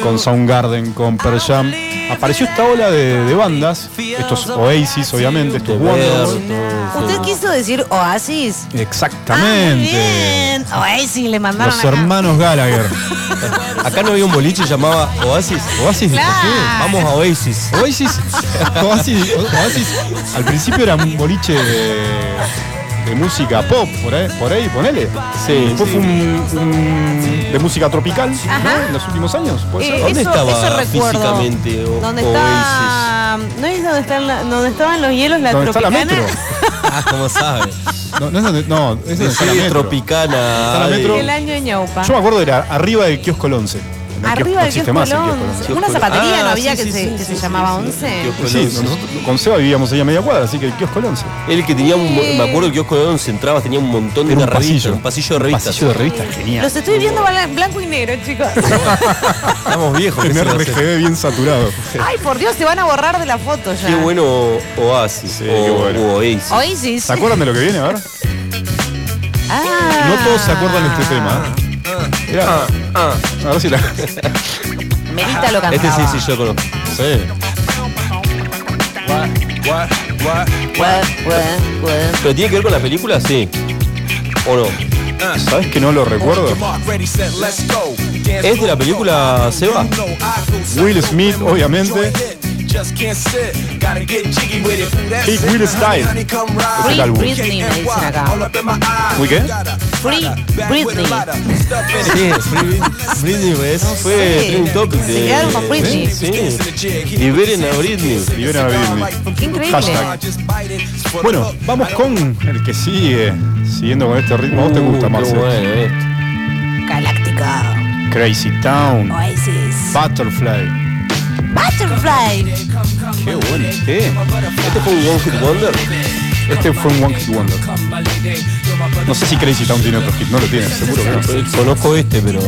S1: con Soundgarden, con Pearl Jam, apareció esta ola de, de bandas, estos Oasis, obviamente, estos Wonders.
S3: ¿Usted quiso decir Oasis? Ah, muy
S1: Exactamente.
S3: bien. Oasis le mandaron
S1: Los
S3: acá.
S1: hermanos Gallagher.
S2: Acá no había un boliche llamaba Oasis.
S1: Oasis,
S3: Claro.
S1: sí.
S2: Vamos a Oasis.
S1: Oasis,
S2: Ah,
S1: Oasis, Oasis, al principio era un boliche de, de música pop, por ahí, por ahí ponele.
S2: Sí,
S1: Después
S2: sí.
S1: fue un, un- de música tropical, ¿no?
S3: Ajá.
S1: En los últimos años, puede ser.
S3: Eh,
S2: ¿Dónde
S3: eso,
S2: estaba
S3: eso recuerdo.
S2: físicamente o-
S3: ¿Dónde
S2: Oasis?
S3: está? ¿No es donde, están la- donde estaban los hielos la
S1: ¿Dónde está la
S3: tropicana?
S1: metro?
S2: Ah, ¿cómo sabes?
S1: No, no es donde, no, es donde está la
S2: Decide
S1: metro.
S2: Tropicana.
S1: Está la
S2: Ale.
S1: metro.
S3: El año de Ñaupa.
S1: Yo me acuerdo era arriba del kiosco el 11. En el kiosco-
S3: Arriba
S1: no
S3: del
S1: existe
S3: kiosco
S1: más el
S3: Colón.
S1: kiosco el 11.
S3: Una zapatería no
S2: Ah,
S3: había
S2: sí,
S3: que,
S2: sí,
S3: se,
S2: sí,
S3: que
S2: sí,
S3: se
S2: sí,
S3: llamaba
S2: sí, sí,
S3: 11.
S2: kiosco
S1: Sí,
S2: del once.
S1: nosotros con Ah, Seba vivíamos ahí a media cuadra, así que el kiosco el 11.
S2: El que tenía un, me acuerdo que kiosco de once entrabas, tenía un montón de
S1: Era un
S2: revistas,
S1: pasillo.
S2: un pasillo de
S1: Un
S2: revistas.
S1: pasillo de revistas, genial.
S3: Los estoy viendo bala- blanco y negro, chicos.
S2: Estamos viejos. ¿qué se
S1: Primer
S2: va a hacer?
S1: RGB bien saturado.
S3: Ay, por Dios, se van a borrar de la foto ya.
S2: Qué bueno Oasis
S1: Sí,
S2: o,
S1: qué bueno.
S2: o Oasis.
S3: Oasis.
S1: ¿Se acuerdan de lo que viene? A ver.
S3: Ah.
S1: No todos se acuerdan de este tema. ¿eh?
S2: Ah,
S1: Mirá. A ver si la.
S3: Merita lo cantaba.
S2: Este sí, sí, yo conozco.
S1: Sí.
S3: Guau, guau, guau.
S2: ¿Pero tiene que ver con la película? Sí. ¿O no?
S1: ¿Sabes que no lo recuerdo?
S2: ¿Es de la película Seba?
S1: Will Smith, obviamente. Big Will Style.
S3: Free
S1: álbum.
S3: Britney me dicen acá.
S1: ¿Muy qué?
S3: Free Britney.
S2: Sí, Britney pues, fue
S3: Sí.
S2: trending topic de- ¿eh?
S3: Se quedaron con Britney.
S2: Sí. Liberen a Britney.
S1: Libera a Britney.
S3: Qué increíble.
S1: Hashtag. Bueno, vamos con el que sigue. Siguiendo con este ritmo, ¿a vos te gusta
S2: Uh,
S1: más?
S2: qué bueno, eh.
S3: Galáctica.
S1: Crazy Town,
S3: Oasis.
S1: Butterfly.
S3: Butterfly.
S1: Qué bueno este.
S2: ¿Este fue un One Hit Wonder?
S1: Este fue un One Hit Wonder. No sé si Crazy Town tiene otro hit, no lo tiene, seguro que no.
S2: Conozco este, pero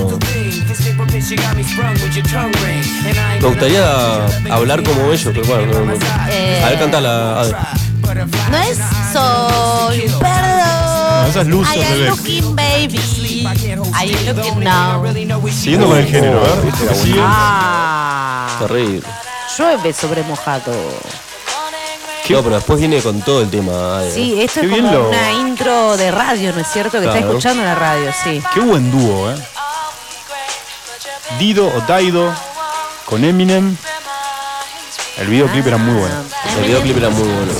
S2: me gustaría hablar como ellos, pero bueno. no, no. A ver, cantala. a ver.
S3: Eh, No es sol,
S1: No,
S3: perdón.
S1: esa es Luz
S3: I
S1: al
S3: am
S1: revés.
S3: looking baby. I am looking now.
S1: Siguiendo con el género, a ver. este que sigue.
S3: Ah,
S2: Terrible.
S3: llueve sobre mojado.
S2: No, pero después viene con todo el tema. Ale.
S3: Sí, esto
S1: Qué
S3: es
S1: bien
S3: como
S1: lo-
S3: una intro de radio, ¿no es cierto? Que está
S2: Claro.
S3: escuchando en la radio, sí.
S1: Qué buen dúo, ¿eh? Dido o Daido con Eminem. El videoclip era muy bueno.
S2: El videoclip era muy bueno.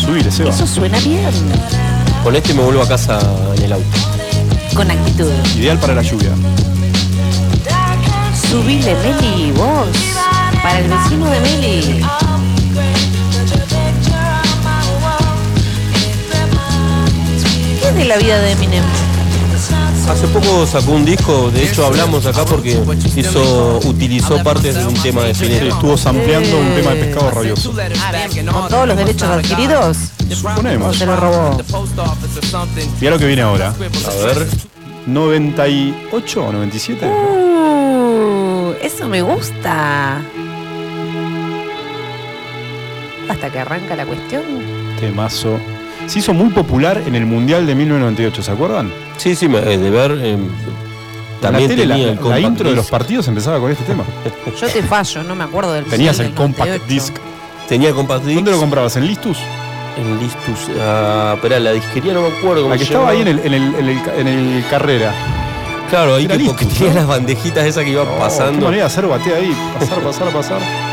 S1: Subir ese.
S3: Eso suena bien.
S2: Con este me vuelvo a casa en el auto.
S3: Con actitud.
S1: Ideal para la lluvia.
S3: Subile, Meli, vos. Para el vecino de Meli. ¿Qué es de la vida de Eminem?
S2: Hace poco sacó un disco, de hecho hablamos acá porque hizo, utilizó partes de un tema de
S1: Sí,
S2: Spinetta.
S1: estuvo sampleando un tema de pescado rabioso.
S3: ¿Con todos los derechos adquiridos? ¿O
S1: Suponemos.
S3: se lo robó?
S1: Mirá lo que viene ahora.
S2: A ver,
S1: 98 o 97.
S3: Uh, eso me gusta. Hasta que arranca la cuestión.
S1: Temazo. Se hizo muy popular en el Mundial de 1998, ¿se acuerdan?
S2: sí, sí, me- eh, de ver. eh, también
S1: la tele, la,
S2: tenía el
S1: la
S2: compact
S1: intro de los
S2: disc.
S1: partidos empezaba con este tema.
S3: Yo te fallo, no me acuerdo del
S1: Tenías
S3: Mundial
S1: el
S3: del
S1: compact
S3: 98.
S1: disc.
S2: Tenía compact disc.
S1: ¿Dónde lo comprabas? ¿En Listus?
S2: En Listus. Ah, espera, la disquería no me acuerdo. cómo
S1: La que
S2: se
S1: estaba ahí en
S2: llamaba.
S1: el, en el- en el- en el carrera.
S2: Claro, ahí
S1: Era
S2: que,
S1: Listus,
S2: porque tenía
S1: ¿no? Oh,
S2: las bandejitas esas que iban
S1: Pasando.
S2: pasando.
S1: manera de hacer batea ahí, pasar, pasar, pasar.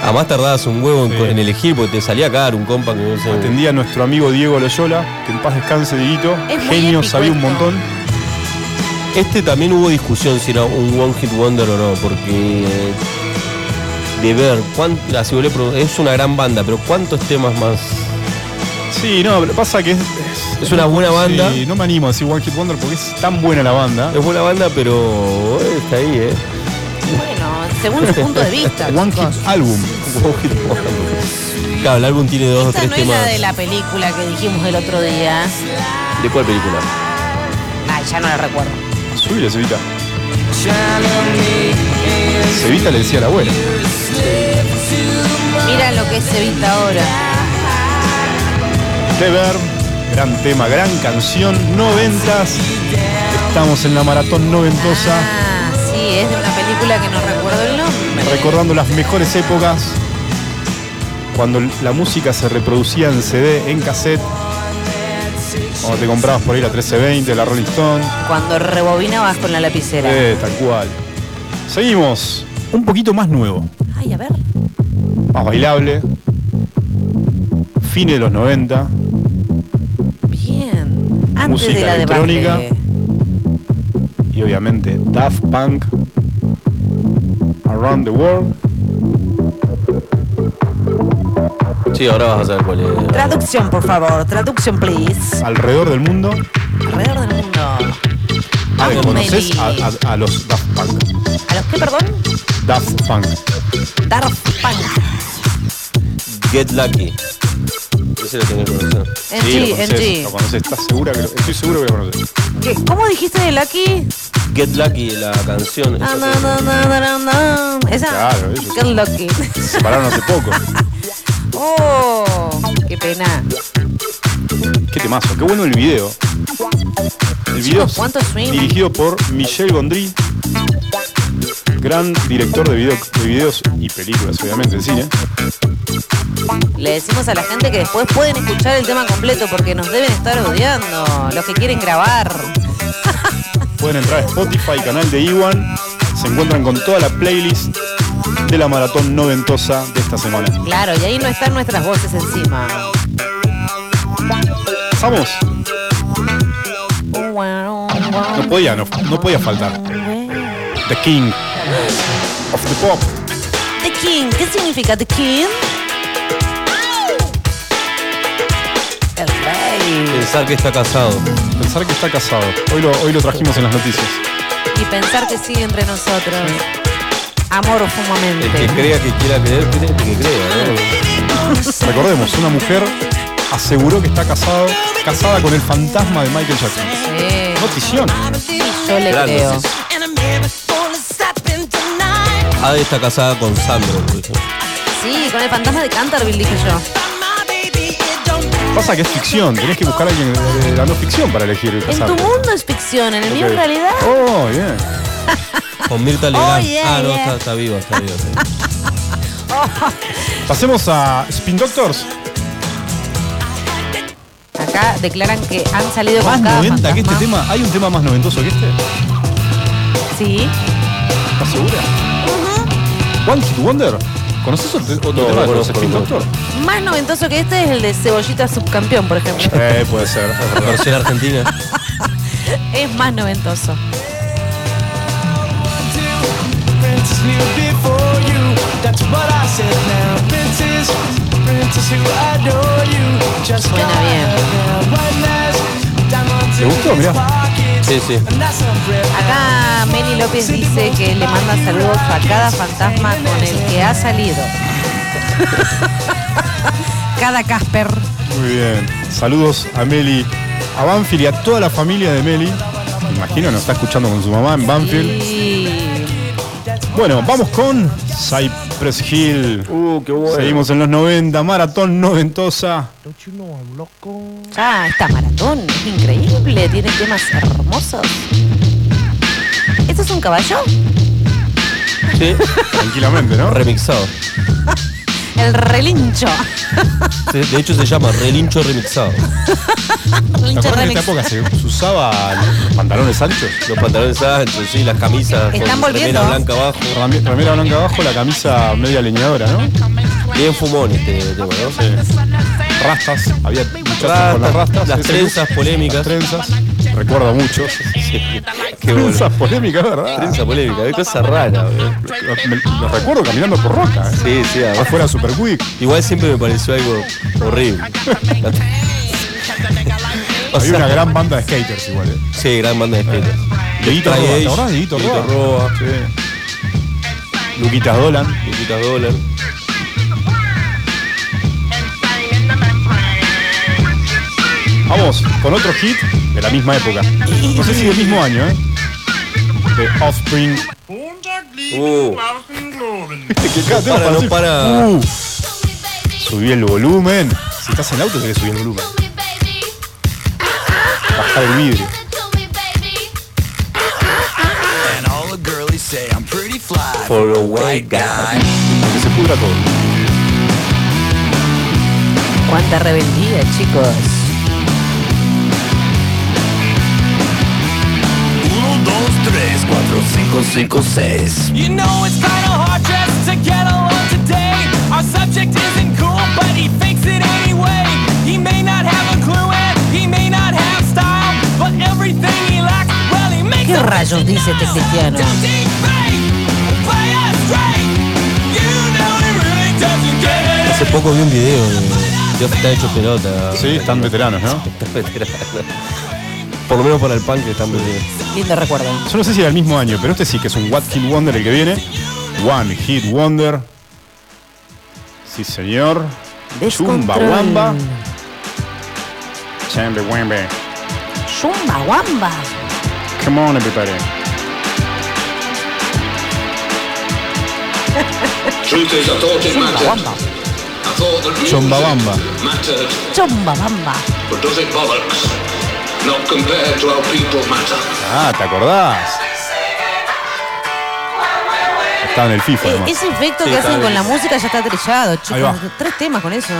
S2: Además tardabas un huevo en,
S1: Sí.
S2: en elegir porque te salía caro un compact. no sé.
S1: Atendía a nuestro amigo Diego Loyola, que en paz descanse, Dieguito.
S3: Es muy
S1: Genio,
S3: épico
S1: sabía un
S3: esto.
S1: montón.
S2: Este también hubo discusión si era un One Hit Wonder o no, porque eh, de ver, cuán- ah, la Cibole Pro- es una gran banda, pero ¿cuántos temas más?
S1: Sí, no, pero pasa que es. Es,
S2: Es una buena banda.
S1: Sí, no me animo a decir One Hit Wonder porque es tan buena la banda.
S2: Es buena banda, pero eh, está ahí, ¿eh?
S3: Bueno, según su punto de vista.
S1: One
S3: chicos.
S1: Hit Album.
S2: One Hit Wonder. Claro, el álbum tiene dos o
S3: Esta
S2: tres
S3: no es
S2: temas.
S3: la de la película que dijimos el otro día.
S2: ¿De cuál película?
S3: Ay, ya no la recuerdo.
S1: Subile, Cevita. Cevita le decía a la abuela.
S3: Mira lo que es Evita ahora.
S1: De ver. Gran tema, gran canción, noventas. Estamos en la maratón noventosa,
S3: Ah, sí, es de una película que no recuerdo el nombre.
S1: recordando las mejores épocas, cuando la música se reproducía en CD, en cassette, cuando te comprabas por ahí la 1320, la Rolling Stone.
S3: Cuando rebobinabas con la lapicera.
S1: Eh, tal cual. Seguimos. Un poquito más nuevo.
S3: Ay, a ver.
S1: Más bailable. Fines de los 90.
S3: Bien. Antes
S1: Música
S3: de la de
S1: electrónica. Y obviamente Daft Punk. Around the World.
S2: Sí, ahora vas a saber cuál es.
S3: Traducción, por favor. Traducción, please.
S1: Alrededor del mundo.
S3: Alrededor del mundo.
S1: Ah,
S3: Vamos,
S1: conoces a,
S3: Meli.
S1: a- a los Daft Punk.
S3: ¿A los qué, perdón?
S1: Daft Punk.
S3: Daft Punk.
S2: Get Lucky. Ese lo tenés que
S3: NG,
S2: conocer.
S1: lo conoces. Lo
S3: NG.
S1: conoces. ¿Estás segura? que lo- Estoy seguro que lo conoces.
S3: ¿Qué? ¿Cómo dijiste de Lucky?
S2: Get Lucky, la canción.
S3: Ah,
S2: esa
S3: na,
S2: que-
S3: na, na, na, na, na. Esa.
S1: Claro, ellos.
S3: Qué lucky.
S1: Se separaron hace poco.
S3: Oh, qué pena.
S1: Qué temazo. Qué bueno el video. El video
S3: Chicos, ¿cuánto swing?
S1: dirigido por Michel Gondry, gran director de, video- de videos y películas, obviamente, de cine.
S3: Le decimos a la gente que después pueden escuchar el tema completo porque nos deben estar odiando los que quieren grabar.
S1: Pueden entrar a Spotify, canal de Iwan. Se encuentran con toda la playlist de la maratón noventosa de esta semana.
S3: Claro, y ahí no están nuestras voces encima.
S1: ¡Vamos! No podía, no, no podía faltar. The King of the Pop.
S3: The King, ¿qué significa The King? El rey.
S2: Pensar que está casado.
S1: Pensar que está casado. Hoy lo, hoy lo trajimos en las noticias.
S3: Y pensar que sigue entre nosotros. Amor o
S2: El que
S3: fumamente.
S2: crea que quiera creer, ¿eh? cree que crea, ¿no?
S1: Recordemos, una mujer aseguró que está casado, casada con el fantasma de Michael Jackson.
S3: Sí,
S1: Notición.
S3: Eh, yo le
S2: Grande.
S3: creo.
S2: Ade está casada con Sandro, por ejemplo.
S3: Sí, con el fantasma de Canterville dije yo.
S1: Pasa que es ficción, tenés que buscar a alguien de la no ficción para elegir el
S3: En tu
S1: casarte.
S3: mundo es ficción, en el mío
S1: Ok.
S3: es realidad. Oh,
S1: Oh, bien.
S2: Con Mirta Legrand.
S3: yeah,
S2: ah, no,
S3: yeah.
S2: está, está viva, está viva. está viva.
S1: Pasemos a Spin Doctors.
S3: Acá declaran que han salido
S1: Más
S3: con cada
S1: 90 que este
S3: fantasma.
S1: tema. ¿Hay un tema más noventoso que este?
S3: Sí.
S1: ¿Estás segura? One Hit Wonder. ¿Conoces otro, otro
S2: No,
S1: tema
S2: no
S1: de los
S2: conozco,
S1: Spin
S2: no
S1: Doctors?
S3: Más noventoso que este es el de Cebollita Subcampeón, por ejemplo.
S1: Eh, puede ser.
S2: Versión argentina.
S3: Es más noventoso.
S8: Princess knew before you. That's what I said now. Princess, princess who adore you. Just
S3: Suena
S8: like
S3: bien.
S8: her whiteness, diamonds
S1: ¿Te
S8: in
S1: gustó?
S8: his
S1: Mirá.
S8: pockets,
S2: Sí, sí.
S8: and that's a real
S3: Acá Meli López dice que le manda saludos a cada fantasma con el que ha salido. cada Casper.
S1: Muy bien. Saludos a Meli, a Banfield y a toda la familia de Meli. Me Imagino, nos está escuchando con su mamá en Banfield.
S3: Y
S1: Bueno, vamos con Cypress Hill.
S2: Uh, qué bueno.
S1: Seguimos en los 90, maratón noventosa.
S3: ah, esta maratón es increíble, tiene temas hermosos. ¿Esto es un caballo?
S2: Sí,
S1: Tranquilamente, ¿no?
S2: remixado.
S3: El relincho.
S2: Sí, De hecho se llama Relincho Remixado.
S1: ¿Te
S3: Relincho
S1: acuerdas que en
S3: remix.
S1: esta época se se usaba los pantalones anchos?
S2: Los pantalones anchos, sí, las camisas
S3: Están
S2: con remera
S3: volviendo.
S2: blanca abajo.
S1: Rami- Remera blanca abajo, la camisa media leñadora, ¿no?
S2: Bien fumón este tema, ¿no?
S1: Rastas, había muchachos con las
S2: Rastas,
S1: rastas.
S2: las
S1: ese-
S2: trenzas
S1: Las
S2: polémicas.
S1: trenzas, recuerdo mucho.
S2: Qué bueno.
S1: Trenzas polémicas, ¿verdad?
S2: Trenza polémica, qué cosa rara. boludo.
S1: Me- Los recuerdo caminando por Roca. ¿eh?
S2: Sí, sí, además.
S1: Afuera Super Quick.
S2: Igual siempre me pareció algo horrible. O
S1: Había
S2: sea,
S1: una gran banda de skaters igual. ¿eh?
S2: Sí, gran banda de skaters.
S1: Dieguito
S2: Trae
S1: Roa, ¿te
S2: Age,
S1: acordás de Dieguito
S2: Dieguito
S1: Roa?
S2: Roa,
S1: Sí. Luquitas Dolan.
S2: Luquitas Dólar.
S1: Vamos, con otro hit de la misma época. No sé si del mismo año, ¿eh? De Offspring.
S2: Uh,
S1: Que cada tema
S2: para,
S1: parece-
S2: no para.
S1: Uh. Subí el volumen. Si estás en auto, tenés que subir el volumen. bajar el vidrio.
S11: And all the girlies say I'm pretty fly.
S2: For a white guy.
S1: Que se pudra todo.
S3: Cuánta rebeldía, chicos.
S11: Uno, dos, tres, cuatro, cinco, cinco, seis.
S8: You know it's kinda hard just to get along today. Our subject isn't cool, but he fakes it anyway. He may not have a clue and he may not have style, but everything he lacks, well, he makes
S3: ¿Qué
S8: up
S3: rayos dice este cristiano?
S2: Hace poco vi un video de Dios está hecho pelota.
S1: Sí, están veteranos, ¿no?
S2: Por lo menos para el pan que están perdidos.
S3: Lindo recuerdo.
S1: Yo no sé si era el mismo año, pero este sí que es un What Hit Wonder el que viene. One Hit Wonder. Sí, señor. Chumba
S3: Descontrol.
S1: Wamba. Chamber Wamba.
S3: Zumba, guamba.
S1: Come on, everybody.
S3: Zumba, guamba.
S1: Chumba Wamba.
S3: Chumba, bamba.
S1: Ah, ¿te acordás? Estaba en el FIFA,
S3: E-
S1: además.
S3: ese efecto
S2: Sí,
S3: que
S2: está
S3: hacen con
S2: bien.
S3: la música ya está trillado,
S1: Ahí va.
S3: chicos. Tres temas con eso.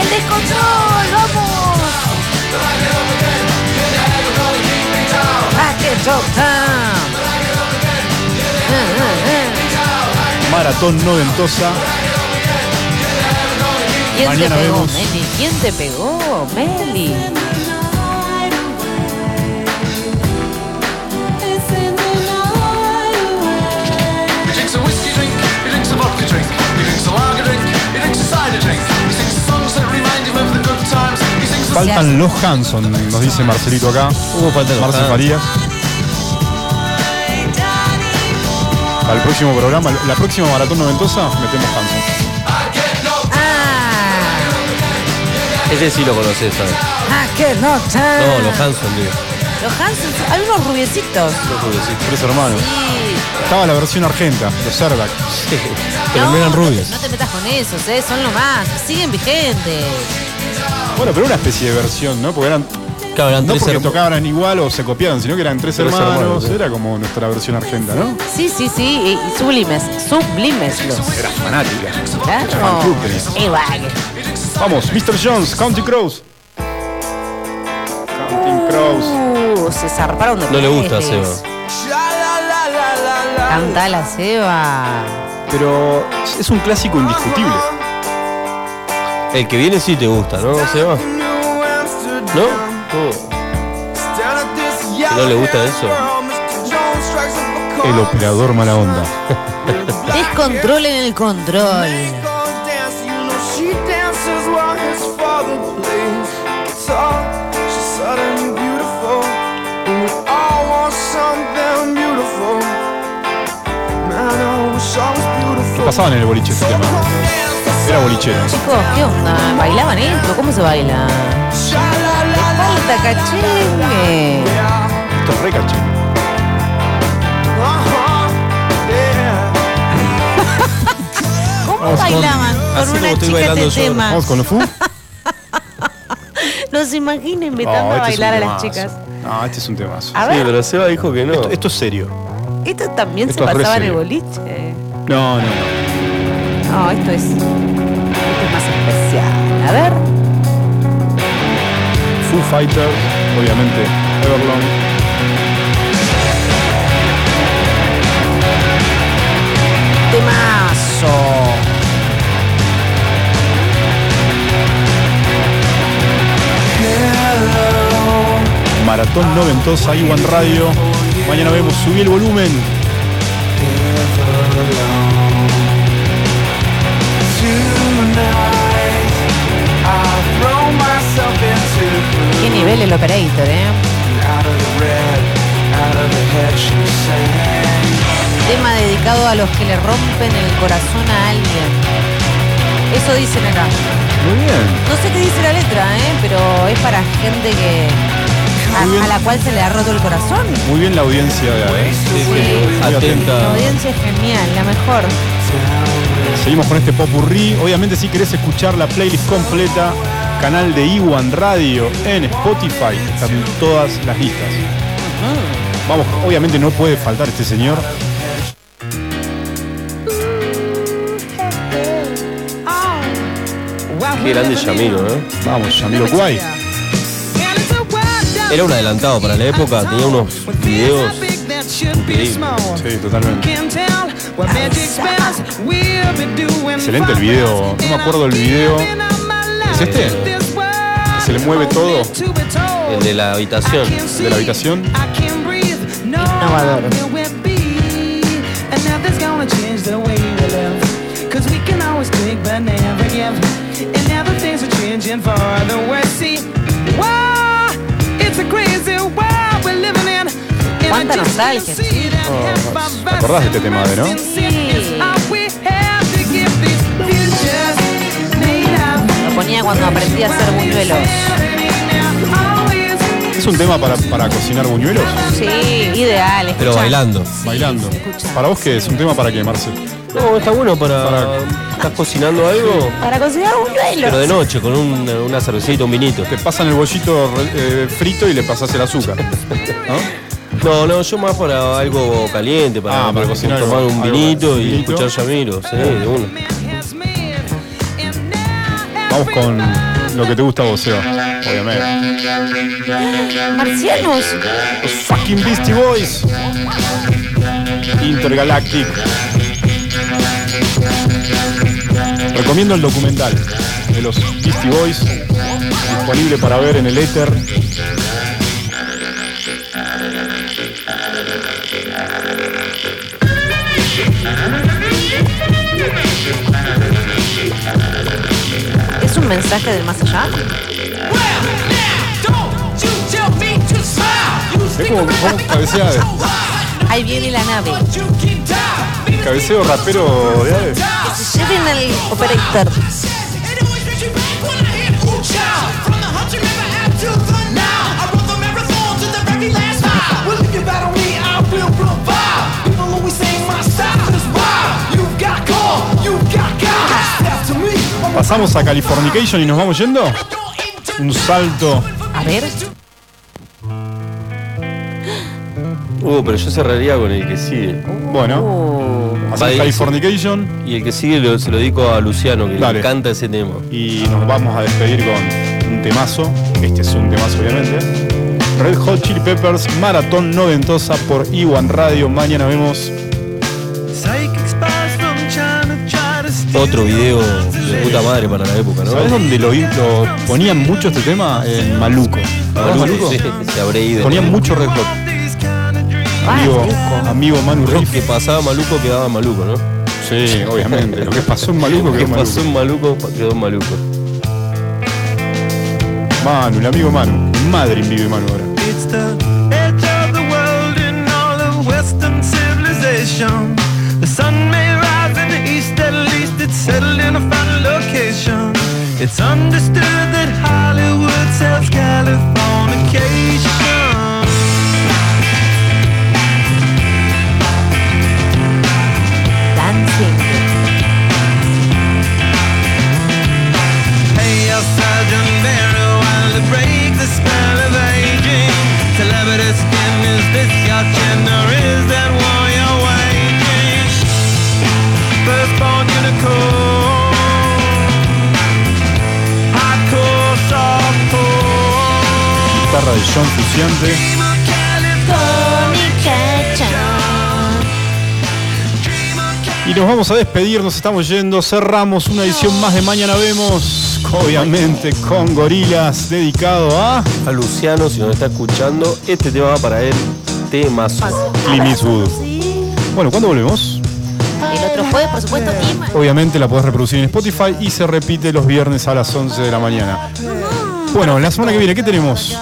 S7: ¡El descontrol! ¡Vamos!
S3: Ah, qué chota. Ah,
S1: Maratón noventosa.
S3: ¿Quién
S1: Mañana
S3: te pegó,
S1: vemos.
S3: Meli? ¿Quién te pegó, Meli?
S1: Faltan los Hanson, nos dice Marcelito acá.
S2: Hubo falta de
S1: Marcel Farías. Al próximo programa, la próxima maratón noventosa, metemos Hanson.
S3: Ah,
S2: Ese sí lo conoces, ¿sabes?
S3: ah, qué nota.
S2: No, los
S1: Ah.
S2: Hanson, digo.
S3: Los Hanson, hay unos rubiecitos.
S2: Los rubios, sí.
S1: Tres hermanos.
S3: Sí.
S1: Estaba la versión argenta, los Cerdac.
S2: Pero no eran
S3: no,
S2: rubios.
S3: No te metas con esos, eh, son lo más. Siguen vigentes.
S1: Bueno, pero una especie de versión, ¿no? Porque eran.
S2: Claro, eran
S1: No
S2: tres
S1: porque
S2: hermanos.
S1: tocaban igual o se copiaban, sino que eran tres,
S2: Tres
S1: hermanos.
S2: hermanos, sí.
S1: Era como nuestra versión argenta, ¿no?
S3: Sí, sí, sí, y, y sublimes, sublimes los.
S1: Era fanática. Llaman
S3: Claro.
S1: Cookeries.
S3: Y vague.
S1: Vamos, Mr. Jones, Counting Crows. Counting Crows.
S3: Uh, se zarparon de
S2: No le gusta a Seba.
S3: peles. Canta la Seba.
S1: Pero es un clásico indiscutible.
S2: El que viene sí te gusta, ¿no, Seba? ¿No? Oh, no le gusta eso?
S1: El operador mala onda.
S3: Descontrol en el control.
S1: ¿Qué pasaba en el boliche este tema? Era bolichero.
S3: Chicos, ¿qué onda? ¿Bailaban esto? ¿Cómo se baila? Falta cachengue.
S1: Esto es re caché.
S3: ¿Cómo bailaban con,
S2: así como
S3: una
S2: estoy
S3: chica
S2: bailando
S3: este
S2: yo.
S3: tema?
S1: Vamos con los Fu.
S3: Los imagino invitando
S1: No,
S3: a
S1: este es un
S3: bailar a las
S1: temazo.
S3: chicas.
S1: No, este es un temazo.
S3: A
S2: Sí,
S3: ver,
S2: pero Seba dijo que no.
S1: Esto, esto es serio.
S3: esto también
S1: esto es
S3: se
S1: re
S3: pasaba en el
S1: serio.
S3: boliche.
S1: No, no, no.
S3: No, esto es, esto es más especial. A ver,
S1: Foo Fighters, obviamente. Everlong.
S3: temazo.
S1: Maratón Noventosa, Iwan Radio. Mañana vemos, subí el volumen.
S3: Qué nivel el operator, ¿eh? Tema dedicado a los que le rompen el corazón a alguien. Eso dicen acá.
S1: Muy bien.
S3: No sé qué dice la letra, ¿eh? Pero es para gente que
S1: Muy
S3: a,
S1: bien.
S3: a la cual se le ha roto el corazón.
S1: Muy bien la audiencia de acá, ¿eh?
S2: Sí, sí,
S1: Muy
S2: atenta.
S3: La audiencia es genial, la mejor.
S1: Seguimos con este popurrí. Obviamente si querés escuchar la playlist completa, canal de Iwan Radio en Spotify. Están todas las listas. Vamos, obviamente no puede faltar este señor.
S2: Qué grande Yamiro, ¿no?
S1: ¿eh? Vamos, Yamiroquai.
S2: Era un adelantado para la época, tenía unos videos.
S1: Sí, totalmente. Excelente el video. No me acuerdo el video. ¿Es este? Se le mueve todo.
S2: El de la habitación.
S1: de la habitación.
S3: Innovador. Cuánta nostalgia.
S1: ¿Te acordás de este tema, de no?
S3: Lo ponía cuando aprendí a hacer buñuelos.
S1: ¿Es un tema para, para cocinar buñuelos?
S3: Sí, ideal.
S2: Pero
S3: escuchá.
S2: bailando.
S1: Bailando. ¿Para vos qué es? ¿Un tema para quemarse?
S2: No, está bueno para. Estás cocinando algo,
S3: Para cocinar buñuelos.
S2: pero de noche, con un- una cervecita, un vinito.
S1: Te pasan el bollito eh, frito y le pasás el azúcar. ¿No?
S2: No, no, yo más para algo caliente, para,
S1: Ah, para cocinar
S2: tomar
S1: algo-
S2: un
S1: algo-
S2: vinito y
S1: vinito.
S2: escuchar Yamiro. Sí, de uno.
S1: Vamos con lo que te gusta a vos, Seba. Obviamente.
S3: Marcianos.
S1: Los fucking Beastie Boys. Intergalactic. Recomiendo el documental de los Beastie Boys. Disponible para ver en el éter.
S3: ¿Es un mensaje del más allá?
S1: Es como cómo cabecea de-
S3: Ahí viene la nave.
S1: cabeceo rapero de Ade.
S3: Lleven al operator.
S1: Pasamos a Californication y nos vamos yendo. Un salto.
S3: A ver.
S2: Uh, pero yo cerraría con el que sigue.
S1: Bueno,
S3: Uh,
S1: pasamos a Californication
S2: Y el que sigue lo- se lo dedico a Luciano, que
S1: Dale.
S2: le encanta ese tema.
S1: y nos vamos a despedir con un temazo. Este es un temazo, obviamente. Red Hot Chili Peppers, Maratón Noventosa por Iwan Radio. Mañana vemos.
S2: Otro video de puta madre para la época, ¿no?
S1: ¿Sabes dónde lo, vi- lo ponían mucho este tema? En Maluco. ¿Sabés Maluco?
S2: Ah, Sí, se habré ido.
S1: Ponían mucho Red Hot.
S3: ah,
S1: Amigo, amigo Manu
S2: Lo que
S1: Riff.
S2: pasaba Maluco quedaba Maluco, ¿no?
S1: Sí, obviamente. Lo que pasó en Maluco
S2: Lo
S1: quedó
S2: que
S1: en Maluco.
S2: pasó en Maluco pa- quedó en Maluco.
S1: Manu, el amigo Manu. Madre vive Manu ahora.
S5: It's the edge of the world in all of Western civilization. The sun may rise in the east, at least it's settled in a final location. It's understood that Hollywood sells Californication.
S3: dancing.
S5: Hey, El Sergeant Barry, while they break the spell of aging. Celebrity skin, is this your chin or is that war you're waging? Firstborn unicorn, hardcore softcore.
S1: Guitarra de John Fuciante.
S5: Dream of Californication. Dream of
S1: Y nos vamos a despedir, nos estamos yendo, cerramos una edición más de Mañana Vemos, obviamente con gorilas, dedicado a
S2: A Luciano, si nos está escuchando, este tema va para él. Temazo.
S1: Clint Eastwood. Bueno, ¿cuándo volvemos?
S3: El otro jueves, por supuesto, y ma-
S1: Obviamente la podés reproducir en Spotify y se repite los viernes a las 11 de la mañana. Bueno, la semana que viene, ¿qué tenemos?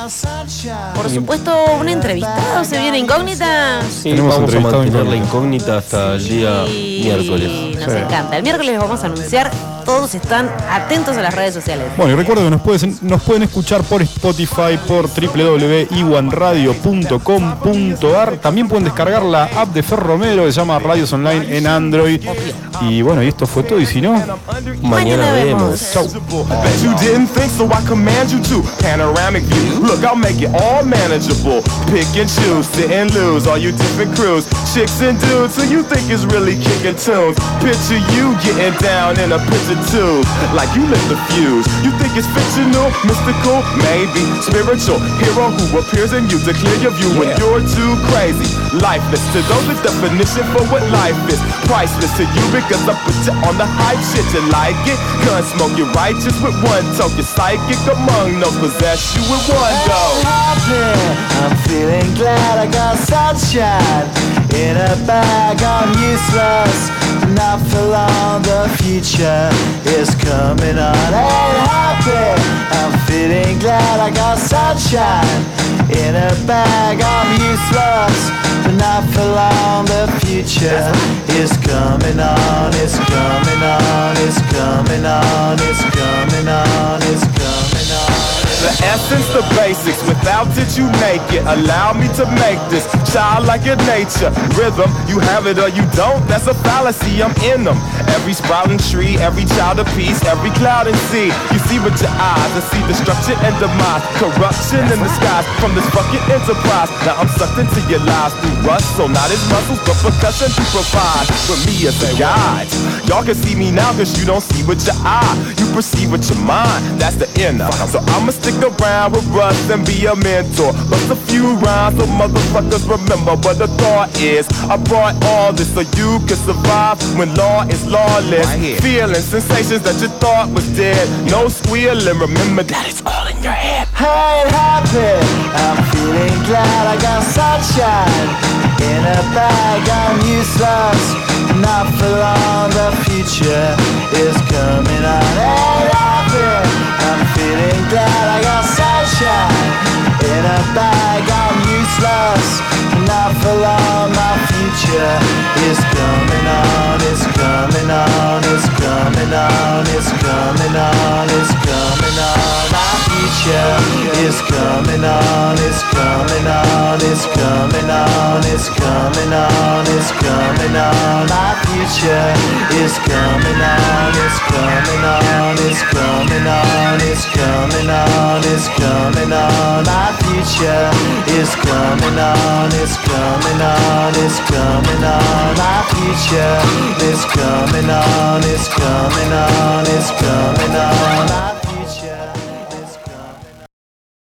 S3: por supuesto un entrevistado se viene incógnita.
S2: Sí,
S1: Tenemos
S2: vamos a
S1: entrevistado
S2: mantener la
S1: incógnito.
S2: incógnita hasta el día
S3: Y
S2: miércoles.
S3: Nos
S1: Sí.
S3: encanta. El miércoles vamos a anunciar todos están atentos a las redes sociales.
S1: Bueno, y recuerdo que nos pueden, nos pueden escuchar por Spotify, por www.iwanradio.com.ar. También pueden descargar la app de Fer Romero que se llama Radios Online en Android. Y bueno, y esto fue todo. Y si no,
S2: Mañana
S3: Mañana
S2: vemos.
S3: vemos.
S1: chau.
S12: I bet you didn't think, so I command you to. Panoramic view, look, I'll make it all manageable. Pick and choose, sit and lose, all you different crews. Chicks and dudes who you think is really kicking tunes. Picture you getting down in a picture too, like you lit the fuse. You think it's fictional, mystical, maybe spiritual. Hero who appears in you to clear your view when you're too crazy. Lifeless to those, the definition for what life is. Priceless to you because I put you on the hype shit. You like it? Gun smoke, you're righteous with one toke. You're psychic among no possess you with one go.
S11: I'm feeling glad I got sunshine in a bag. I'm useless, not for long. The future is coming on. Ain't happy. I'm feeling glad I got sunshine in a bag. I'm useless, but not for long. The future is coming on. It's coming on. It's coming on. It's coming on. It's coming on.
S12: The essence, the basics, without it you make it. Allow me to make this child like your nature. Rhythm, you have it or you don't, that's a fallacy, I'm in them. Every sprouting tree, every child of peace, every cloud and sea. You see with your eyes and see destruction and demise. Corruption in disguise from this fucking enterprise. Now I'm sucked into your lies through rust, so not his muscles, but percussion to provide for me as a guide. Y'all can see me now cause you don't see with your eye. You perceive with your mind, that's the inner. So I'ma stick around with Russ and be a mentor. Bust a few rhymes so motherfuckers remember what the thought is. I brought all this so you can survive when law is lawless. Feeling sensations that you thought was dead. No squealing, remember that it's all in your head.
S11: Hey, it happened. I'm feeling glad I got sunshine in a bag. I'm useless, not for long. The future is coming on. Hey, it happened. I'm feeling glad I got sunshine in a bag. I'm useless, not for long. My future is coming on. It's coming on. It's coming on. It's coming on. It's coming on. My future is coming on, it's coming on, it's coming on, it's coming on, it's coming on. My future is coming on, it's coming on, it's coming on, it's coming on, it's coming on. My future is coming on, it's coming on, it's coming on. My future is coming on, it's coming on, it's coming on.